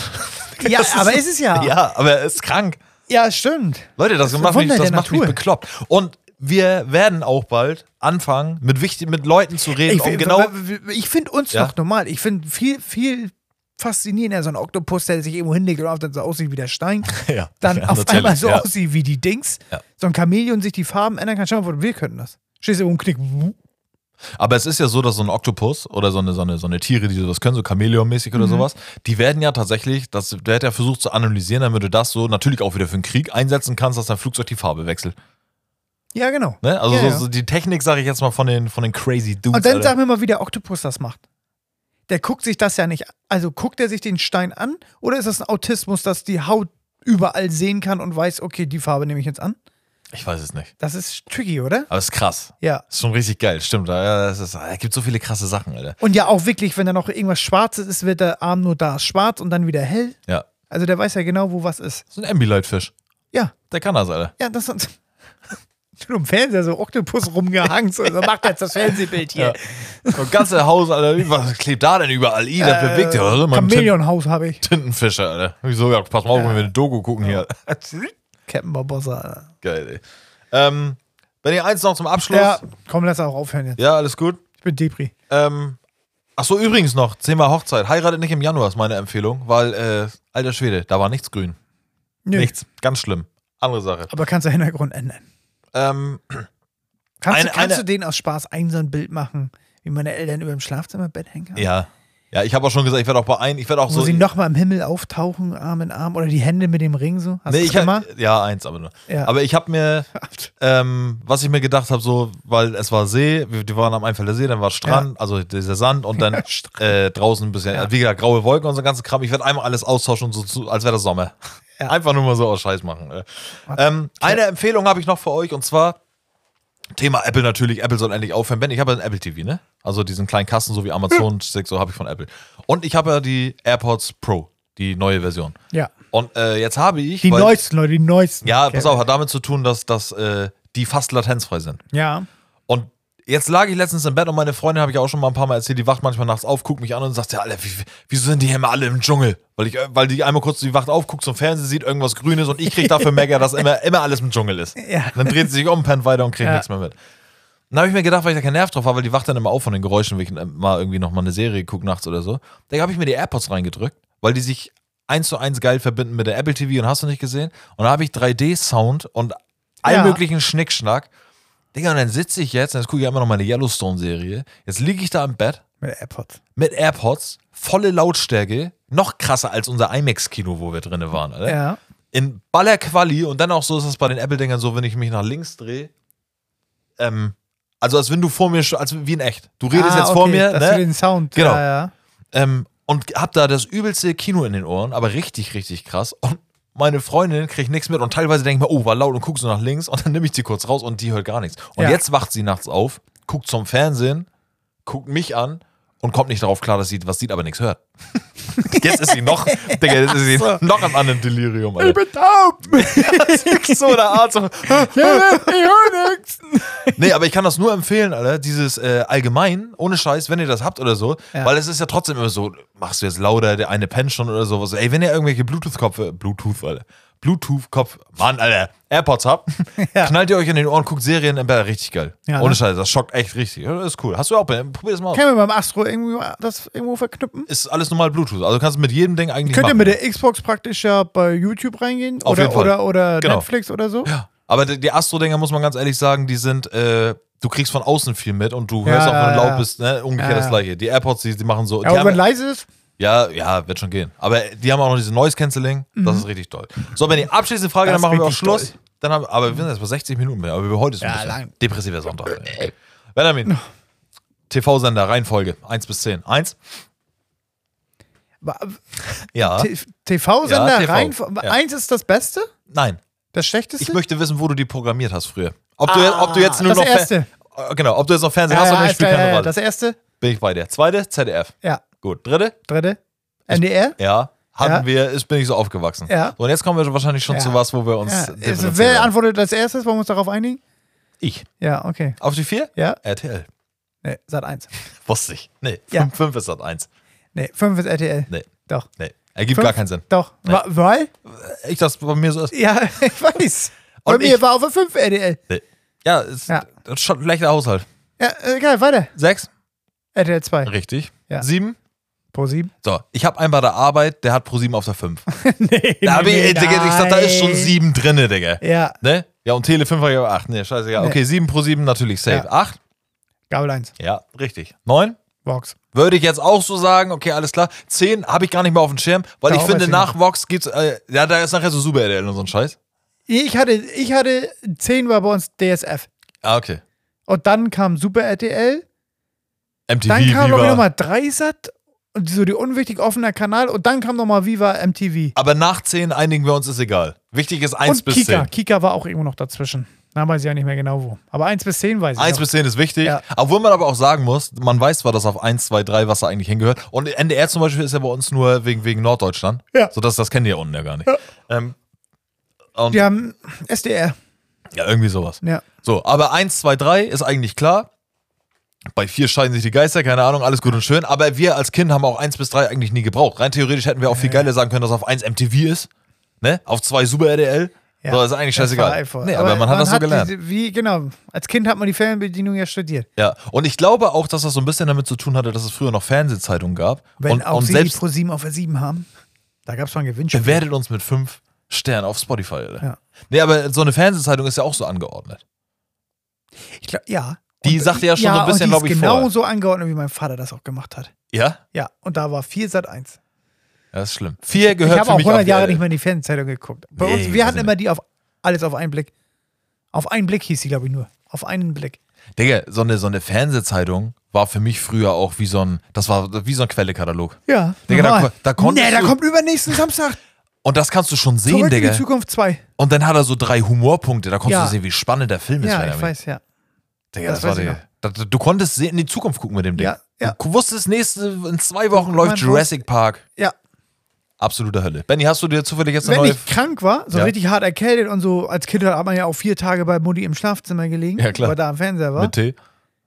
[SPEAKER 3] Ja, aber ist es ja. Ja,
[SPEAKER 4] ja, aber es ist krank.
[SPEAKER 3] ja stimmt.
[SPEAKER 4] Leute, das,
[SPEAKER 3] Das ist ein
[SPEAKER 4] macht, mich,
[SPEAKER 3] Wunder
[SPEAKER 4] das
[SPEAKER 3] der
[SPEAKER 4] macht mich
[SPEAKER 3] Natur.
[SPEAKER 4] bekloppt. Und wir werden auch bald anfangen, mit, wichtig, mit Leuten zu reden,
[SPEAKER 3] Ich,
[SPEAKER 4] um genau
[SPEAKER 3] ich finde uns
[SPEAKER 4] Ja.
[SPEAKER 3] noch normal. Ich finde viel, viel faszinierender so ein Oktopus, der sich irgendwo hinlegt und auf dann so aussieht wie der Stein.
[SPEAKER 4] Ja,
[SPEAKER 3] Dann
[SPEAKER 4] ja,
[SPEAKER 3] auf
[SPEAKER 4] natürlich,
[SPEAKER 3] einmal so
[SPEAKER 4] ja.
[SPEAKER 3] aussieht wie die Dings.
[SPEAKER 4] Ja.
[SPEAKER 3] So ein Chamäleon sich die Farben ändern kann. Schau mal, wir könnten das. Stehst du im Knick.
[SPEAKER 4] Aber es ist ja so, dass so ein Oktopus oder so eine, so eine, so eine Tiere, die sowas können, so Chamäleon-mäßig
[SPEAKER 3] Mhm.
[SPEAKER 4] oder sowas, die werden ja tatsächlich, das, der hat ja versucht zu analysieren, damit du das so natürlich auch wieder für den Krieg einsetzen kannst, dass dein Flugzeug die Farbe wechselt.
[SPEAKER 3] Ja, genau.
[SPEAKER 4] Ne? Also
[SPEAKER 3] Ja,
[SPEAKER 4] so,
[SPEAKER 3] ja.
[SPEAKER 4] so die Technik, sage ich jetzt mal, von den, von den crazy Dudes.
[SPEAKER 3] Und dann
[SPEAKER 4] Alter.
[SPEAKER 3] sag mir mal, wie der Oktopus das macht. Der guckt sich das ja nicht an. Also guckt er sich den Stein an oder ist das ein Autismus, dass die Haut überall sehen kann und weiß, okay, die Farbe nehme ich jetzt an?
[SPEAKER 4] ich weiß es nicht.
[SPEAKER 3] Das ist tricky, oder?
[SPEAKER 4] Aber es ist krass.
[SPEAKER 3] Ja.
[SPEAKER 4] Ist schon richtig geil, stimmt. Ja, es ist, es gibt so viele krasse Sachen, Alter.
[SPEAKER 3] Und ja, auch wirklich, wenn da noch irgendwas Schwarzes ist, wird der Arm nur da schwarz und dann wieder hell.
[SPEAKER 4] Ja.
[SPEAKER 3] Also der weiß ja genau, wo was ist.
[SPEAKER 4] So ein Ambilight-Fisch.
[SPEAKER 3] Ja,
[SPEAKER 4] Der kann das, Alter.
[SPEAKER 3] ja, das ist. Du im Fernseher so Oktopus rumgehangen, so so macht jetzt das Fernsehbild hier.
[SPEAKER 4] Das ganze Haus, Alter. Was klebt da denn überall? I,
[SPEAKER 3] Äh,
[SPEAKER 4] das bewegt ja. Also, mein Tin-
[SPEAKER 3] Chamäleonhaus habe ich.
[SPEAKER 4] Tintenfische, Alter. Wieso? Ja, pass mal auf, wenn wir eine Doku gucken hier.
[SPEAKER 3] Captain Barbossa.
[SPEAKER 4] Geil, ey. Ähm, wenn ihr eins noch zum Abschluss.
[SPEAKER 3] Ja,
[SPEAKER 4] Ja,
[SPEAKER 3] komm, lass auch aufhören jetzt.
[SPEAKER 4] alles gut.
[SPEAKER 3] Ich bin Depri.
[SPEAKER 4] Ähm, ach so, übrigens noch, Thema Hochzeit. Heiratet nicht im Januar, ist meine Empfehlung, weil, äh, alter Schwede, da war nichts grün.
[SPEAKER 3] Nö.
[SPEAKER 4] Nichts. Ganz schlimm. Andere Sache.
[SPEAKER 3] Aber kannst du den Hintergrund ändern.
[SPEAKER 4] Ähm,
[SPEAKER 3] Kannst,
[SPEAKER 4] Eine-
[SPEAKER 3] du, kannst
[SPEAKER 4] eine-
[SPEAKER 3] du den aus Spaß ein so ein Bild machen, wie meine Eltern über dem Schlafzimmerbett hängen? haben?
[SPEAKER 4] ja. Ja, ich habe auch schon gesagt, ich werde auch bei ein, ich werde auch
[SPEAKER 3] Wo
[SPEAKER 4] so.
[SPEAKER 3] sie nochmal im Himmel auftauchen, Arm in Arm oder die Hände mit dem Ring so? Hast
[SPEAKER 4] nee,
[SPEAKER 3] du
[SPEAKER 4] ich
[SPEAKER 3] schon mal?
[SPEAKER 4] hab, ja, eins, aber nur.
[SPEAKER 3] Ja.
[SPEAKER 4] Aber ich habe mir, ähm, was ich mir gedacht habe, so, weil es war See, wir die waren am Einfaller See, dann war Strand, also dieser Sand und dann äh, draußen ein bisschen, wie gesagt, graue Wolken und so ganze Kram. Ich werde einmal alles austauschen, und so zu, als wäre das Sommer.
[SPEAKER 3] Ja.
[SPEAKER 4] Einfach nur mal so aus Scheiß machen. Äh. Ähm, eine Empfehlung habe ich noch für euch und zwar Thema Apple natürlich. Apple soll endlich aufhören. Ben, ich habe ja ein Apple TV, ne? Also diesen kleinen Kasten, so wie
[SPEAKER 3] Hm.
[SPEAKER 4] Amazon Stick, so habe ich von Apple. Und ich habe ja die AirPods Pro, die neue Version.
[SPEAKER 3] Ja.
[SPEAKER 4] Und äh, jetzt habe ich.
[SPEAKER 3] Die
[SPEAKER 4] weil-
[SPEAKER 3] neuesten, Leute, die neuesten.
[SPEAKER 4] Ja, pass auf, hat damit zu tun, dass, dass äh, die fast latenzfrei sind.
[SPEAKER 3] Ja.
[SPEAKER 4] Und jetzt lag ich letztens im Bett und meine Freundin, habe ich auch schon mal ein paar Mal erzählt, die wacht manchmal nachts auf, guckt mich an und sagt, ja, Alter, wie, wie- wieso sind die hier immer alle im Dschungel? Weil, ich, äh, weil die einmal kurz, die wacht auf, guckt zum Fernsehen, sieht irgendwas Grünes und ich kriege dafür Mega, dass immer, immer alles im Dschungel ist.
[SPEAKER 3] Ja.
[SPEAKER 4] Und Dann dreht sie sich um, pennt weiter und kriegt
[SPEAKER 3] Ja.
[SPEAKER 4] nichts mehr mit. Dann habe ich mir gedacht, weil ich da keinen Nerv drauf habe, weil die wacht dann immer auf von den Geräuschen, wenn ich äh, mal irgendwie nochmal eine Serie gucke nachts oder so. Da habe ich mir die AirPods reingedrückt, weil die sich eins zu eins geil verbinden mit der Apple TV und hast du nicht gesehen. Und da habe ich 3D-Sound und all
[SPEAKER 3] Ja.
[SPEAKER 4] möglichen Schnickschnack. Digga, und dann sitze ich jetzt, und jetzt gucke ich ja immer noch meine Yellowstone-Serie. Jetzt liege ich da im Bett
[SPEAKER 3] Mit AirPods.
[SPEAKER 4] mit AirPods, volle Lautstärke, noch krasser als unser IMAX-Kino, wo wir drinne waren. Alter.
[SPEAKER 3] Ja.
[SPEAKER 4] In Ballerquali und dann auch so ist es bei den Apple-Dingern so, wenn ich mich nach links drehe. Ähm, also als wenn du vor mir, sch- als wie in echt. Du redest
[SPEAKER 3] Ah,
[SPEAKER 4] jetzt vor
[SPEAKER 3] okay,
[SPEAKER 4] mir,
[SPEAKER 3] dass
[SPEAKER 4] ne?
[SPEAKER 3] du den Sound.
[SPEAKER 4] Genau.
[SPEAKER 3] Ja, ja.
[SPEAKER 4] Ähm, und hab da das übelste Kino in den Ohren, aber richtig, richtig krass. Und meine Freundin kriegt nichts mit und teilweise denke ich mir, oh, war laut und guck so nach links und dann nehme ich die kurz raus und die hört gar nichts. Und
[SPEAKER 3] Ja.
[SPEAKER 4] jetzt wacht sie nachts auf, guckt zum Fernsehen, guckt mich an und kommt nicht darauf klar, dass sie was sieht, aber nichts hört. Jetzt ist sie noch, Digga, jetzt ist sie noch im anderen Delirium, Alter. so der Arzt. so, nee, aber ich kann das nur empfehlen, Alter, dieses äh, allgemein, ohne Scheiß, wenn ihr das habt oder so,
[SPEAKER 3] Ja.
[SPEAKER 4] weil es ist ja trotzdem immer so, machst du jetzt lauter, der eine pennt schon oder sowas. Ey, wenn ihr irgendwelche Bluetooth-Kopf, Bluetooth, Alter, Bluetooth-Kopf, Mann, Alter, AirPods habt,
[SPEAKER 3] Ja.
[SPEAKER 4] knallt ihr euch in den Ohren, guckt Serien im Bett, richtig geil.
[SPEAKER 3] Ja,
[SPEAKER 4] ohne
[SPEAKER 3] ne?
[SPEAKER 4] Scheiß, das schockt echt richtig. Ja, Das ist cool. Hast du auch, bei- probier das mal aus.
[SPEAKER 3] Können wir beim Astro irgendwie mal das irgendwo verknüpfen?
[SPEAKER 4] Ist alles normal Bluetooth, also kannst du mit jedem Ding eigentlich
[SPEAKER 3] Könnt ihr
[SPEAKER 4] machen.
[SPEAKER 3] mit der Xbox praktisch ja bei YouTube reingehen?
[SPEAKER 4] Auf
[SPEAKER 3] oder,
[SPEAKER 4] jeden Fall.
[SPEAKER 3] oder, oder
[SPEAKER 4] Genau.
[SPEAKER 3] Netflix oder so? Ja.
[SPEAKER 4] Aber die, die Astro-Dinger, muss man ganz ehrlich sagen, die sind, äh, du kriegst von außen viel mit und du
[SPEAKER 3] Ja,
[SPEAKER 4] hörst auch,
[SPEAKER 3] ja,
[SPEAKER 4] wenn du laut
[SPEAKER 3] ja.
[SPEAKER 4] bist, ne? ungefähr
[SPEAKER 3] Ja,
[SPEAKER 4] das
[SPEAKER 3] ja.
[SPEAKER 4] gleiche. Die AirPods, die, die machen so. die
[SPEAKER 3] aber wenn
[SPEAKER 4] haben,
[SPEAKER 3] leise ist,
[SPEAKER 4] ja, ja, wird schon gehen. Aber die haben auch noch diese Noise-Canceling, das ist richtig toll. So, wenn die abschließende Frage,
[SPEAKER 3] Mhm. Das
[SPEAKER 4] dann machen wir auch
[SPEAKER 3] ist richtig
[SPEAKER 4] Schluss. Dann haben, aber wir sind jetzt bei 60 Minuten mehr, aber wir heute ist ein
[SPEAKER 3] Ja,
[SPEAKER 4] bisschen
[SPEAKER 3] lang.
[SPEAKER 4] depressiver Sonntag. Benjamin, TV-Sender, Reihenfolge, 1 bis 10. 1?
[SPEAKER 3] Wa-
[SPEAKER 4] Ja,
[SPEAKER 3] T- TV-Sender
[SPEAKER 4] Ah? Ja, TV.
[SPEAKER 3] rein.
[SPEAKER 4] Ja.
[SPEAKER 3] Eins ist das Beste,
[SPEAKER 4] nein.
[SPEAKER 3] das Schlechteste.
[SPEAKER 4] Ich möchte wissen, wo du die programmiert hast früher. Ob du, jetzt- ob du jetzt nur
[SPEAKER 3] Ah, das
[SPEAKER 4] noch Fer-
[SPEAKER 3] Erste.
[SPEAKER 4] Äh, Genau, ob du jetzt noch Fernsehen
[SPEAKER 3] ja,
[SPEAKER 4] hast oder
[SPEAKER 3] ja,
[SPEAKER 4] nicht, spielt
[SPEAKER 3] ja,
[SPEAKER 4] keine
[SPEAKER 3] ja,
[SPEAKER 4] Rolle.
[SPEAKER 3] das Erste,
[SPEAKER 4] Bin ich bei dir. Zweite, ZDF.
[SPEAKER 3] ja.
[SPEAKER 4] Gut. Dritte,
[SPEAKER 3] Dritte, NDR.
[SPEAKER 4] ja. Hatten
[SPEAKER 3] Ja.
[SPEAKER 4] wir, ist, bin ich so aufgewachsen.
[SPEAKER 3] Ja.
[SPEAKER 4] So, und jetzt kommen wir wahrscheinlich schon
[SPEAKER 3] Ja.
[SPEAKER 4] zu was, wo wir uns.
[SPEAKER 3] Ja.
[SPEAKER 4] differenzieren
[SPEAKER 3] Also, Wer
[SPEAKER 4] werden.
[SPEAKER 3] antwortet als erstes? Wollen wir uns darauf einigen?
[SPEAKER 4] Ich.
[SPEAKER 3] Ja, okay.
[SPEAKER 4] Auf die vier?
[SPEAKER 3] Ja,
[SPEAKER 4] RTL.
[SPEAKER 3] nee, Sat 1.
[SPEAKER 4] Wusste ich. Nee,
[SPEAKER 3] Ja.
[SPEAKER 4] fünf, fünf ist das eins.
[SPEAKER 3] Nee, 5 ist RTL.
[SPEAKER 4] Nee.
[SPEAKER 3] Doch.
[SPEAKER 4] Nee. Ergibt
[SPEAKER 3] Fünf?
[SPEAKER 4] gar keinen Sinn.
[SPEAKER 3] Doch. Wa- Weil?
[SPEAKER 4] Ich, das bei mir so ist.
[SPEAKER 3] Ja, ich weiß. Bei
[SPEAKER 4] Und
[SPEAKER 3] mir
[SPEAKER 4] ich-
[SPEAKER 3] war auf der 5 RTL.
[SPEAKER 4] Nee. Ja, ist,
[SPEAKER 3] Ja.
[SPEAKER 4] das ist schon ein schlechter Haushalt.
[SPEAKER 3] Ja, egal, weiter.
[SPEAKER 4] Sechs?
[SPEAKER 3] RTL 2.
[SPEAKER 4] Richtig.
[SPEAKER 3] Ja.
[SPEAKER 4] Sieben?
[SPEAKER 3] Pro 7.
[SPEAKER 4] So, ich habe einen bei der Arbeit, der hat pro sieben auf der fünf.
[SPEAKER 3] Nee,
[SPEAKER 4] Da hab ich, ey, Digga, ich sag, da ist schon
[SPEAKER 3] nein.
[SPEAKER 4] sieben drinne, Digga.
[SPEAKER 3] Ja,
[SPEAKER 4] Ne? Ja, und Tele 5 habe ich aber 8. Ne, scheißegal.
[SPEAKER 3] Nee.
[SPEAKER 4] Okay, 7 pro 7 natürlich safe.
[SPEAKER 3] Ja.
[SPEAKER 4] 8?
[SPEAKER 3] Gabel 1.
[SPEAKER 4] Ja, richtig. 9?
[SPEAKER 3] Vox.
[SPEAKER 4] Würde ich jetzt auch so sagen, okay, alles klar. 10 habe ich gar nicht mehr auf dem Schirm, weil
[SPEAKER 3] Da
[SPEAKER 4] ich
[SPEAKER 3] auch
[SPEAKER 4] finde,
[SPEAKER 3] weiß ich
[SPEAKER 4] nach Vox gibt's, äh, ja, da ist nachher so Super RTL und so ein Scheiß.
[SPEAKER 3] Ich hatte, ich hatte 10 war bei uns DSF.
[SPEAKER 4] Ah, okay.
[SPEAKER 3] Und dann kam Super RTL.
[SPEAKER 4] MTV,
[SPEAKER 3] Dann kam noch
[SPEAKER 4] Viva.
[SPEAKER 3] nochmal Dreisat und so die unwichtig offener Kanal und dann kam nochmal Viva MTV.
[SPEAKER 4] Aber nach 10 einigen wir uns, ist egal. Wichtig ist 1
[SPEAKER 3] und
[SPEAKER 4] bis
[SPEAKER 3] Kika.
[SPEAKER 4] 10.
[SPEAKER 3] Kika war auch irgendwo noch dazwischen. Da weiß ich ja nicht mehr genau wo. Aber 1 bis 10 weiß ich.
[SPEAKER 4] 1
[SPEAKER 3] noch.
[SPEAKER 4] bis 10 ist wichtig.
[SPEAKER 3] Ja.
[SPEAKER 4] Obwohl man aber auch sagen muss, man weiß zwar, dass auf 1, 2, 3, was da eigentlich hingehört. Und NDR zum Beispiel ist ja bei uns nur wegen, wegen Norddeutschland.
[SPEAKER 3] Ja.
[SPEAKER 4] So, das, das kennen die ja unten ja gar nicht. Ähm, und
[SPEAKER 3] Die haben SDR.
[SPEAKER 4] ja, irgendwie sowas.
[SPEAKER 3] Ja.
[SPEAKER 4] So, aber 1, 2, 3 ist eigentlich klar. Bei 4 scheiden sich die Geister, keine Ahnung, alles gut und schön. Aber wir als Kind haben auch 1 bis 3 eigentlich nie gebraucht. Rein theoretisch hätten wir auch viel geiler sagen können, dass auf 1 MTV ist, ne? Auf 2 Super RTL.
[SPEAKER 3] Ja,
[SPEAKER 4] so, ist eigentlich scheißegal.
[SPEAKER 3] Das war einfach-
[SPEAKER 4] Nee, aber, man hat das so gelernt.
[SPEAKER 3] diese- wie, genau. Als Kind hat man die Fernbedienung ja studiert.
[SPEAKER 4] ja. Und ich glaube auch, dass das so ein bisschen damit zu tun hatte, dass es früher noch Fernsehzeitungen gab.
[SPEAKER 3] Wenn
[SPEAKER 4] und
[SPEAKER 3] auch
[SPEAKER 4] und
[SPEAKER 3] sie die
[SPEAKER 4] selbst
[SPEAKER 3] Pro 7 auf der 7 haben, da gab es mal ein Gewinnspiel.
[SPEAKER 4] bewertet uns mit 5 Sternen auf Spotify. Alter.
[SPEAKER 3] Ja.
[SPEAKER 4] Nee, aber so eine Fernsehzeitung ist ja auch so angeordnet.
[SPEAKER 3] Ich glaub, ja.
[SPEAKER 4] Die sagte ja schon so ein bisschen,
[SPEAKER 3] und
[SPEAKER 4] glaube
[SPEAKER 3] die
[SPEAKER 4] ich,
[SPEAKER 3] ist genau
[SPEAKER 4] vor.
[SPEAKER 3] so angeordnet, wie mein Vater das auch gemacht hat.
[SPEAKER 4] Ja?
[SPEAKER 3] Ja, und da war 4 Sat 1.
[SPEAKER 4] Ja, ist schlimm. 4
[SPEAKER 3] Ich
[SPEAKER 4] gehört
[SPEAKER 3] habe
[SPEAKER 4] für
[SPEAKER 3] auch
[SPEAKER 4] mich
[SPEAKER 3] 100
[SPEAKER 4] auf
[SPEAKER 3] Jahre
[SPEAKER 4] RTL.
[SPEAKER 3] nicht mehr in die Fernsehzeitung geguckt. Bei
[SPEAKER 4] Nee,
[SPEAKER 3] uns, wir
[SPEAKER 4] weiß
[SPEAKER 3] hatten
[SPEAKER 4] ich
[SPEAKER 3] immer die auf alles auf einen Blick. Auf einen Blick hieß sie, glaube ich, nur. Auf einen Blick.
[SPEAKER 4] Digga, so eine, so eine Fernsehzeitung war für mich früher auch wie so ein, das war wie so ein Quellekatalog.
[SPEAKER 3] Ja.
[SPEAKER 4] Digga, da
[SPEAKER 3] normal.
[SPEAKER 4] ko- da konntest
[SPEAKER 3] nee, da
[SPEAKER 4] du-
[SPEAKER 3] kommt übernächsten Samstag.
[SPEAKER 4] Und das kannst du schon sehen,
[SPEAKER 3] Zurück in die
[SPEAKER 4] Digga.
[SPEAKER 3] Zukunft 2.
[SPEAKER 4] Und dann hat er so drei Humorpunkte, da konntest
[SPEAKER 3] Ja.
[SPEAKER 4] du sehen, wie spannend der Film ist.
[SPEAKER 3] Ja,
[SPEAKER 4] Benjamin.
[SPEAKER 3] ich weiß, ja.
[SPEAKER 4] Digga,
[SPEAKER 3] das
[SPEAKER 4] das, war
[SPEAKER 3] weiß ich
[SPEAKER 4] der, da, da- du konntest se- in die Zukunft gucken mit dem Ding.
[SPEAKER 3] Ja, ja.
[SPEAKER 4] Du wusstest, nächste, in zwei Wochen läuft
[SPEAKER 3] man
[SPEAKER 4] Jurassic Park.
[SPEAKER 3] Ja.
[SPEAKER 4] absolute Hölle. Benny, hast du dir zufällig jetzt eine
[SPEAKER 3] Wenn
[SPEAKER 4] neue.
[SPEAKER 3] ich krank war, so
[SPEAKER 4] Ja.
[SPEAKER 3] richtig hart erkältet und so, als Kind hat man ja auch vier Tage bei Mutti im Schlafzimmer gelegen,
[SPEAKER 4] Ja, klar.
[SPEAKER 3] weil da am Fernseher war.
[SPEAKER 4] mit Tee?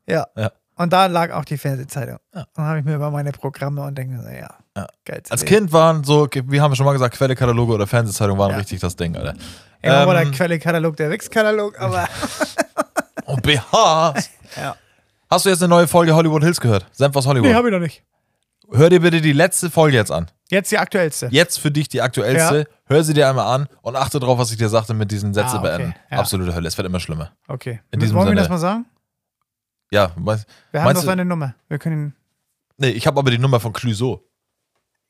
[SPEAKER 3] Ja.
[SPEAKER 4] Ja.
[SPEAKER 3] Und da lag auch die Fernsehzeitung. Dann habe ich mir über meine Programme und denke, so, ja,
[SPEAKER 4] Ja.
[SPEAKER 3] geil.
[SPEAKER 4] Als Kind waren so, wir haben schon mal gesagt, Quelle, Kataloge oder Fernsehzeitung waren
[SPEAKER 3] Ja.
[SPEAKER 4] richtig das Ding, Alter.
[SPEAKER 3] Ja, aber der
[SPEAKER 4] Ähm,
[SPEAKER 3] Quelle-Katalog, der Wix-Katalog, aber
[SPEAKER 4] Oh, BHs.
[SPEAKER 3] Ja.
[SPEAKER 4] Hast du jetzt eine neue Folge Hollywood Hills gehört? Senf aus Hollywood.
[SPEAKER 3] nee, habe ich noch nicht.
[SPEAKER 4] Hör dir bitte die letzte Folge jetzt an.
[SPEAKER 3] Jetzt die aktuellste.
[SPEAKER 4] Jetzt für dich die aktuellste. Hör sie dir einmal an und achte drauf, was ich dir sagte mit diesen Sätze
[SPEAKER 3] Ah, okay.
[SPEAKER 4] beenden.
[SPEAKER 3] Ja.
[SPEAKER 4] Absolute Hölle. Es wird immer schlimmer.
[SPEAKER 3] Okay.
[SPEAKER 4] In diesem
[SPEAKER 3] Wollen wir
[SPEAKER 4] Sinne.
[SPEAKER 3] das mal sagen?
[SPEAKER 4] Ja, weißt,
[SPEAKER 3] Wir haben
[SPEAKER 4] Meinst
[SPEAKER 3] doch
[SPEAKER 4] du-
[SPEAKER 3] seine Nummer. Wir können.
[SPEAKER 4] nee, ich habe aber die Nummer von Clouseau.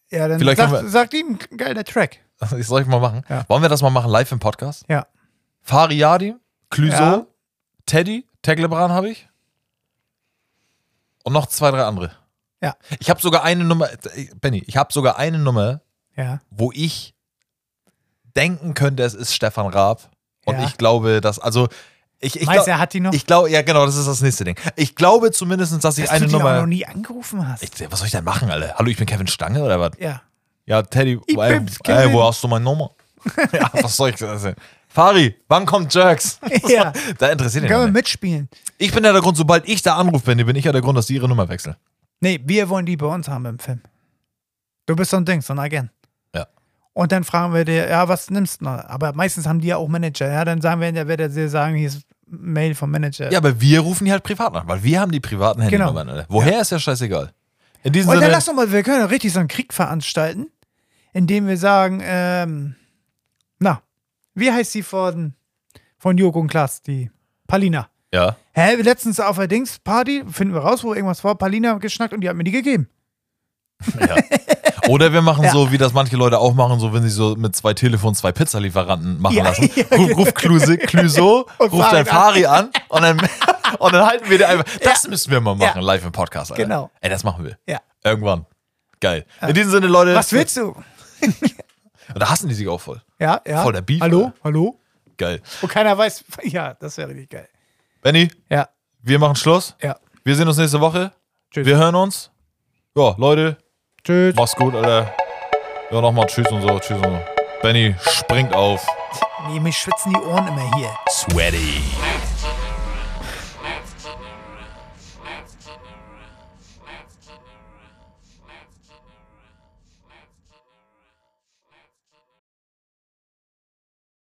[SPEAKER 3] Ja, dann
[SPEAKER 4] Vielleicht
[SPEAKER 3] sagt
[SPEAKER 4] können wir-
[SPEAKER 3] sagt ihm, geil, der Track.
[SPEAKER 4] Ich soll ich mal machen.
[SPEAKER 3] Ja.
[SPEAKER 4] Wollen wir das mal machen live im Podcast?
[SPEAKER 3] Ja.
[SPEAKER 4] Fariadi, Clouseau,
[SPEAKER 3] Ja.
[SPEAKER 4] Teddy, Teglebran habe ich. Und noch zwei, drei andere.
[SPEAKER 3] Ja.
[SPEAKER 4] Ich habe sogar eine Nummer, Benny, ich habe sogar eine Nummer,
[SPEAKER 3] Ja.
[SPEAKER 4] wo ich denken könnte, es ist Stefan Raab. Und
[SPEAKER 3] Ja.
[SPEAKER 4] ich glaube, dass, also, ich, ich,
[SPEAKER 3] Weiß,
[SPEAKER 4] glaub,
[SPEAKER 3] er hat die noch.
[SPEAKER 4] ich glaube, ja, genau, das ist das nächste Ding. Ich glaube zumindest, dass ich
[SPEAKER 3] dass
[SPEAKER 4] eine
[SPEAKER 3] du die auch noch
[SPEAKER 4] Nummer.
[SPEAKER 3] nie angerufen hast.
[SPEAKER 4] Ich, was soll ich denn machen, alle? Hallo, ich bin Kevin Stange oder was?
[SPEAKER 3] ja.
[SPEAKER 4] Ja, Teddy,
[SPEAKER 3] Ich
[SPEAKER 4] ey,
[SPEAKER 3] bin's,
[SPEAKER 4] ey,
[SPEAKER 3] Kevin.
[SPEAKER 4] wo hast du meine Nummer? ja, was soll ich das denn? Fari, wann kommt Jerks?
[SPEAKER 3] Ja.
[SPEAKER 4] Da interessiert ihn
[SPEAKER 3] Können wir
[SPEAKER 4] doch nicht.
[SPEAKER 3] mitspielen?
[SPEAKER 4] Ich bin ja der Grund, sobald ich da anrufe, Benny, bin ich ja der Grund, dass die ihre Nummer wechseln.
[SPEAKER 3] Nee, wir wollen die bei uns haben im Film. Du bist so ein Ding, so ein Agent.
[SPEAKER 4] Ja.
[SPEAKER 3] Und dann fragen wir dir, ja, was nimmst du noch? Aber meistens haben die ja auch Manager. Ja, dann sagen wir, der wird er dir sagen, hier ist Mail vom Manager.
[SPEAKER 4] Ja, aber wir rufen die halt privat an, weil wir haben die privaten Handynummern. Alter. Woher ist ja scheißegal. In diesem
[SPEAKER 3] Genau. Und dann
[SPEAKER 4] Sinne,
[SPEAKER 3] lass doch mal, wir können doch richtig so einen Krieg veranstalten, indem wir sagen, ähm, na, wie heißt sie von, von Joko und Klaas, die Palina?
[SPEAKER 4] ja,
[SPEAKER 3] Hä, letztens auf der Dings-Party, finden wir raus, wo irgendwas war, Palina geschnackt und die hat mir die gegeben.
[SPEAKER 4] ja. Oder wir machen so, wie das manche Leute auch machen, so wenn sie so mit zwei Telefonen zwei Pizzalieferanten machen
[SPEAKER 3] Ja, genau.
[SPEAKER 4] lassen. Ruf, ruf Cluse, Cluso,
[SPEAKER 3] Und
[SPEAKER 4] ruf dein Fari
[SPEAKER 3] Fari
[SPEAKER 4] an und dann, und dann halten wir dir einfach. Das müssen wir mal machen, live im Podcast. Alter.
[SPEAKER 3] Genau.
[SPEAKER 4] Ey, das machen wir.
[SPEAKER 3] Ja.
[SPEAKER 4] Irgendwann. Geil. In diesem Sinne, Leute.
[SPEAKER 3] Was willst du?
[SPEAKER 4] Da hassen die sich auch voll.
[SPEAKER 3] Ja, ja.
[SPEAKER 4] Voll der Beef,
[SPEAKER 3] Hallo,
[SPEAKER 4] Alter.
[SPEAKER 3] hallo.
[SPEAKER 4] Geil.
[SPEAKER 3] Wo keiner weiß, ja, das wäre richtig geil.
[SPEAKER 4] Benny,
[SPEAKER 3] Ja,
[SPEAKER 4] wir machen Schluss.
[SPEAKER 3] ja.
[SPEAKER 4] Wir sehen uns nächste Woche.
[SPEAKER 3] Tschüss.
[SPEAKER 4] Wir hören uns. Ja, Leute,
[SPEAKER 3] Tschüss.
[SPEAKER 4] mach's gut, Alter. Ja, nochmal Tschüss und so. Tschüss und so. Benny springt auf.
[SPEAKER 3] Nee, mir schwitzen die Ohren immer hier.
[SPEAKER 4] Sweaty.